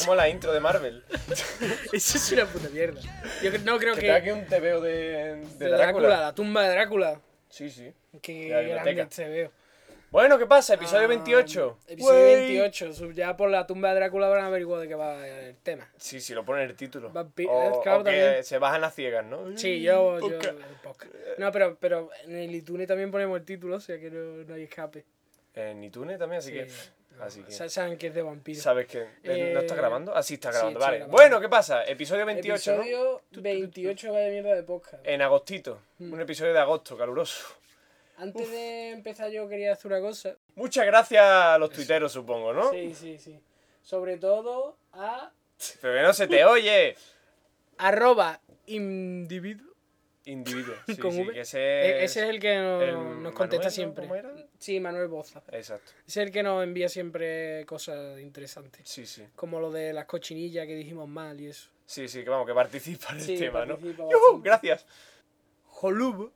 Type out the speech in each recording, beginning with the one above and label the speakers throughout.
Speaker 1: como la intro de Marvel.
Speaker 2: Eso es una puta mierda. Yo cre- no creo
Speaker 1: Que
Speaker 2: que.
Speaker 1: te haga aquí un TVO de, de
Speaker 2: de
Speaker 1: Drácula.
Speaker 2: la tumba de Drácula.
Speaker 1: Sí, sí.
Speaker 2: Que
Speaker 1: De la biblioteca.
Speaker 2: grande se veo.
Speaker 1: Bueno, ¿qué pasa? Episodio 28.
Speaker 2: Ah, Episodio
Speaker 1: Wey.
Speaker 2: 28. Sub- Ya por la tumba de Drácula habrán averiguado de qué va el tema.
Speaker 1: Sí, sí, lo pone en el título.
Speaker 2: Vampi-
Speaker 1: o,
Speaker 2: eh, claro,
Speaker 1: o que
Speaker 2: también.
Speaker 1: se bajan a ciegas, ¿no?
Speaker 2: Sí, yo. yo
Speaker 1: Ok.
Speaker 2: el podcast. No, pero, pero en el iTunes también ponemos el título, o sea que no, no hay escape.
Speaker 1: En iTunes también, así
Speaker 2: Sí. Ah,
Speaker 1: que... Así que...
Speaker 2: Sa- Saben que es de vampiro.
Speaker 1: ¿Sabes que eh, no está
Speaker 2: Eh,
Speaker 1: grabando? Ah, sí, está
Speaker 2: sí,
Speaker 1: grabando.
Speaker 2: está
Speaker 1: vale.
Speaker 2: grabando.
Speaker 1: Bueno, ¿qué pasa? Episodio 28, ¿no?
Speaker 2: Episodio 28, vaya mierda de podcast.
Speaker 1: En agostito.
Speaker 2: Mm.
Speaker 1: Un episodio de agosto, caluroso.
Speaker 2: Antes de empezar yo quería hacer una cosa.
Speaker 1: Muchas gracias a los tuiteros, supongo, ¿no?
Speaker 2: Sí, sí, sí. Sobre todo a
Speaker 1: Pero que no se te oye.
Speaker 2: arroba individuo.
Speaker 1: Individuo. Sí,
Speaker 2: Con
Speaker 1: sí,
Speaker 2: V.
Speaker 1: que
Speaker 2: E-
Speaker 1: ese es...
Speaker 2: Ese es el que no-
Speaker 1: el
Speaker 2: nos
Speaker 1: Manuel,
Speaker 2: contesta
Speaker 1: ¿no?
Speaker 2: siempre.
Speaker 1: ¿Cómo era?
Speaker 2: Sí, Manuel Boza.
Speaker 1: Exacto.
Speaker 2: Es el que nos envía siempre cosas interesantes.
Speaker 1: Sí, sí.
Speaker 2: Como lo de las cochinillas que dijimos mal y eso.
Speaker 1: Sí, sí, que vamos, que participa en
Speaker 2: Sí,
Speaker 1: el tema, ¿no?
Speaker 2: participa
Speaker 1: ¡Yujú!
Speaker 2: bastante.
Speaker 1: Gracias.
Speaker 2: Jolub.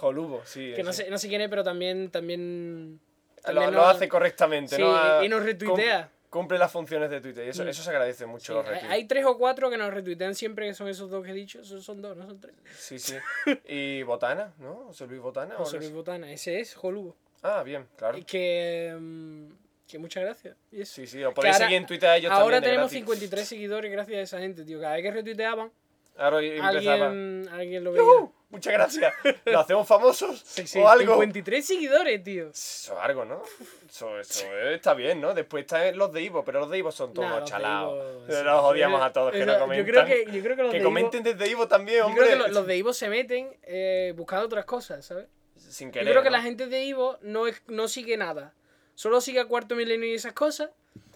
Speaker 1: Jolubo, sí.
Speaker 2: Que no
Speaker 1: ese.
Speaker 2: sé, no sé quién es, pero también. también,
Speaker 1: Lo-
Speaker 2: también
Speaker 1: Lo,
Speaker 2: nos-
Speaker 1: hace correctamente,
Speaker 2: Sí,
Speaker 1: ¿no? Ah,
Speaker 2: y nos retuitea. Mm.
Speaker 1: cum- Cumple las funciones de Twitter y eso, eso se agradece mucho.
Speaker 2: Sí,
Speaker 1: los
Speaker 2: hay,
Speaker 1: retweets.
Speaker 2: hay tres o cuatro que nos retuitean siempre, que son esos dos que he dicho. Son, son dos, no son tres.
Speaker 1: Sí, sí. Y Botana, ¿no? José Luis Botana. o
Speaker 2: José
Speaker 1: algo
Speaker 2: Luis
Speaker 1: así.
Speaker 2: Botana, ese es Jolubo.
Speaker 1: Ah, bien, claro.
Speaker 2: Y Que, mm, que muchas gracias. Y eso.
Speaker 1: Sí, sí, os podéis
Speaker 2: ahora-
Speaker 1: seguir en Twitter a ellos
Speaker 2: Ahora
Speaker 1: también. de
Speaker 2: tenemos
Speaker 1: gratis.
Speaker 2: 53 seguidores gracias a esa gente, tío. Cada vez que retuiteaban,
Speaker 1: Ahora empezaba.
Speaker 2: alguien, alguien lo veía.
Speaker 1: ¡Yujú! Muchas gracias. ¿Lo hacemos famosos?
Speaker 2: Sí, sí,
Speaker 1: ¿O algo?
Speaker 2: 53 seguidores, tío.
Speaker 1: Eso es algo, ¿no? Eso, eso eh, está bien, ¿no? Después están los de Ivo, pero los de Ivo son todos
Speaker 2: Nah, los de
Speaker 1: chalados.
Speaker 2: Ivo, sí.
Speaker 1: Nos odiamos a todos que
Speaker 2: Eso,
Speaker 1: no
Speaker 2: yo
Speaker 1: comentan.
Speaker 2: creo que- yo creo que los de Ivo-
Speaker 1: comenten desde Ivo también,
Speaker 2: Yo
Speaker 1: hombre.
Speaker 2: creo que lo- los de Ivo se meten eh, buscando otras cosas, ¿sabes?
Speaker 1: Sin
Speaker 2: Yo
Speaker 1: querer.
Speaker 2: creo que
Speaker 1: ¿no?
Speaker 2: la gente de Ivo no, es- no sigue nada. Solo sigue a Cuarto Milenio y esas cosas.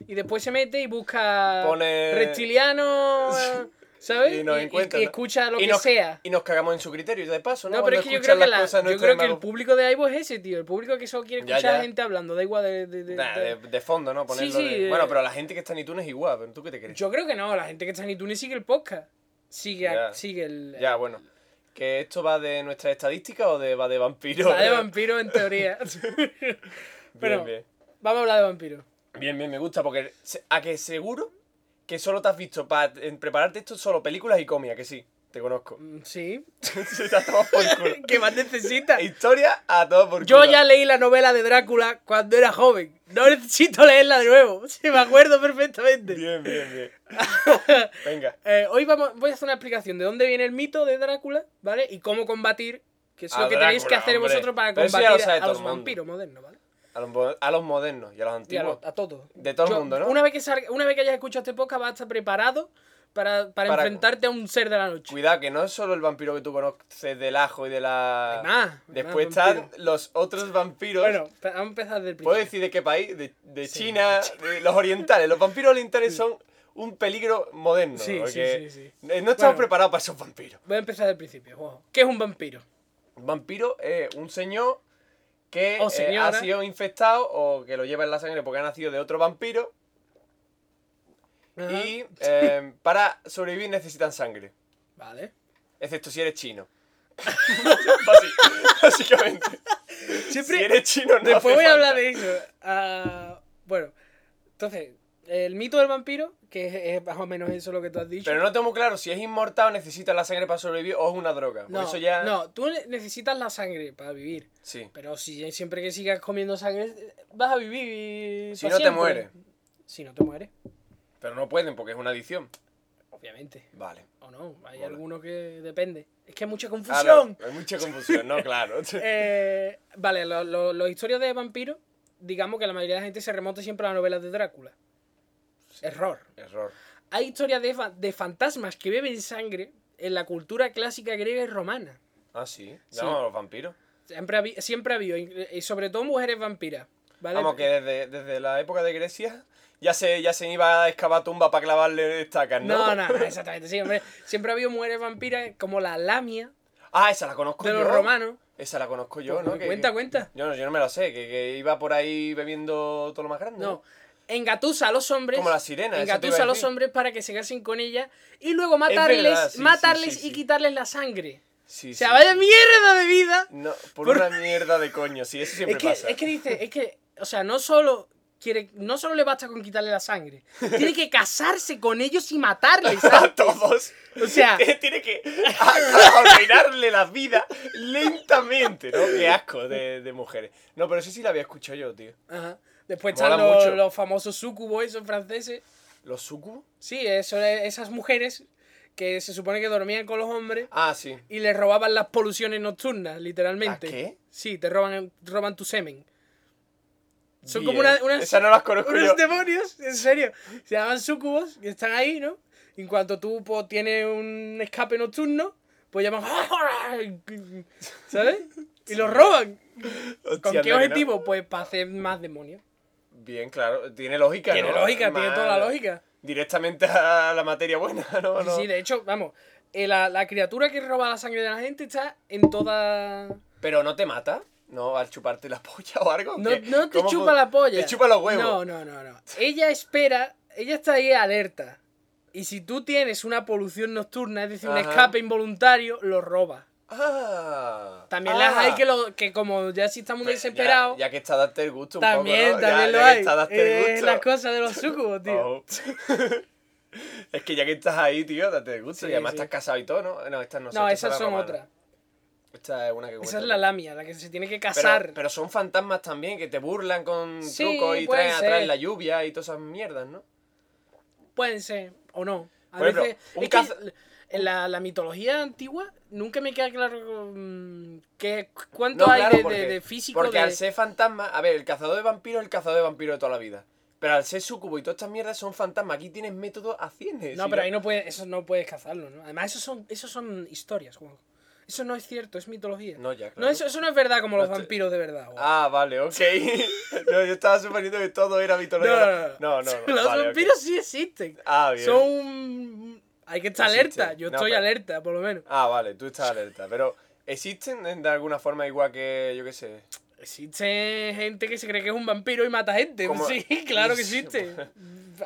Speaker 2: Y después se mete y busca
Speaker 1: Pone-
Speaker 2: reptiliano, eh, ¿sabes?
Speaker 1: Y nos encuentra,
Speaker 2: y
Speaker 1: ¿no?
Speaker 2: escucha lo
Speaker 1: Y
Speaker 2: que
Speaker 1: nos-
Speaker 2: sea.
Speaker 1: Y nos cagamos en su criterio, de paso, ¿no?
Speaker 2: No, pero
Speaker 1: Cuando
Speaker 2: es que yo
Speaker 1: escuchan
Speaker 2: creo que,
Speaker 1: las
Speaker 2: la-
Speaker 1: cosas
Speaker 2: yo
Speaker 1: nuestras
Speaker 2: creo que
Speaker 1: en
Speaker 2: el
Speaker 1: algo-
Speaker 2: público de Ivo es ese, tío. El público que solo quiere
Speaker 1: Ya,
Speaker 2: escuchar
Speaker 1: ya.
Speaker 2: a gente hablando, da igual de... de- de-
Speaker 1: Nah,
Speaker 2: de-
Speaker 1: de, de fondo, ¿no? Ponerlo
Speaker 2: sí,
Speaker 1: de-
Speaker 2: eh.
Speaker 1: Bueno, pero la gente que está en iTunes igual, pero ¿tú qué te crees?
Speaker 2: Yo creo que no, la gente que está en iTunes sigue el podcast. Sigue, a-
Speaker 1: Ya.
Speaker 2: sigue el...
Speaker 1: Ya, bueno. ¿Que esto va de nuestra estadística o de, va de vampiro?
Speaker 2: Va de vampiro en teoría.
Speaker 1: Bien,
Speaker 2: Pero
Speaker 1: bien.
Speaker 2: vamos a hablar de vampiro.
Speaker 1: Bien, bien, me gusta porque se- a que seguro que solo te has visto para prepararte esto solo películas y comida, que sí, te conozco.
Speaker 2: Mm, Sí.
Speaker 1: Se te ha tomado por culo.
Speaker 2: ¿Qué más necesitas?
Speaker 1: Historia a todo por
Speaker 2: Yo
Speaker 1: culo.
Speaker 2: ya leí la novela de Drácula cuando era joven. No necesito leerla de nuevo. Sí, me acuerdo perfectamente.
Speaker 1: Bien, bien, bien. Venga.
Speaker 2: Eh, hoy vamos, voy a hacer una explicación de dónde viene el mito de Drácula, ¿vale? Y cómo combatir, que es
Speaker 1: A
Speaker 2: lo que tenéis que
Speaker 1: Ah, Drácula,
Speaker 2: hacer
Speaker 1: hombre.
Speaker 2: vosotros para
Speaker 1: Pero eso ya
Speaker 2: combatir
Speaker 1: lo sabe
Speaker 2: a
Speaker 1: todo
Speaker 2: los
Speaker 1: el mundo.
Speaker 2: vampiros modernos, ¿vale?
Speaker 1: A los, mo- a los modernos y a los
Speaker 2: Y a,
Speaker 1: antiguos.
Speaker 2: lo- a todos.
Speaker 1: De todo el
Speaker 2: Yo-
Speaker 1: mundo, ¿no?
Speaker 2: Una vez, que salga- una vez que hayas escuchado este podcast, vas a estar preparado para, para
Speaker 1: Para-
Speaker 2: enfrentarte a un ser de la noche.
Speaker 1: Cuidado, que no es solo el vampiro que tú conoces del ajo y de la...
Speaker 2: Hay más, hay
Speaker 1: Después
Speaker 2: más
Speaker 1: están
Speaker 2: vampiros.
Speaker 1: los otros vampiros.
Speaker 2: Bueno, pe- vamos a empezar desde el
Speaker 1: ¿Puedo
Speaker 2: principio.
Speaker 1: decir de qué país? De, de China, de los orientales. Los vampiros orientales son un peligro moderno.
Speaker 2: Sí, sí,
Speaker 1: porque
Speaker 2: sí,
Speaker 1: eh, No estamos
Speaker 2: Bueno.
Speaker 1: preparados para esos vampiros.
Speaker 2: Voy a empezar desde el principio. Juanjo. ¿Qué es un vampiro?
Speaker 1: Un vampiro es un señor que
Speaker 2: O
Speaker 1: eh, ha
Speaker 2: señora.
Speaker 1: sido infectado o que lo lleva en la sangre porque ha nacido de otro vampiro.
Speaker 2: Ajá.
Speaker 1: Y eh, para sobrevivir necesitan sangre.
Speaker 2: Vale.
Speaker 1: Excepto si eres chino. Basi- Básicamente.
Speaker 2: Siempre,
Speaker 1: Si eres chino, no. hace
Speaker 2: Después voy a hablar
Speaker 1: falta.
Speaker 2: de eso. Ah, bueno, entonces, el mito del vampiro, que es, es más o menos eso lo que tú has dicho.
Speaker 1: Pero no tengo claro si es inmortal o necesita la sangre para sobrevivir o es una droga. Por
Speaker 2: no,
Speaker 1: eso ya.
Speaker 2: no, tú ne- necesitas la sangre para vivir.
Speaker 1: Sí.
Speaker 2: Pero si siempre que sigas comiendo sangre, eh, vas a vivir.
Speaker 1: Si
Speaker 2: pa'
Speaker 1: no te
Speaker 2: siempre.
Speaker 1: mueres.
Speaker 2: Si no te mueres,
Speaker 1: Pero no pueden porque es una adicción.
Speaker 2: obviamente.
Speaker 1: Vale.
Speaker 2: O no, hay
Speaker 1: Mola.
Speaker 2: algunos que depende. Es que hay mucha
Speaker 1: Claro,
Speaker 2: confusión.
Speaker 1: hay mucha confusión, Ah, ¿no? Claro.
Speaker 2: Eh, vale, lo- lo- los historias de vampiros, digamos que la mayoría de la gente se remonta siempre a las novelas de Drácula. Error.
Speaker 1: Error.
Speaker 2: Hay historias de, fa- de fantasmas que beben sangre en la cultura clásica griega y romana.
Speaker 1: Ah, sí.
Speaker 2: Sí.
Speaker 1: Llamamos a los vampiros.
Speaker 2: Siempre ha, habi- siempre ha habido, in- y sobre todo mujeres vampiras. ¿vale?
Speaker 1: Vamos, que desde, desde la época de Grecia ya se, ya se iba a excavar tumba para clavarle estacas, ¿no?
Speaker 2: No, no, no, exactamente. Sí, hombre. Siempre ha habido mujeres vampiras como la Lamia
Speaker 1: Ah, esa la conozco
Speaker 2: de
Speaker 1: yo.
Speaker 2: los romanos.
Speaker 1: Esa la conozco yo,
Speaker 2: Pues,
Speaker 1: ¿no? Que-
Speaker 2: Cuenta, cuenta.
Speaker 1: Yo no, yo no me la sé, que, que iba por ahí bebiendo todo lo más grande.
Speaker 2: No. Engatusa a los hombres.
Speaker 1: Como la sirena, eso te iba
Speaker 2: Engatusa
Speaker 1: a
Speaker 2: a los
Speaker 1: decir.
Speaker 2: hombres para que se casen con ella y luego matarles,
Speaker 1: verdad, sí, sí,
Speaker 2: matarles
Speaker 1: sí, sí.
Speaker 2: y quitarles la sangre.
Speaker 1: Sí,
Speaker 2: o
Speaker 1: sí.
Speaker 2: sea, vaya mierda de vida.
Speaker 1: No, por,
Speaker 2: Por-
Speaker 1: una mierda de coño, sí, eso siempre
Speaker 2: es que,
Speaker 1: pasa.
Speaker 2: es que dice, es que, o sea, no solo quiere, no solo le basta con quitarle la sangre, tiene que casarse con ellos y matarles. ¿sabes?
Speaker 1: A todos.
Speaker 2: O sea,
Speaker 1: Tiene que a- a arruinarle la vida lentamente, ¿no? Qué asco de, de mujeres. No, pero eso sí lo había escuchado yo, tío.
Speaker 2: ajá. después
Speaker 1: Mola
Speaker 2: están los,
Speaker 1: mucho.
Speaker 2: los famosos sucubos, esos franceses.
Speaker 1: ¿Los sucubos?
Speaker 2: Sí, eso, esas mujeres que se supone que dormían con los hombres
Speaker 1: Ah, sí.
Speaker 2: y les robaban las poluciones nocturnas, literalmente.
Speaker 1: ¿La qué?
Speaker 2: Sí, te roban, roban tu semen. Son
Speaker 1: Vi,
Speaker 2: como una-
Speaker 1: eh.
Speaker 2: unas-
Speaker 1: Esas no las conozco yo.
Speaker 2: Unos demonios, en serio. Se llaman sucubos y están ahí, ¿no? Y en cuanto tú pues, tienes un escape nocturno, pues llaman. ¿Sabes? Y los roban. ¿Con
Speaker 1: Hostia,
Speaker 2: qué
Speaker 1: no, que no.
Speaker 2: objetivo? Pues para hacer más demonios.
Speaker 1: Bien, claro. Tiene lógica,
Speaker 2: Tiene
Speaker 1: ¿no?
Speaker 2: lógica, tiene toda la
Speaker 1: Mal.
Speaker 2: lógica.
Speaker 1: Directamente a la materia buena, ¿no?
Speaker 2: Sí,
Speaker 1: No.
Speaker 2: sí, de hecho, vamos. eh, la, la criatura que roba la sangre de la gente está en toda.
Speaker 1: Pero no te mata, ¿no? Al chuparte la polla o algo.
Speaker 2: No,
Speaker 1: ¿qué?
Speaker 2: no te
Speaker 1: ¿Cómo
Speaker 2: chupa
Speaker 1: fu-
Speaker 2: la polla.
Speaker 1: Te chupa los huevos.
Speaker 2: No, no, no, no. Ella espera, ella está ahí alerta. Y si tú tienes una polución nocturna, es decir, un
Speaker 1: Ajá.
Speaker 2: escape involuntario, lo roba.
Speaker 1: Ah.
Speaker 2: También
Speaker 1: ah.
Speaker 2: las hay que, lo, que como ya si estamos
Speaker 1: Pero Pues ya-
Speaker 2: desesperados,
Speaker 1: Ya, que está darte el gusto un
Speaker 2: también,
Speaker 1: poco, ¿no? Ya-
Speaker 2: también
Speaker 1: ya que
Speaker 2: lo hay.
Speaker 1: está darte el
Speaker 2: Eh, es
Speaker 1: gusto.
Speaker 2: la cosa de los sucubos, tío.
Speaker 1: Oh. es que ya que estás ahí, tío, date el gusto.
Speaker 2: Sí,
Speaker 1: y además
Speaker 2: sí.
Speaker 1: estás casado y todo, ¿no? No, estas no,
Speaker 2: no,
Speaker 1: estas
Speaker 2: esas
Speaker 1: la
Speaker 2: son
Speaker 1: romana.
Speaker 2: otras.
Speaker 1: Esta es una que
Speaker 2: Esa
Speaker 1: cuento
Speaker 2: es la
Speaker 1: yo.
Speaker 2: lamia, la que se tiene que
Speaker 1: Pero-
Speaker 2: casar.
Speaker 1: Pero, son fantasmas también que te burlan con
Speaker 2: Sí,
Speaker 1: trucos y
Speaker 2: puede
Speaker 1: traen
Speaker 2: ser.
Speaker 1: atrás la lluvia y todas esas mierdas, ¿no?
Speaker 2: Pueden ser, o no. A
Speaker 1: Por ejemplo,
Speaker 2: veces.
Speaker 1: un
Speaker 2: es que
Speaker 1: caza-
Speaker 2: en la, la mitología antigua nunca me queda claro mm, que, cuánto
Speaker 1: No,
Speaker 2: hay
Speaker 1: claro,
Speaker 2: de,
Speaker 1: porque,
Speaker 2: de- de físico.
Speaker 1: Porque
Speaker 2: de-
Speaker 1: al ser fantasma, a ver, el cazador de vampiros es el cazador de vampiros de toda la vida. Pero al ser sucubo y todas estas mierdas son fantasmas. Aquí tienes método haciende.
Speaker 2: No, pero ahí no puedes, eso no puedes cazarlo, ¿no? Además, eso son, eso son historias, Juan. Eso no es cierto, es mitología.
Speaker 1: No, ya,
Speaker 2: No,
Speaker 1: claro.
Speaker 2: eso, eso no es verdad como los
Speaker 1: No te-
Speaker 2: vampiros de verdad, Juan.
Speaker 1: Ah, vale, ok. no, yo estaba suponiendo que todo era mitología. No, no, no,
Speaker 2: Los
Speaker 1: vale, ok.
Speaker 2: vampiros sí existen.
Speaker 1: Ah, bien.
Speaker 2: Son. un- Hay que estar
Speaker 1: Existen.
Speaker 2: alerta. Yo
Speaker 1: No,
Speaker 2: estoy
Speaker 1: pero-
Speaker 2: alerta, por lo menos.
Speaker 1: Ah, vale, tú estás alerta. Pero, ¿existen en- de alguna forma igual que, yo qué sé?
Speaker 2: Existe gente que se cree que es un vampiro y mata gente.
Speaker 1: ¿Cómo?
Speaker 2: Sí, claro que existe.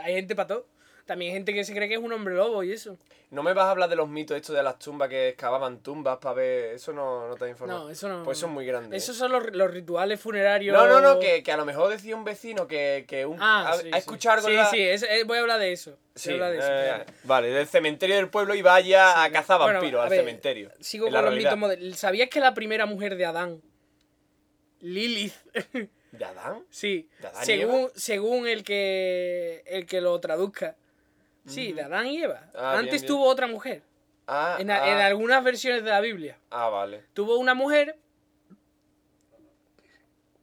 Speaker 2: Hay gente para todo. También hay gente que se cree que es un hombre lobo y eso.
Speaker 1: ¿No me vas a hablar de los mitos estos de las tumbas que excavaban tumbas para ver? Eso no, no te ha informado.
Speaker 2: No, eso no.
Speaker 1: Pues eso es muy grande. ¿eh?
Speaker 2: Esos son los, los rituales funerarios.
Speaker 1: No, no, no, que, que a lo mejor decía un vecino que, que un,
Speaker 2: Ah,
Speaker 1: ha,
Speaker 2: sí,
Speaker 1: ha
Speaker 2: sí.
Speaker 1: escuchado algo
Speaker 2: Sí,
Speaker 1: en la-
Speaker 2: sí, es- eh, voy a hablar de eso. Voy a
Speaker 1: Sí,
Speaker 2: hablar de eso.
Speaker 1: eh, vale, del cementerio del pueblo y vaya a cazar
Speaker 2: Bueno,
Speaker 1: vampiros
Speaker 2: a
Speaker 1: al
Speaker 2: ver,
Speaker 1: cementerio.
Speaker 2: Sigo
Speaker 1: en la
Speaker 2: con los
Speaker 1: realidad.
Speaker 2: mitos modernos. ¿Sabías que la primera mujer de Adán, Lilith,
Speaker 1: ¿De Adán?
Speaker 2: Sí,
Speaker 1: ¿De Adán y
Speaker 2: según, según el que el que lo traduzca. Sí, de Adán y Eva.
Speaker 1: Ah, bien,
Speaker 2: Antes
Speaker 1: bien.
Speaker 2: tuvo otra mujer.
Speaker 1: Ah,
Speaker 2: En, a-
Speaker 1: ah,
Speaker 2: en algunas versiones de la Biblia.
Speaker 1: ah, vale.
Speaker 2: Tuvo una mujer.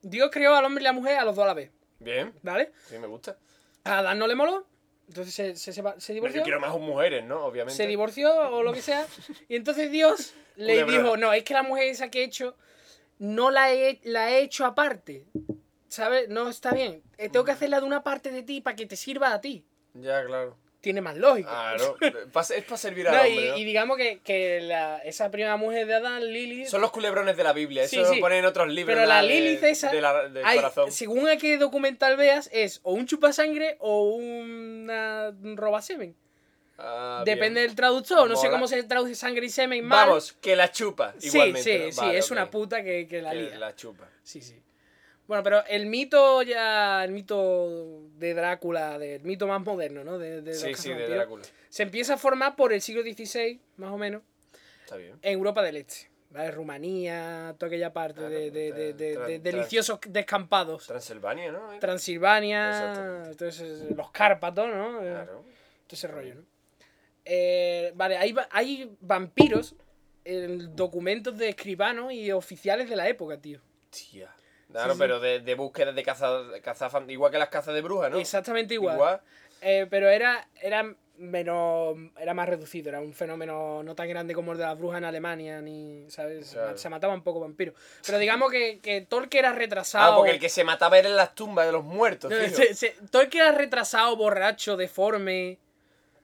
Speaker 2: Dios creó al hombre y la mujer a los dos a la vez,
Speaker 1: Bien,
Speaker 2: ¿vale?
Speaker 1: sí, me gusta.
Speaker 2: A Adán no le moló, entonces se, se, separ- se
Speaker 1: Pero
Speaker 2: divorció.
Speaker 1: yo quiero más mujeres, ¿no? Obviamente.
Speaker 2: se divorció o lo que sea. Y entonces Dios le
Speaker 1: Culebra.
Speaker 2: dijo, no, es que la mujer esa que he hecho, no la he, la he hecho aparte. ¿Sabes? No está bien. Eh, Tengo que
Speaker 1: Mm.
Speaker 2: hacerla de una parte de ti para que te sirva a ti.
Speaker 1: Ya, claro.
Speaker 2: Tiene más lógica.
Speaker 1: Claro. Pa- es para servir al
Speaker 2: No, y,
Speaker 1: Ah, hombre, ¿no?
Speaker 2: y digamos que, que la- esa primera mujer de Adán, Lilith,
Speaker 1: Son los culebrones de la Biblia, eso
Speaker 2: Sí, sí.
Speaker 1: lo ponen en otros libros.
Speaker 2: Pero la
Speaker 1: de-
Speaker 2: Lilith esa,
Speaker 1: De la- del
Speaker 2: hay-
Speaker 1: corazón.
Speaker 2: según a qué documental veas, es o un chupasangre o una un roba semen.
Speaker 1: Ah, bien.
Speaker 2: Depende del traductor, no sé
Speaker 1: Mola.
Speaker 2: cómo se traduce sangre y semen mal.
Speaker 1: Vamos, que la chupa.
Speaker 2: sí,
Speaker 1: igualmente,
Speaker 2: sí,
Speaker 1: ¿no?
Speaker 2: sí,
Speaker 1: Vale,
Speaker 2: es
Speaker 1: ok.
Speaker 2: una puta que, que la
Speaker 1: Que
Speaker 2: lía.
Speaker 1: la chupa.
Speaker 2: Sí, sí. Bueno, pero el mito ya, el mito de Drácula, del mito más moderno, ¿no? De, de los
Speaker 1: Sí, sí, de
Speaker 2: cazavampiros,
Speaker 1: Drácula.
Speaker 2: Se empieza a formar por el siglo XVI, más o menos.
Speaker 1: Está bien.
Speaker 2: en Europa del Este. ¿vale? Rumanía, toda aquella parte
Speaker 1: Claro,
Speaker 2: de, de- de- de-
Speaker 1: tran-
Speaker 2: de-
Speaker 1: tran-
Speaker 2: deliciosos descampados.
Speaker 1: Transilvania, ¿no?
Speaker 2: Transilvania,
Speaker 1: Exactamente.
Speaker 2: entonces, los Cárpatos, ¿no? Eh,
Speaker 1: Claro.
Speaker 2: Todo ese rollo, ¿no? Eh, vale, hay, va- hay vampiros en documentos de escribanos y oficiales de la época, tío.
Speaker 1: Tía. Claro,
Speaker 2: sí.
Speaker 1: pero de, de búsqueda de caza, caza fan- igual que las cazas de brujas, ¿no?
Speaker 2: Exactamente igual. Eh, pero era, era menos. Era más reducido, era un fenómeno no tan grande como el de las brujas en Alemania, ni. ¿Sabes? Se ma-
Speaker 1: Claro.
Speaker 2: Se mataban poco vampiros. Pero digamos que, que Tolkien era
Speaker 1: Ah,
Speaker 2: retrasado.
Speaker 1: porque el que se mataba era en las tumbas de los muertos,
Speaker 2: No,
Speaker 1: fijo.
Speaker 2: se- se- Tolkien era retrasado, borracho, deforme.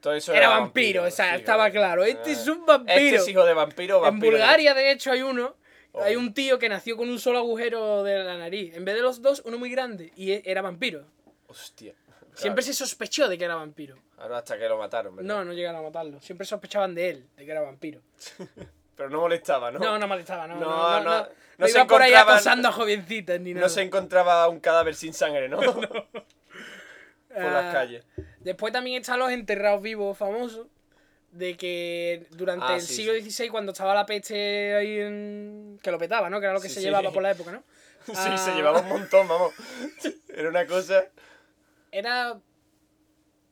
Speaker 1: Todo eso
Speaker 2: Era vampiro, o sea,
Speaker 1: fijo.
Speaker 2: estaba claro. Este
Speaker 1: Ah.
Speaker 2: es un vampiro.
Speaker 1: Este es hijo de vampiro,
Speaker 2: En
Speaker 1: vampiro. de-
Speaker 2: Bulgaria, de hecho, hay uno.
Speaker 1: Oh.
Speaker 2: Hay un tío que nació con un solo agujero de la nariz. En vez de los dos, uno muy grande. Y e- era vampiro.
Speaker 1: Hostia. Claro.
Speaker 2: Siempre se sospechó de que era vampiro.
Speaker 1: Ahora hasta que lo mataron, ¿verdad?
Speaker 2: No, no llegaron a matarlo. Siempre sospechaban de él, de que era vampiro.
Speaker 1: Pero no molestaba, ¿no?
Speaker 2: No, no molestaba, no.
Speaker 1: No,
Speaker 2: No, no,
Speaker 1: no,
Speaker 2: no.
Speaker 1: no
Speaker 2: No
Speaker 1: se
Speaker 2: iba por ahí
Speaker 1: encontraban-
Speaker 2: acosando a jovencitas ni nada.
Speaker 1: No se encontraba un cadáver sin sangre, ¿no? por las
Speaker 2: Ah,
Speaker 1: calles.
Speaker 2: Después también están los enterrados vivos famosos. De que durante
Speaker 1: Ah,
Speaker 2: el
Speaker 1: sí,
Speaker 2: siglo XVI, cuando estaba la peste ahí en... que lo petaba, ¿no? Que era lo que
Speaker 1: Sí,
Speaker 2: se
Speaker 1: sí.
Speaker 2: llevaba por la época, ¿no?
Speaker 1: Sí, se
Speaker 2: Ah.
Speaker 1: llevaba un montón, vamos. Era una cosa.
Speaker 2: Era.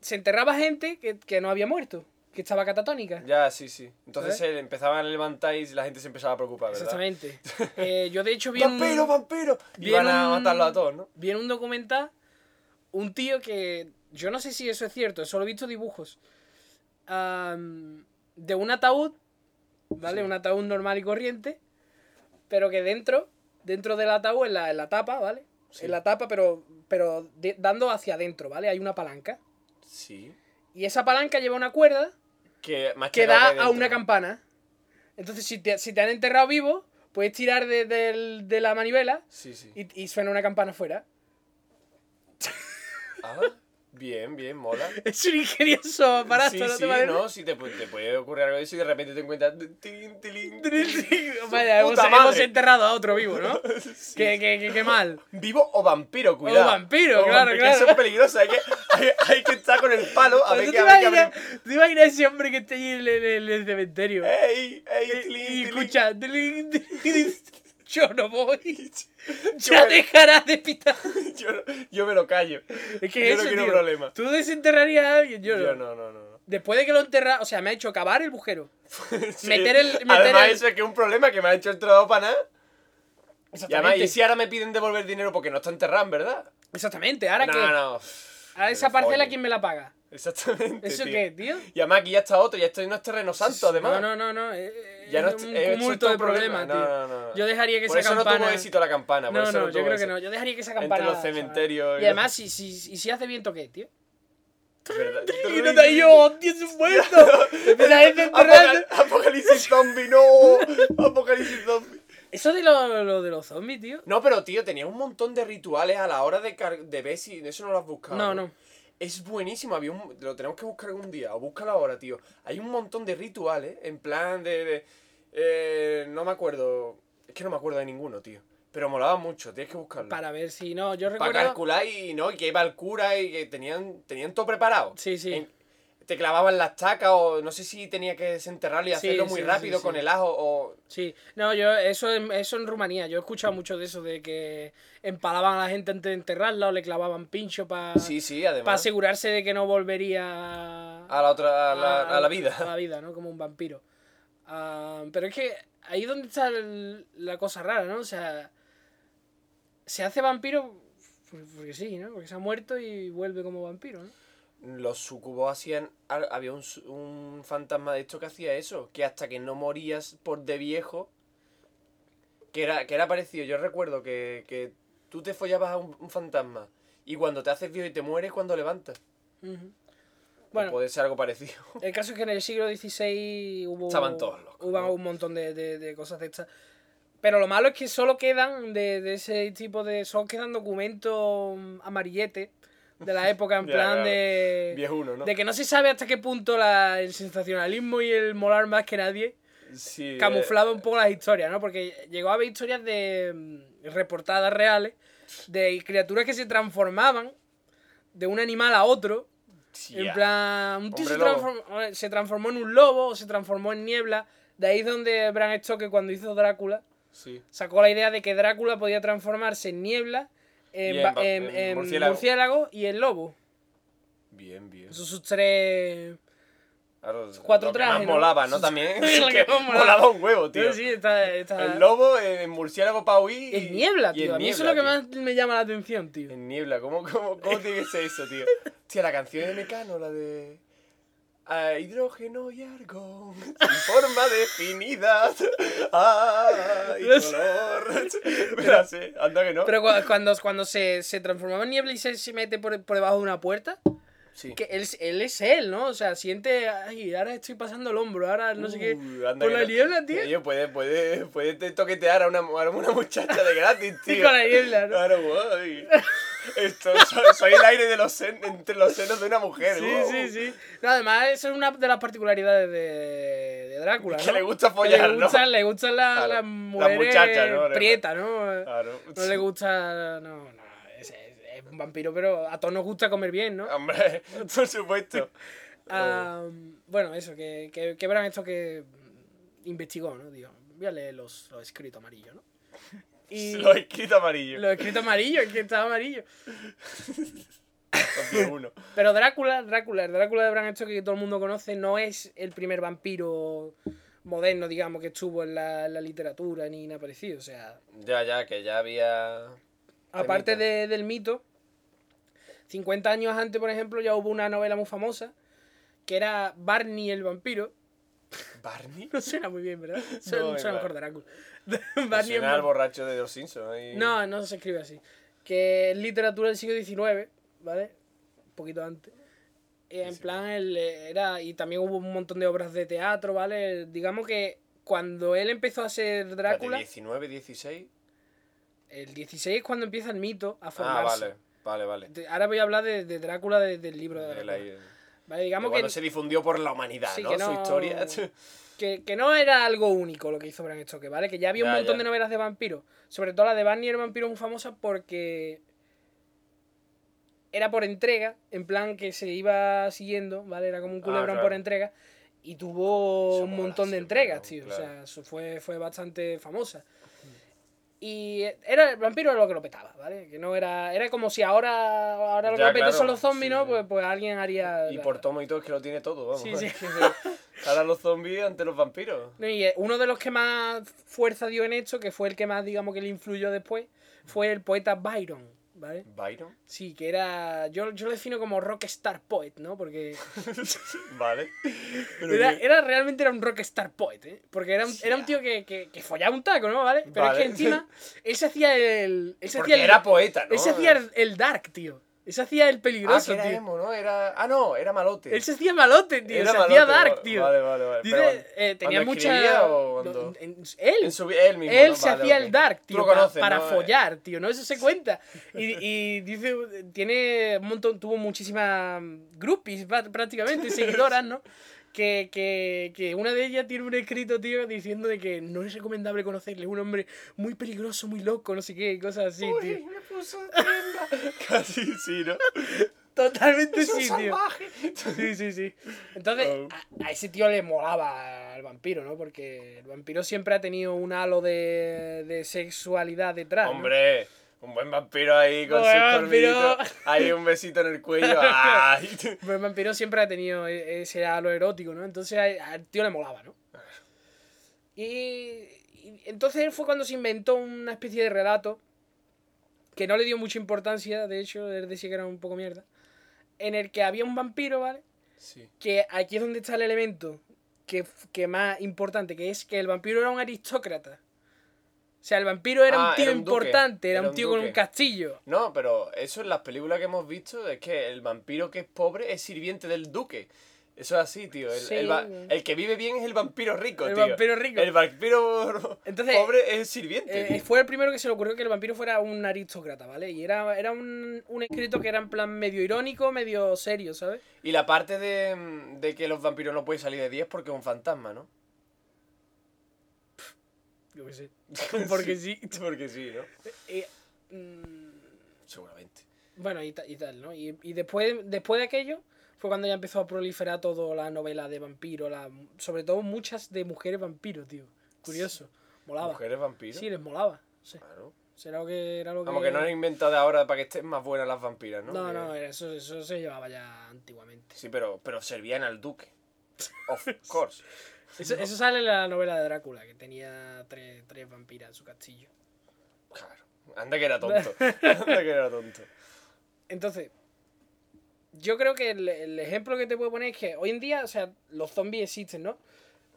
Speaker 2: Se enterraba gente que, que no había muerto, que estaba catatónica.
Speaker 1: Ya, sí, sí. Entonces
Speaker 2: ¿Sabes?
Speaker 1: se empezaban a levantar y la gente se empezaba a preocupar, ¿verdad?
Speaker 2: ¿Eh? Exactamente. Eh, yo, de hecho, vi un-
Speaker 1: ¡Vampiro, vampiro! Y
Speaker 2: bien
Speaker 1: van a
Speaker 2: un-
Speaker 1: matarlo a todos, ¿no?
Speaker 2: vi en un documental un tío que yo no sé si eso es cierto, solo he visto dibujos am, de un ataúd, ¿vale?
Speaker 1: Sí.
Speaker 2: Un ataúd normal y corriente, pero que dentro, dentro del ataúd, en la, en la tapa, ¿vale?
Speaker 1: Sí.
Speaker 2: En la tapa, pero, pero de- dando hacia adentro, ¿vale? Hay una palanca.
Speaker 1: Sí.
Speaker 2: Y esa palanca lleva una cuerda
Speaker 1: Que, más
Speaker 2: que
Speaker 1: nada
Speaker 2: da
Speaker 1: de
Speaker 2: a
Speaker 1: dentro.
Speaker 2: una campana. Entonces, si te, si te han enterrado vivo, puedes tirar de, del- de la manivela
Speaker 1: Sí, sí.
Speaker 2: y, y suena una campana afuera.
Speaker 1: Ah, bien, bien, mola.
Speaker 2: Es un ingenioso aparato,
Speaker 1: sí,
Speaker 2: ¿no
Speaker 1: sí,
Speaker 2: te parece?
Speaker 1: no, sí, te, pu- te puede ocurrir algo de eso y de repente te encuentras... tilín, tilín,
Speaker 2: Vaya, hemos,
Speaker 1: puta
Speaker 2: hemos
Speaker 1: madre.
Speaker 2: enterrado a otro vivo, ¿no? qué, qué- qué- qué mal.
Speaker 1: Vivo o vampiro, cuidado.
Speaker 2: vampiro, claro,
Speaker 1: que
Speaker 2: claro.
Speaker 1: Eso es peligroso, hay que, hay, hay que estar con el palo a
Speaker 2: Pero
Speaker 1: ver
Speaker 2: ¿Tú
Speaker 1: qué
Speaker 2: te,
Speaker 1: a ver Eh, qué
Speaker 2: imaginas,
Speaker 1: abre.
Speaker 2: tú te imaginas ese hombre que está allí en el, en el cementerio?
Speaker 1: ¡Ey! ¡Ey!
Speaker 2: eh, Y-
Speaker 1: tilín,
Speaker 2: y
Speaker 1: tilín.
Speaker 2: escucha, tilín, tilín, yo no voy.
Speaker 1: Yo
Speaker 2: Ya
Speaker 1: me-
Speaker 2: dejarás de pitar.
Speaker 1: Yo, no- yo me lo callo.
Speaker 2: Es que
Speaker 1: yo
Speaker 2: eso,
Speaker 1: no quiero
Speaker 2: tío,
Speaker 1: problema.
Speaker 2: Tú desenterrarías a alguien, yo,
Speaker 1: Yo no,
Speaker 2: no.
Speaker 1: no, no. no.
Speaker 2: Después de que lo enterra, o sea, me ha hecho cavar el bujero.
Speaker 1: Sí.
Speaker 2: Meter el- meter
Speaker 1: Además,
Speaker 2: el-
Speaker 1: eso es que es un problema que me ha hecho el trabajo para nada. Y además,
Speaker 2: Exactamente.
Speaker 1: y si ahora me piden devolver dinero porque no está enterrado, ¿verdad?
Speaker 2: Exactamente, ahora
Speaker 1: no,
Speaker 2: que
Speaker 1: no.
Speaker 2: a esa parcela quién me la paga.
Speaker 1: Exactamente.
Speaker 2: ¿Eso
Speaker 1: tío.
Speaker 2: qué, tío?
Speaker 1: Y además aquí ya está otro, ya estoy en unos terrenos santos, además.
Speaker 2: No, no, no, no. eh,
Speaker 1: Ya no
Speaker 2: es
Speaker 1: est-
Speaker 2: un
Speaker 1: eh, eso es
Speaker 2: tumulto
Speaker 1: todo
Speaker 2: de
Speaker 1: un problema.
Speaker 2: problemas, tío.
Speaker 1: No, no, no.
Speaker 2: Yo dejaría que
Speaker 1: Por
Speaker 2: esa
Speaker 1: eso
Speaker 2: campana.
Speaker 1: no tuvo éxito la campana. por
Speaker 2: no,
Speaker 1: eso
Speaker 2: no,
Speaker 1: no,
Speaker 2: yo
Speaker 1: tuvo
Speaker 2: creo que
Speaker 1: éxito.
Speaker 2: no. Yo dejaría que esa
Speaker 1: Entre
Speaker 2: campana.
Speaker 1: los
Speaker 2: chaval.
Speaker 1: cementerios y
Speaker 2: Y
Speaker 1: los-
Speaker 2: además, si, si, y si hace viento, ¿qué, tío?
Speaker 1: Es verdad.
Speaker 2: Y no te yo, hostia, es un muerto. Empieza a
Speaker 1: Apocal-
Speaker 2: desenterrar.
Speaker 1: Apocalipsis zombie, no. Apocalipsis zombie.
Speaker 2: Eso de lo, lo de los zombies, tío.
Speaker 1: No, pero tío, tenía un montón de rituales a la hora de, car- de ver si eso no lo has buscado.
Speaker 2: No, no.
Speaker 1: Es buenísimo, había un- lo tenemos que buscar algún día, o búscalo ahora, tío. Hay un montón de rituales, en plan de... de- eh, no me acuerdo, es que no me acuerdo de ninguno, tío. Pero molaba mucho, tienes que buscarlo.
Speaker 2: Para ver si no. Yo
Speaker 1: Para
Speaker 2: recuerdo.
Speaker 1: calcular y no, y que iba el cura y que tenían, tenían todo preparado.
Speaker 2: Sí, sí.
Speaker 1: En- te clavaban las tacas o no sé si tenía que desenterrarlo y
Speaker 2: Sí,
Speaker 1: hacerlo muy
Speaker 2: sí,
Speaker 1: rápido
Speaker 2: sí, sí.
Speaker 1: con el ajo o...
Speaker 2: Sí, no, yo, eso en, eso en Rumanía, yo he escuchado mucho de eso, de que empalaban a la gente antes de enterrarla o le clavaban pincho para
Speaker 1: Sí, sí, además.
Speaker 2: para asegurarse de que no volvería
Speaker 1: A la otra, a la, a la
Speaker 2: A
Speaker 1: vida.
Speaker 2: la vida, ¿no? Como un vampiro. Ah, pero es que ahí es donde está el- la cosa rara, ¿no? O sea, se hace vampiro por- porque sí, ¿no? Porque se ha muerto y vuelve como vampiro, ¿no?
Speaker 1: Los sucubos hacían. al- Había un, su- un fantasma de esto que hacía eso. Que hasta que no morías por de viejo. Que era, que era parecido. Yo recuerdo que, que tú te follabas a un, un fantasma. Y cuando te haces viejo y te mueres, cuando levantas.
Speaker 2: Ujú.
Speaker 1: Bueno.
Speaker 2: Bueno,
Speaker 1: Puede ser algo parecido.
Speaker 2: El caso es que en el siglo XVI hubo,
Speaker 1: Estaban todos locos,
Speaker 2: hubo
Speaker 1: ¿no?
Speaker 2: un montón de, de- de cosas de estas. Pero lo malo es que solo quedan de, de ese tipo de. Solo quedan documentos amarilletes de la época, en
Speaker 1: Ya,
Speaker 2: plan
Speaker 1: claro.
Speaker 2: de.
Speaker 1: Viejuno, ¿no?
Speaker 2: De que no se sabe hasta qué punto la- el sensacionalismo y el molar más que nadie
Speaker 1: Sí, eh,
Speaker 2: camuflaba un poco las historias, ¿no? Porque llegó a haber historias de mm, reportadas reales de criaturas que se transformaban de un animal a otro
Speaker 1: sí,
Speaker 2: en
Speaker 1: ah.
Speaker 2: plan, un tío se
Speaker 1: Hombre lobo.
Speaker 2: transformó, se transformó en un lobo o se transformó en niebla. De ahí es donde Bram Stoker, cuando hizo Drácula,
Speaker 1: Sí.
Speaker 2: sacó la idea de que Drácula podía transformarse en niebla, en,
Speaker 1: Y en
Speaker 2: ba-
Speaker 1: ba-
Speaker 2: en-
Speaker 1: en
Speaker 2: en murciélago.
Speaker 1: murciélago.
Speaker 2: y en lobo.
Speaker 1: Bien, bien.
Speaker 2: Esos sus tres.
Speaker 1: Claro,
Speaker 2: cuatro
Speaker 1: lo que
Speaker 2: trajes,
Speaker 1: Más
Speaker 2: ¿no?
Speaker 1: molaba, ¿no? También.
Speaker 2: Sí, lo que
Speaker 1: que
Speaker 2: más molaba.
Speaker 1: molaba un huevo, tío.
Speaker 2: Sí, está- está-
Speaker 1: El lobo, el murciélago pa' huir.
Speaker 2: En niebla,
Speaker 1: y en
Speaker 2: tío. A mí eso
Speaker 1: niebla,
Speaker 2: es lo que
Speaker 1: tío.
Speaker 2: más me llama la atención, tío.
Speaker 1: En niebla, ¿cómo, cómo, cómo tiene que ser eso, tío? Hostia, la canción de Mecano, la de. ah, hidrógeno y argón, sin forma definida. ¡Ay,
Speaker 2: No sé.
Speaker 1: color! Me la sé, anda que no.
Speaker 2: Pero cu- cuando, cuando se, se transformaba en niebla y se, se mete por, por debajo de una puerta,
Speaker 1: sí.
Speaker 2: que él, él es él, ¿no? O sea, siente, ay, ahora estoy pasando el hombro, ahora no sé qué.
Speaker 1: Uh, anda
Speaker 2: Por
Speaker 1: que
Speaker 2: la niebla, tío.
Speaker 1: Oye, puede, puede, puede te toquetear a una, a una muchacha de gratis,
Speaker 2: Sí,
Speaker 1: tío.
Speaker 2: con la niebla, ¿no?
Speaker 1: Claro, guay. Esto, soy, soy el aire de los sen- entre los senos de una mujer,
Speaker 2: Sí,
Speaker 1: guau.
Speaker 2: sí, sí. No, además, eso es una de las particularidades de, de Drácula.
Speaker 1: Que
Speaker 2: ¿no?
Speaker 1: le gusta follar,
Speaker 2: le
Speaker 1: ¿no?
Speaker 2: gustan, le gustan la-
Speaker 1: Claro.
Speaker 2: las
Speaker 1: Las
Speaker 2: mujeres
Speaker 1: muchachas, ¿no?
Speaker 2: prietas, ¿no?
Speaker 1: Claro.
Speaker 2: No le gusta. No, no. Es, es- es un vampiro, pero a todos nos gusta comer bien, ¿no?
Speaker 1: Hombre, por supuesto. Oh,
Speaker 2: Ah, bueno, eso, que, que, que verán esto que investigó, ¿no? Digo, voy a leer los, los escritos amarillos, ¿no? Y
Speaker 1: Lo he escrito amarillo.
Speaker 2: los escritos amarillos, es que estaba amarillo.
Speaker 1: Copio uno.
Speaker 2: Pero Drácula, Drácula, el Drácula de Bram Stoker que todo el mundo conoce, no es el primer vampiro moderno, digamos, que estuvo en la, en la literatura ni nada parecido. O sea,
Speaker 1: Ya, ya, que ya había.
Speaker 2: aparte
Speaker 1: mito.
Speaker 2: de- del mito, 50 años antes, por ejemplo, ya hubo una novela muy famosa que era Barney el vampiro.
Speaker 1: ¿Barney?
Speaker 2: No suena muy bien, ¿verdad? Suena,
Speaker 1: No,
Speaker 2: suena
Speaker 1: igual.
Speaker 2: mejor Drácula.
Speaker 1: Me
Speaker 2: Barney el
Speaker 1: Suena al
Speaker 2: vampiro.
Speaker 1: borracho de los Simpsons. y-
Speaker 2: No, no se escribe así. Que es literatura del siglo XIX, ¿vale? Un poquito antes. Eh, en
Speaker 1: Sí, sí.
Speaker 2: plan, él eh, era. Y también hubo un montón de obras de teatro, ¿vale? Digamos que cuando él empezó a ser
Speaker 1: Espérate,
Speaker 2: Drácula,
Speaker 1: 19, 16.
Speaker 2: el 16 es cuando empieza el mito a
Speaker 1: Ah,
Speaker 2: formarse.
Speaker 1: vale, vale, vale.
Speaker 2: Te- Ahora voy a hablar de, de Drácula, de- del libro de
Speaker 1: De
Speaker 2: Drácula.
Speaker 1: la- E.
Speaker 2: ¿Vale?
Speaker 1: de
Speaker 2: Digamos
Speaker 1: Cuando
Speaker 2: que,
Speaker 1: se difundió por la humanidad,
Speaker 2: Sí,
Speaker 1: ¿no?
Speaker 2: que
Speaker 1: Su
Speaker 2: no-
Speaker 1: historia.
Speaker 2: que, que no era algo único lo que hizo Bram Stoker, ¿vale? Que ya había un
Speaker 1: Ya,
Speaker 2: montón
Speaker 1: ya.
Speaker 2: de novelas de vampiros. Sobre todo la de Barney el vampiro muy famosa porque era por entrega, en plan que se iba siguiendo, ¿vale? Era como un
Speaker 1: Ah,
Speaker 2: culebrón
Speaker 1: claro.
Speaker 2: por entrega. Y tuvo
Speaker 1: Eso
Speaker 2: un
Speaker 1: mola
Speaker 2: montón de
Speaker 1: siempre,
Speaker 2: entregas,
Speaker 1: ¿no?
Speaker 2: tío. O
Speaker 1: Claro.
Speaker 2: sea, eso fue, fue bastante famosa. Y era el vampiro era lo que lo petaba, ¿vale? Que no era. Era como si ahora, ahora lo que
Speaker 1: Ya,
Speaker 2: lo pete son
Speaker 1: claro.
Speaker 2: los zombies,
Speaker 1: Sí,
Speaker 2: ¿no?
Speaker 1: sí.
Speaker 2: Pues, pues alguien haría.
Speaker 1: Y
Speaker 2: la-
Speaker 1: por tomo y todo, es que lo tiene todo, vamos.
Speaker 2: Sí, sí.
Speaker 1: Ahora los zombies ante los vampiros.
Speaker 2: No, y eh, uno de los que más fuerza dio en esto, que fue el que más, digamos, que le influyó después, fue el poeta Byron, ¿vale?
Speaker 1: Byron.
Speaker 2: Sí, que era. Yo, yo lo defino como rockstar poet, ¿no? Porque.
Speaker 1: Vale. Pero
Speaker 2: Era,
Speaker 1: que-
Speaker 2: era- realmente era un rockstar poet, ¿eh? Porque era un, era un
Speaker 1: Hostia.
Speaker 2: tío que, que, que follaba un taco, ¿no? ¿Vale? Pero
Speaker 1: Vale.
Speaker 2: es que encima. Él se hacía el. Él se
Speaker 1: Porque
Speaker 2: hacía el,
Speaker 1: era poeta, ¿no?
Speaker 2: él se hacía el, el dark, tío. Él se hacía el
Speaker 1: Ah, que
Speaker 2: peligroso,
Speaker 1: era
Speaker 2: tío.
Speaker 1: emo, ¿no? Era... Ah, no, era malote.
Speaker 2: Él se hacía malote, tío.
Speaker 1: Era
Speaker 2: se hacía
Speaker 1: malote,
Speaker 2: dark,
Speaker 1: va-
Speaker 2: tío.
Speaker 1: Vale, vale, vale.
Speaker 2: Dice,
Speaker 1: Pero cuando-
Speaker 2: eh, tenía
Speaker 1: cuando
Speaker 2: mucha.
Speaker 1: escribía o cuando-
Speaker 2: en- en-
Speaker 1: en su- él mismo,
Speaker 2: Él
Speaker 1: ¿no?
Speaker 2: se
Speaker 1: Vale,
Speaker 2: hacía
Speaker 1: ok.
Speaker 2: el dark,
Speaker 1: Tú
Speaker 2: tío,
Speaker 1: lo
Speaker 2: pa-
Speaker 1: conoces,
Speaker 2: para
Speaker 1: ¿no?
Speaker 2: follar, tío, ¿no? Eso se cuenta. Y, y dice, tiene un montón, tuvo muchísimas groupies pra- prácticamente, seguidoras, ¿no? Que, que, que una de ellas tiene un escrito, tío, diciendo de que no es recomendable conocerle, es un hombre muy peligroso, muy loco, no sé qué, cosas así, tío.
Speaker 1: Uy, me puso tienda. Casi, sí, ¿no?
Speaker 2: Totalmente
Speaker 1: Es un
Speaker 2: sí, tío.
Speaker 1: salvaje.
Speaker 2: Sí, sí, sí. Entonces,
Speaker 1: Oh.
Speaker 2: a, a ese tío le molaba al vampiro, ¿no? Porque el vampiro siempre ha tenido un halo de, de sexualidad detrás. ¿no?
Speaker 1: Hombre, un buen vampiro ahí con
Speaker 2: Buen
Speaker 1: sus
Speaker 2: vampiro.
Speaker 1: corvitos. Ahí un besito en el cuello. Ay.
Speaker 2: Pero el vampiro siempre ha tenido e- ese halo erótico, ¿no? Entonces a- al tío le molaba, ¿no?
Speaker 1: Ah.
Speaker 2: Y, y entonces fue cuando se inventó una especie de relato que no le dio mucha importancia, de hecho, él decía que era un poco mierda, en el que había un vampiro, ¿vale?
Speaker 1: Sí.
Speaker 2: Que aquí es donde está el elemento que, f- que más importante, que es que el vampiro era un aristócrata. O sea, el vampiro era
Speaker 1: Ah,
Speaker 2: un tío
Speaker 1: era un duque,
Speaker 2: importante, era,
Speaker 1: era
Speaker 2: un
Speaker 1: un
Speaker 2: tío con
Speaker 1: duque.
Speaker 2: un castillo.
Speaker 1: No, pero eso en las películas que hemos visto es que el vampiro que es pobre es sirviente del duque. Eso es así, tío. El,
Speaker 2: Sí,
Speaker 1: el va-
Speaker 2: güey.
Speaker 1: el que vive bien es el vampiro rico,
Speaker 2: El
Speaker 1: tío.
Speaker 2: vampiro rico.
Speaker 1: El vampiro
Speaker 2: Entonces,
Speaker 1: pobre es el sirviente.
Speaker 2: Eh, fue el primero que se le ocurrió que el vampiro fuera un aristócrata, ¿vale? Y era, era un, un escrito que era en plan medio irónico, medio serio, ¿sabes?
Speaker 1: Y la parte de, mm, de que los vampiros no pueden salir de 10 porque es un fantasma, ¿no?
Speaker 2: Yo qué sé. Porque sí.
Speaker 1: Porque sí, ¿no?
Speaker 2: Eh, mm,
Speaker 1: Seguramente.
Speaker 2: bueno, y, ta- y tal, ¿no? Y, y después, después de aquello fue cuando ya empezó a proliferar toda la novela de vampiro, la, sobre todo muchas de mujeres vampiro, tío. Curioso. Molaba.
Speaker 1: ¿Mujeres vampiros?
Speaker 2: Ah, Sí, les molaba. Sí.
Speaker 1: Claro.
Speaker 2: Será lo que era lo que...
Speaker 1: Vamos, que no han inventado ahora para que estén más buenas las vampiras, ¿no?
Speaker 2: no,
Speaker 1: Que-
Speaker 2: no, eh. eso, eso se llevaba ya antiguamente.
Speaker 1: Sí, pero, pero servían al duque. Of course.
Speaker 2: Eso, eso sale en la novela de Drácula, que tenía tres, tres vampiras en su castillo.
Speaker 1: Claro. Anda que era tonto. Anda que era tonto.
Speaker 2: Entonces, yo creo que el, el ejemplo que te puedo poner es que hoy en día, o sea, los zombies existen, ¿no?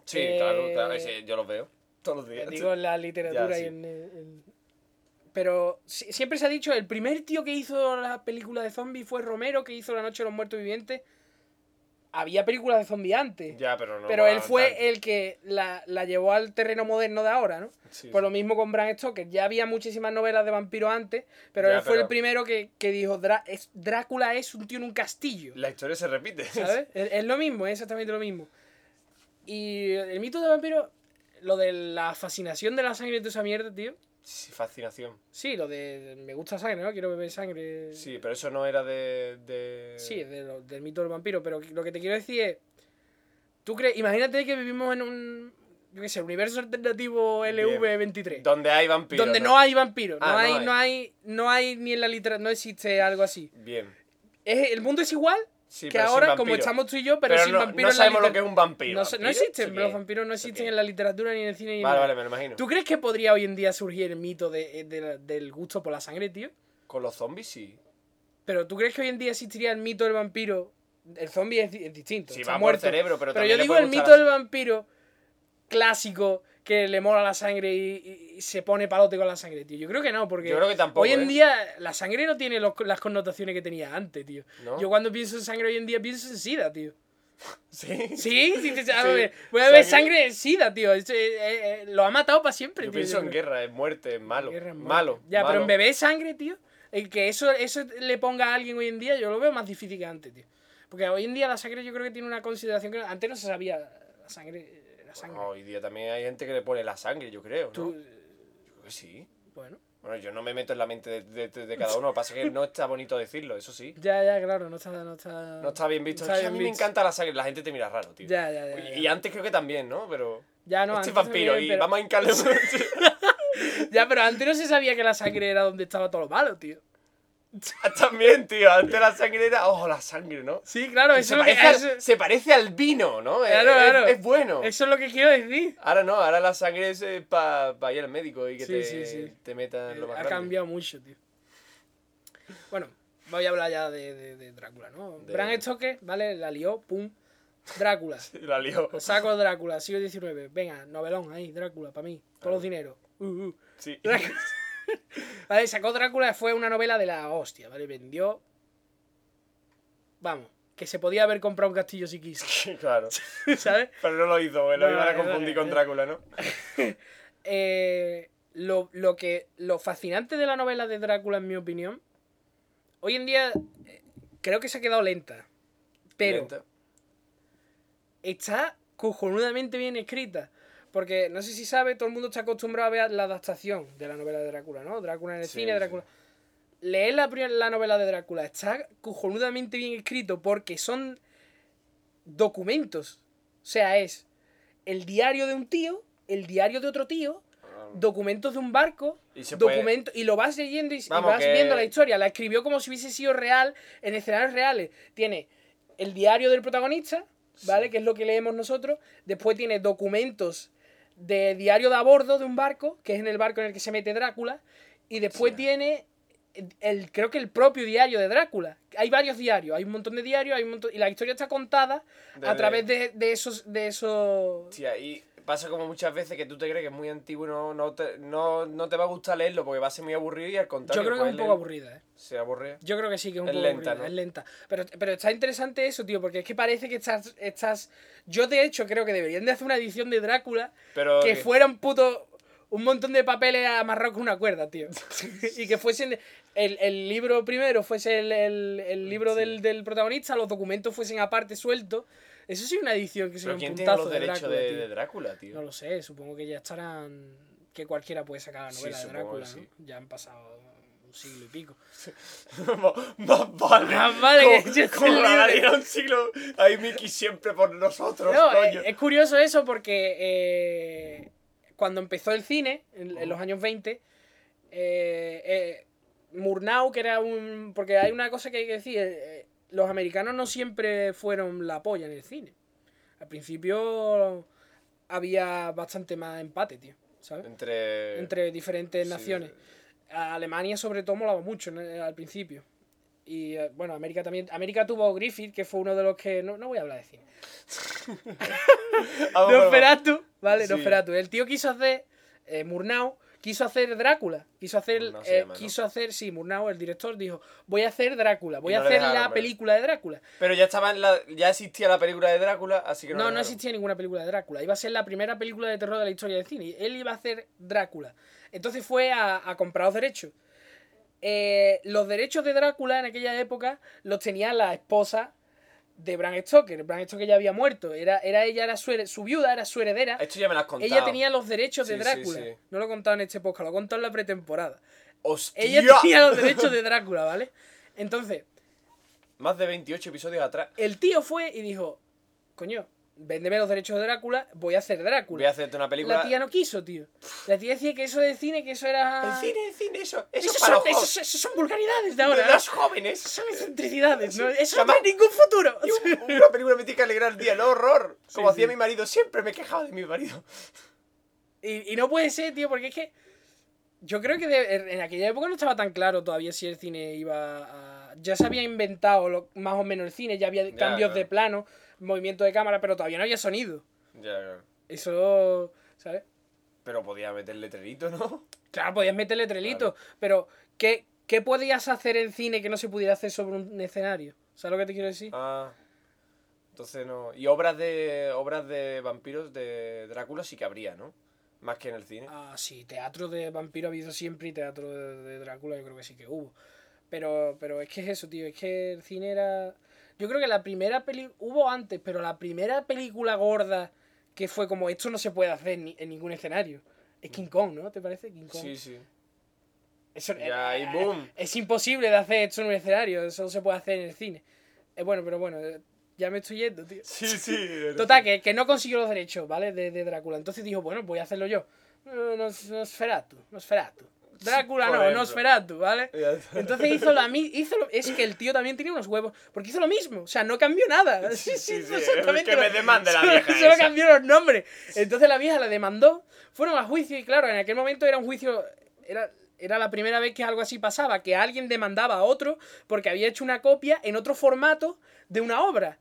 Speaker 1: Sí,
Speaker 2: Eh,
Speaker 1: claro, claro, ese yo los veo todos los días.
Speaker 2: Digo, en la literatura
Speaker 1: Ya, Eh, sí.
Speaker 2: y en, el- el- Pero si- siempre se ha dicho, el primer tío que hizo la película de zombies fue Romero, que hizo La Noche de los Muertos Vivientes. Había películas de zombies antes.
Speaker 1: Ya, pero no.
Speaker 2: pero
Speaker 1: va
Speaker 2: él fue eh,
Speaker 1: tan-
Speaker 2: el que la, la llevó al terreno moderno de ahora, ¿no?
Speaker 1: Sí,
Speaker 2: Por lo
Speaker 1: sí.
Speaker 2: mismo con Bram Stoker. Ya había muchísimas novelas de vampiros antes, pero
Speaker 1: Ya,
Speaker 2: él fue
Speaker 1: pero-
Speaker 2: el primero que, que dijo, "Drá- es- Drácula es un tío en un castillo.
Speaker 1: La historia se repite.
Speaker 2: ¿Sabes? es, es lo mismo, es exactamente lo mismo. Y el mito de vampiro, lo de la fascinación de la sangre y toda esa mierda, tío,
Speaker 1: Sí, fascinación.
Speaker 2: Sí, lo de me gusta sangre, ¿no? Quiero beber sangre.
Speaker 1: Sí, eh. pero eso no era de. de...
Speaker 2: Sí, de lo- del mito del vampiro, pero lo que te quiero decir es. ¿Tú crees? Imagínate que vivimos en un. Yo qué sé, universo alternativo LV23.
Speaker 1: Donde hay vampiros.
Speaker 2: Donde no hay vampiros.
Speaker 1: Ah,
Speaker 2: no, hay, no, hay, no hay ni en la literatura. No existe algo así.
Speaker 1: Bien.
Speaker 2: Es- el mundo es igual
Speaker 1: Sí,
Speaker 2: que
Speaker 1: pero sin
Speaker 2: ahora, como
Speaker 1: vampiros.
Speaker 2: estamos tú y yo, pero, sin
Speaker 1: no, no
Speaker 2: vampiros. en la
Speaker 1: sabemos lo
Speaker 2: litera-
Speaker 1: que es un vampiro.
Speaker 2: No, sé- no
Speaker 1: ¿Vampiro?
Speaker 2: existen,
Speaker 1: ¿Eso
Speaker 2: los
Speaker 1: qué es?
Speaker 2: vampiros no
Speaker 1: ¿Eso
Speaker 2: existen
Speaker 1: qué
Speaker 2: en la literatura ni en el cine ni
Speaker 1: es?
Speaker 2: nada.
Speaker 1: Vale, vale, me lo imagino.
Speaker 2: ¿Tú crees que podría hoy en día surgir el mito de, de la- del gusto por la sangre, tío?
Speaker 1: Con los zombies sí.
Speaker 2: Pero ¿tú crees que hoy en día existiría el mito del vampiro? El zombie es, di- es distinto.
Speaker 1: Sí,
Speaker 2: está
Speaker 1: va por
Speaker 2: muerto.
Speaker 1: cerebro, pero,
Speaker 2: Pero
Speaker 1: también
Speaker 2: yo
Speaker 1: le
Speaker 2: digo
Speaker 1: puede
Speaker 2: el
Speaker 1: gustar
Speaker 2: mito
Speaker 1: a-
Speaker 2: del vampiro clásico que le mola la sangre y, y- y se pone palote con la sangre, tío. Yo creo que no, porque
Speaker 1: Yo creo que tampoco,
Speaker 2: hoy en
Speaker 1: ¿eh?
Speaker 2: día la sangre no tiene los- las connotaciones que tenía antes, tío.
Speaker 1: ¿No?
Speaker 2: Yo cuando pienso en sangre hoy en día pienso en sida, tío.
Speaker 1: Sí.
Speaker 2: Sí, sí, sí, sí, a
Speaker 1: Sí.
Speaker 2: ver, voy a
Speaker 1: Sangre.
Speaker 2: ver sangre en sida, tío. Eso, eh, eh, eh, lo ha matado para siempre,
Speaker 1: Yo
Speaker 2: tío.
Speaker 1: pienso en
Speaker 2: creo.
Speaker 1: guerra, en muerte, en malo.
Speaker 2: Guerra es muerte.
Speaker 1: malo.
Speaker 2: Ya, pero
Speaker 1: malo.
Speaker 2: en beber sangre, tío. El que eso, eso le ponga a alguien hoy en día, yo lo veo más difícil que antes, tío. Porque hoy en día la sangre yo creo que tiene una consideración que antes no se sabía. La sangre. La sangre.
Speaker 1: No, hoy día también hay gente que le pone la sangre, yo creo. Oh, ¿no?
Speaker 2: Tú-
Speaker 1: Yo creo que sí.
Speaker 2: bueno.
Speaker 1: Bueno, yo no me meto en la mente de, de- de- de cada uno. Lo que pasa es que no está bonito decirlo, eso sí.
Speaker 2: Ya, ya, claro, no está. No está,
Speaker 1: No está bien visto.
Speaker 2: está
Speaker 1: Es que a
Speaker 2: bien
Speaker 1: mí me
Speaker 2: visto.
Speaker 1: encanta la sangre. La gente te mira raro, tío.
Speaker 2: Ya, ya, ya.
Speaker 1: Y-
Speaker 2: ya.
Speaker 1: Y antes creo que también, ¿no? Pero.
Speaker 2: Ya, no,
Speaker 1: este es
Speaker 2: antes
Speaker 1: vampiro
Speaker 2: también,
Speaker 1: y
Speaker 2: pero-
Speaker 1: vamos a hincarle un-
Speaker 2: Ya, pero antes no se sabía que la sangre era donde estaba todo lo malo, tío.
Speaker 1: También, tío. Antes la sangre era. ¡Oh, la sangre, ¿no?
Speaker 2: Sí, claro,
Speaker 1: se,
Speaker 2: eso, es lo que,
Speaker 1: parece al,
Speaker 2: eso-
Speaker 1: se parece al vino, ¿no? Es-
Speaker 2: Claro,
Speaker 1: es,
Speaker 2: claro.
Speaker 1: es bueno.
Speaker 2: eso es lo que quiero decir.
Speaker 1: Ahora no, ahora la sangre es para ir al médico y que
Speaker 2: Sí,
Speaker 1: te,
Speaker 2: sí, sí. Eh,
Speaker 1: te metan lo más
Speaker 2: ha
Speaker 1: grande.
Speaker 2: cambiado mucho, tío. Bueno, voy a hablar ya de, de- de Drácula, ¿no?
Speaker 1: De-
Speaker 2: Bram Stoker, ¿vale? La lió, pum. Drácula.
Speaker 1: La lió.
Speaker 2: Saco Drácula, siglo XIX. Venga, novelón, ahí, Drácula, para mí. Todos los dineros. Uh, uh.
Speaker 1: Sí.
Speaker 2: Drácula. vale, sacó Drácula, fue una novela de la hostia, ¿vale? Vendió. Vamos, que se podía haber comprado un castillo si quiso,
Speaker 1: claro.
Speaker 2: ¿sabes?
Speaker 1: Pero no lo hizo, güey. Lo
Speaker 2: No,
Speaker 1: iban a
Speaker 2: no,
Speaker 1: confundir
Speaker 2: no,
Speaker 1: con
Speaker 2: no.
Speaker 1: Drácula, ¿no?
Speaker 2: Eh, lo, lo que lo fascinante de la novela de Drácula, en mi opinión, hoy en día eh, creo que se ha quedado lenta, pero
Speaker 1: Lenta.
Speaker 2: está cojonudamente bien escrita. Porque no sé si sabe, todo el mundo está acostumbrado a ver la adaptación de la novela de Drácula, ¿no? Drácula en el
Speaker 1: Sí,
Speaker 2: cine,
Speaker 1: sí.
Speaker 2: Drácula. Leer la, pri- la novela de Drácula está cojonudamente bien escrito porque son documentos. O sea, es el diario de un tío, el diario de otro tío, documentos de un barco,
Speaker 1: Y se puede-
Speaker 2: documentos, y lo vas leyendo y, y
Speaker 1: Vamos,
Speaker 2: vas
Speaker 1: que-
Speaker 2: viendo la historia. La escribió como si hubiese sido real, en escenarios reales. Tiene el diario del protagonista, ¿vale? Que es lo que leemos nosotros. Después tiene documentos de diario de a bordo de un barco, que es en el barco en el que se mete Drácula. Y después
Speaker 1: Sí.
Speaker 2: tiene el, creo que el propio diario de Drácula. Hay varios diarios, hay un montón de diarios, hay un montón, y la historia está contada a
Speaker 1: Desde-
Speaker 2: través de, de esos, de esos
Speaker 1: Hostia, y pasa como muchas veces que tú te crees que es muy antiguo y no, no, te, no, no te va a gustar leerlo porque va a ser muy aburrido y al
Speaker 2: Yo
Speaker 1: contrario.
Speaker 2: creo que es
Speaker 1: puedes
Speaker 2: un poco
Speaker 1: leer-
Speaker 2: aburrida, ¿eh?
Speaker 1: Se aburre.
Speaker 2: Yo creo que sí, que es un
Speaker 1: Es
Speaker 2: poco
Speaker 1: lenta,
Speaker 2: aburrida,
Speaker 1: ¿no?
Speaker 2: es lenta. Pero, pero está interesante eso, tío, porque es que parece que estás, estás... Yo, de hecho, creo que deberían de hacer una edición de Drácula
Speaker 1: Pero.
Speaker 2: que fuera un puto... Un montón de papeles amarrados con una cuerda, tío. y que fuesen... El, el libro primero fuese el, el- el libro
Speaker 1: Sí.
Speaker 2: del, del protagonista, los documentos fuesen aparte sueltos. Eso sí una edición que
Speaker 1: ¿Pero
Speaker 2: sería un
Speaker 1: quién tiene
Speaker 2: puntazo
Speaker 1: los
Speaker 2: de
Speaker 1: derechos
Speaker 2: Drácula,
Speaker 1: de,
Speaker 2: tío.
Speaker 1: de Drácula, tío?
Speaker 2: No lo sé, supongo que ya estarán... Que cualquiera puede sacar la
Speaker 1: Sí,
Speaker 2: novela de
Speaker 1: supongo
Speaker 2: Drácula,
Speaker 1: que
Speaker 2: ¿no?
Speaker 1: sí.
Speaker 2: Ya han pasado un siglo y pico.
Speaker 1: Más vale.
Speaker 2: Más Ah, vale que
Speaker 1: Co-
Speaker 2: yo esté
Speaker 1: como la
Speaker 2: libre.
Speaker 1: Nadia un siglo. Ahí Mickey siempre por nosotros,
Speaker 2: No, eh,
Speaker 1: coño.
Speaker 2: es, curioso eso porque eh, cuando empezó el cine, en, en los años 20, eh, eh, Murnau, que era un... Porque hay una cosa que hay que decir, eh, eh, los americanos no siempre fueron la polla en el cine. Al principio había bastante más empate, tío, ¿sabes?
Speaker 1: Entre. Ah,
Speaker 2: Entre diferentes
Speaker 1: sí,
Speaker 2: naciones. A Alemania sobre todo molaba mucho ¿no? Eh, al principio. Y eh, bueno, América también. América tuvo Griffith, que fue uno de los que... No, no voy a hablar de cine.
Speaker 1: Ah, bueno,
Speaker 2: Nosferatu, ¿vale?
Speaker 1: Sí.
Speaker 2: Nosferatu. El tío quiso hacer. eh, Murnau quiso hacer Drácula. Quiso hacer.
Speaker 1: Murnau se
Speaker 2: eh,
Speaker 1: llama, ¿no?
Speaker 2: quiso hacer. Sí, Murnau, el director, dijo: Voy a hacer Drácula. Voy
Speaker 1: Y
Speaker 2: a
Speaker 1: no le
Speaker 2: hacer
Speaker 1: dejaron,
Speaker 2: la
Speaker 1: ¿verdad?
Speaker 2: película de Drácula.
Speaker 1: Pero ya estaba en la, ya existía la película de Drácula, así que no.
Speaker 2: No, no
Speaker 1: dejaron.
Speaker 2: existía ninguna película de Drácula. Iba a ser la primera película de terror de la historia del cine. y Él iba a hacer Drácula. Entonces fue a, a comprar los derechos. Eh, los derechos de Drácula en aquella época los tenía la esposa de Bram Stoker. Bram Stoker ya había muerto. Era, era ella, era su, her- su viuda, era su heredera.
Speaker 1: Esto ya me lo has contado.
Speaker 2: Ella tenía los derechos de
Speaker 1: Sí, sí,
Speaker 2: Drácula.
Speaker 1: sí.
Speaker 2: No lo he contado en este podcast, lo he contado en la pretemporada.
Speaker 1: ¡Hostia!
Speaker 2: Ella tenía los derechos de Drácula, ¿vale? Entonces,
Speaker 1: Más de 28 episodios atrás.
Speaker 2: el tío fue y dijo, coño, véndeme los derechos de Drácula, voy a hacer
Speaker 1: Voy a
Speaker 2: Drácula.
Speaker 1: hacerte una película.
Speaker 2: La tía no quiso, tío. La tía decía que eso de cine, que eso era...
Speaker 1: El cine, el cine, eso. Eso,
Speaker 2: Eso,
Speaker 1: es para
Speaker 2: son,
Speaker 1: los,
Speaker 2: eso-
Speaker 1: jo-
Speaker 2: eso- eso son vulgaridades de
Speaker 1: de
Speaker 2: ahora.
Speaker 1: los
Speaker 2: ¿no?
Speaker 1: jóvenes.
Speaker 2: Son excentricidades, ¿no? Eso no
Speaker 1: Jamás-
Speaker 2: tiene ningún futuro.
Speaker 1: Y un- Una película me tiene que alegrar el día, no horror. Como
Speaker 2: Sí,
Speaker 1: hacía
Speaker 2: sí.
Speaker 1: mi marido, siempre me quejaba de mi marido.
Speaker 2: Y, y no puede ser, tío, porque es que. Yo creo que de- en aquella época no estaba tan claro todavía si el cine iba a. Ya se había inventado lo- más o menos el cine, ya había cambios
Speaker 1: claro.
Speaker 2: de plano, movimiento de cámara, pero todavía no había sonido.
Speaker 1: Ya,
Speaker 2: Eso. ¿Sabes?
Speaker 1: pero podía meter letrerito, ¿no?
Speaker 2: Claro, podías meterle trelitos, pero ¿qué, ¿qué podías hacer en cine que no se pudiera hacer sobre un escenario? ¿Sabes lo que te quiero decir?
Speaker 1: Ah. Entonces no. Y obras de obras de vampiros de Drácula sí que habría, ¿no? Más que en el cine.
Speaker 2: Ah, sí, teatro de vampiro ha habido siempre y teatro de, de Drácula yo creo que sí que hubo. Pero, pero es que es eso, tío, es que el cine era... Yo creo que la primera película... Hubo antes, pero la primera película gorda que fue como esto no se puede hacer ni- en ningún escenario. Es King Kong, ¿no? ¿Te parece? King Kong.
Speaker 1: Mm. Sí, sí.
Speaker 2: Eh, Eso-
Speaker 1: Ya, y boom.
Speaker 2: Es imposible de hacer esto en un escenario, eso no se puede hacer en el cine. Eh, bueno, pero bueno, eh, ya me estoy yendo, tío.
Speaker 1: Sí, sí.
Speaker 2: Total, que, que no consiguió los derechos, ¿vale? De, de Drácula. Entonces dijo, bueno, voy a hacerlo yo. No, no, Nosferatu, Nosferatu. Drácula
Speaker 1: por
Speaker 2: no,
Speaker 1: ejemplo.
Speaker 2: Nosferatu, ¿vale?
Speaker 1: Ya está.
Speaker 2: Entonces hizo la mi- hizo lo- Es que el tío también tenía unos huevos. Porque hizo lo mismo. O sea, no cambió nada. Sí,
Speaker 1: sí,
Speaker 2: sí,
Speaker 1: sí,
Speaker 2: hizo pues exactamente
Speaker 1: que
Speaker 2: lo-
Speaker 1: me demande la
Speaker 2: solo-
Speaker 1: vieja
Speaker 2: Solo
Speaker 1: esa.
Speaker 2: cambió los nombres. Entonces la vieja la demandó. Fueron a juicio y claro, en aquel momento era un juicio... Era, era la primera vez que algo así pasaba. Que alguien demandaba a otro porque había hecho una copia en otro formato de una obra.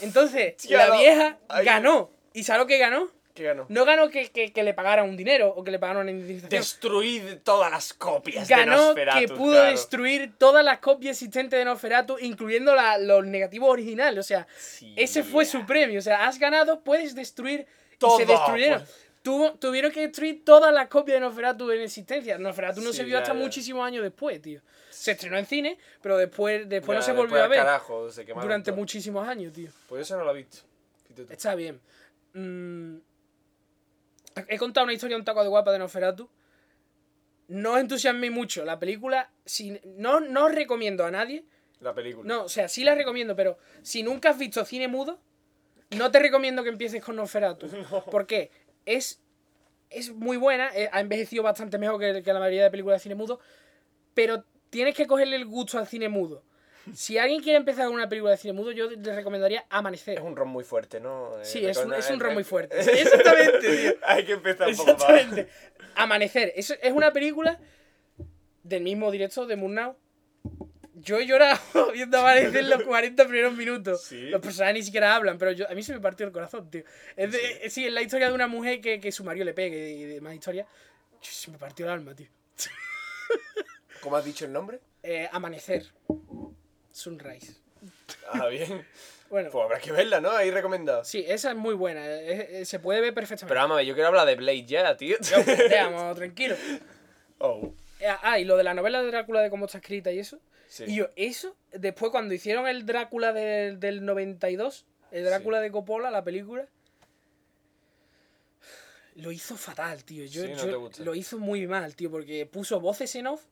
Speaker 2: Entonces,
Speaker 1: Tía,
Speaker 2: la
Speaker 1: no.
Speaker 2: vieja
Speaker 1: Ay.
Speaker 2: ganó. ¿Y sabe lo que ganó?
Speaker 1: ¿Qué ganó?
Speaker 2: No ganó que, que- que le pagaran un dinero o que le pagaran una indemnización.
Speaker 1: Destruid todas las copias de
Speaker 2: ganó
Speaker 1: Nosferatu.
Speaker 2: que pudo
Speaker 1: claro.
Speaker 2: destruir todas las copias existentes de Nosferatu, incluyendo la- los negativos originales. O sea,
Speaker 1: Sí.
Speaker 2: ese fue su premio. O sea, has ganado, puedes destruir.
Speaker 1: Todo,
Speaker 2: Y se destruyeron.
Speaker 1: pues.
Speaker 2: Tuvo- tuvieron que destruir todas las copias de Nosferatu en existencia. Nosferatu no
Speaker 1: Sí,
Speaker 2: se vio
Speaker 1: ya,
Speaker 2: hasta
Speaker 1: ya.
Speaker 2: muchísimos años después, tío. Se estrenó en cine, pero después, después no
Speaker 1: Ya,
Speaker 2: se volvió
Speaker 1: después
Speaker 2: a
Speaker 1: al
Speaker 2: ver
Speaker 1: Carajo, se quemaron
Speaker 2: durante Eh,
Speaker 1: todo.
Speaker 2: muchísimos años, tío.
Speaker 1: Pues eso no lo he visto. Fíjate tú.
Speaker 2: Está bien. Mm, he contado una historia un taco de guapa de Nosferatu. No os entusiasméis mucho. La película, si, no, no os recomiendo a nadie.
Speaker 1: La película.
Speaker 2: No, o sea, sí la recomiendo, pero si nunca has visto cine mudo, no te recomiendo que empieces con Nosferatu. Porque es, es muy buena, eh, ha envejecido bastante mejor que, que la mayoría de películas de cine mudo, pero tienes que cogerle el gusto al cine mudo. Si alguien quiere empezar con una película de cine mudo, yo le recomendaría Amanecer.
Speaker 1: Es un ron muy fuerte, ¿no? Eh,
Speaker 2: Sí, es un,
Speaker 1: retorna-
Speaker 2: es un
Speaker 1: eh,
Speaker 2: ron muy
Speaker 1: eh,
Speaker 2: fuerte. Sí, exactamente, tío.
Speaker 1: Hay que empezar un poco más.
Speaker 2: Exactamente. Amanecer. Es, es una película del mismo director de Moon Now. Yo he llorado viendo amanecer los 40 primeros minutos.
Speaker 1: Sí.
Speaker 2: Los personajes ni siquiera hablan, pero yo, a mí se me partió el corazón, tío. Es de- eh, sí, es la historia de una mujer que, que su marido le pegue y demás historias. Yo, Se me partió el alma, tío.
Speaker 1: ¿Cómo has dicho el nombre?
Speaker 2: Eh, amanecer. Sunrise.
Speaker 1: Ah, bien.
Speaker 2: Bueno,
Speaker 1: Pues habrá que verla, ¿no? Ahí recomendado.
Speaker 2: sí, esa es muy buena. eh, eh, se puede ver
Speaker 1: Pero
Speaker 2: perfectamente.
Speaker 1: vamos, a ver, yo quiero hablar de Blade ya, tío.
Speaker 2: pues, Veamos, tranquilo.
Speaker 1: oh,
Speaker 2: Eh, Ah, y lo de la novela de Drácula, de cómo está escrita y eso.
Speaker 1: sí.
Speaker 2: Y yo, eso, después cuando hicieron el Drácula del, del 92, el Drácula de Coppola, la película, lo hizo fatal, tío. Yo,
Speaker 1: Sí, no
Speaker 2: yo-
Speaker 1: te gusta.
Speaker 2: lo hizo muy mal, tío, porque puso voces en off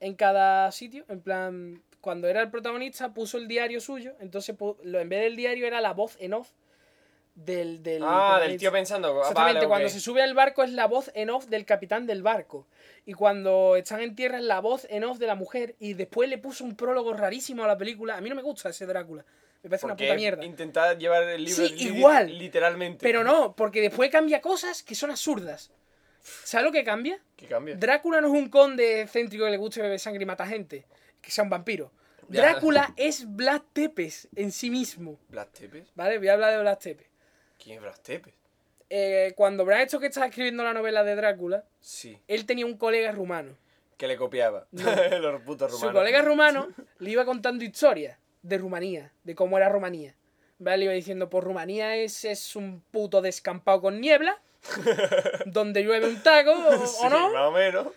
Speaker 2: en cada sitio. En plan, cuando era el protagonista, puso el diario suyo. Entonces, pu- lo, en vez del diario, era la voz en off del. del
Speaker 1: ah, del
Speaker 2: protagonista.
Speaker 1: tío pensando. ah,
Speaker 2: Exactamente,
Speaker 1: vale, ok.
Speaker 2: cuando se sube al barco es la voz en off del capitán del barco. Y cuando están en tierra es la voz en off de la mujer. Y después le puso un prólogo rarísimo a la película. A mí no me gusta ese Drácula. Me parece
Speaker 1: Porque
Speaker 2: una puta mierda.
Speaker 1: Intentar llevar el libro
Speaker 2: Sí,
Speaker 1: li-
Speaker 2: igual.
Speaker 1: literalmente.
Speaker 2: Pero no, porque después cambia cosas que son absurdas. ¿Sabes lo que cambia?
Speaker 1: ¿Qué cambia?
Speaker 2: Drácula no es un conde excéntrico que le guste beber sangre y mata gente. Que sea un vampiro.
Speaker 1: Ya.
Speaker 2: Drácula es Vlad Tepes en sí mismo.
Speaker 1: ¿Blas Tepes?
Speaker 2: ¿Vale? Voy a hablar de Vlad Tepes.
Speaker 1: ¿Quién es Blas Tepes?
Speaker 2: Eh, cuando Bram que estaba escribiendo la novela de Drácula,
Speaker 1: Sí.
Speaker 2: él tenía un colega rumano.
Speaker 1: Que le copiaba. Los putos
Speaker 2: Su
Speaker 1: rumanos.
Speaker 2: colega rumano le iba contando historias de Rumanía, de cómo era Rumanía. Vale, iba diciendo, por Rumanía es, es un puto descampado con niebla, donde llueve un taco o,
Speaker 1: Sí,
Speaker 2: o no.
Speaker 1: más o menos.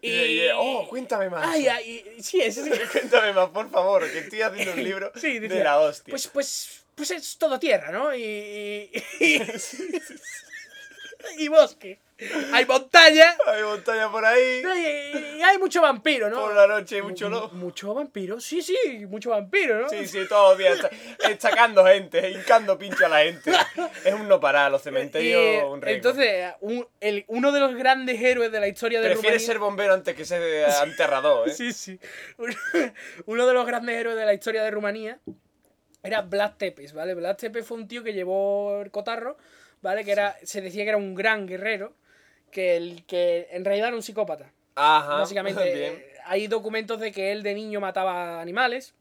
Speaker 1: Y,
Speaker 2: Y-
Speaker 1: y- oh, cuéntame más.
Speaker 2: Ay, ay, sí, es...
Speaker 1: Cuéntame más, por favor, que estoy haciendo un libro
Speaker 2: Sí,
Speaker 1: de
Speaker 2: decía,
Speaker 1: la hostia.
Speaker 2: Pues, pues, pues es todo tierra, ¿no? Y, y, y bosque. Hay montaña
Speaker 1: Hay montaña por ahí,
Speaker 2: y, y hay mucho vampiro, ¿no?
Speaker 1: por la noche hay
Speaker 2: Mu-
Speaker 1: mucho lobo.
Speaker 2: Mucho vampiro, sí, sí, mucho vampiro, ¿no?
Speaker 1: Sí, sí, todos los días está- estacando gente, hincando pinche a la gente. Es un no parar, los cementerios,
Speaker 2: Y, eh,
Speaker 1: un riesgo.
Speaker 2: entonces, un- el- uno de los grandes héroes de la historia de
Speaker 1: Prefiere
Speaker 2: Rumanía.
Speaker 1: ser bombero antes que ser eh, enterrador, ¿eh?
Speaker 2: Sí, sí. Uno, uno de los grandes héroes de la historia de Rumanía era Vlad Tepes, ¿vale? Vlad Tepes fue un tío que llevó el cotarro, ¿vale? Que era, se decía que era un gran guerrero, que, el, que en realidad era un psicópata.
Speaker 1: Ajá.
Speaker 2: Básicamente,
Speaker 1: Ah, Bien.
Speaker 2: eh, hay documentos de que él de niño mataba animales,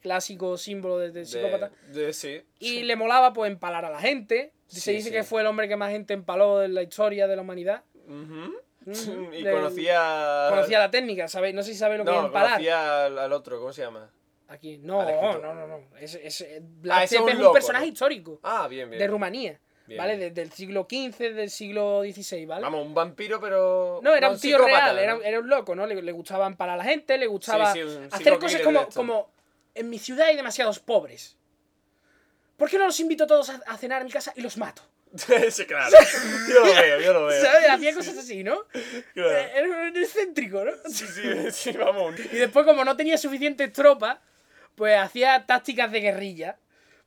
Speaker 2: clásico símbolo de, de psicópata.
Speaker 1: De, de- sí.
Speaker 2: Y le molaba, pues, empalar a la gente.
Speaker 1: Sí,
Speaker 2: se dice
Speaker 1: sí.
Speaker 2: que fue el hombre que más gente empaló en la historia de la humanidad.
Speaker 1: Ujú.
Speaker 2: Ujú,
Speaker 1: Y
Speaker 2: del-
Speaker 1: conocía.
Speaker 2: Conocía la técnica, ¿sabéis? No sé si sabéis lo que es
Speaker 1: Ah. No,
Speaker 2: empalar.
Speaker 1: conocía al, al otro, ¿cómo se llama?
Speaker 2: Aquí. No,
Speaker 1: Al escritor.
Speaker 2: no, no, no. Es, es,
Speaker 1: Ah,
Speaker 2: Vlad
Speaker 1: ese es
Speaker 2: Tepes
Speaker 1: un
Speaker 2: es un
Speaker 1: loco,
Speaker 2: personaje
Speaker 1: ¿no?
Speaker 2: histórico
Speaker 1: Ah, bien, bien.
Speaker 2: de Rumanía,
Speaker 1: Bien.
Speaker 2: ¿vale? Desde el siglo XV, del siglo XVI, ¿vale?
Speaker 1: Vamos, un vampiro, pero.
Speaker 2: No, era
Speaker 1: no,
Speaker 2: un tío
Speaker 1: psicópata,
Speaker 2: real, era,
Speaker 1: ¿no?
Speaker 2: era un loco, ¿no? Le, le gustaba empalar a la gente, le gustaba
Speaker 1: Sí, sí, un
Speaker 2: hacer
Speaker 1: psicokiller
Speaker 2: cosas
Speaker 1: de
Speaker 2: como,
Speaker 1: estos.
Speaker 2: como... En mi ciudad hay demasiados pobres. ¿Por qué no los invito todos a, a cenar a mi casa y los mato?
Speaker 1: sí, claro. Yo lo veo, yo lo veo.
Speaker 2: ¿Sabes? Hacía cosas así, ¿no?
Speaker 1: Claro.
Speaker 2: Eh, Era un excéntrico, ¿no?
Speaker 1: Sí, sí, sí, vamos. un-
Speaker 2: Y después, como no tenía suficientes tropas, pues hacía tácticas de guerrilla.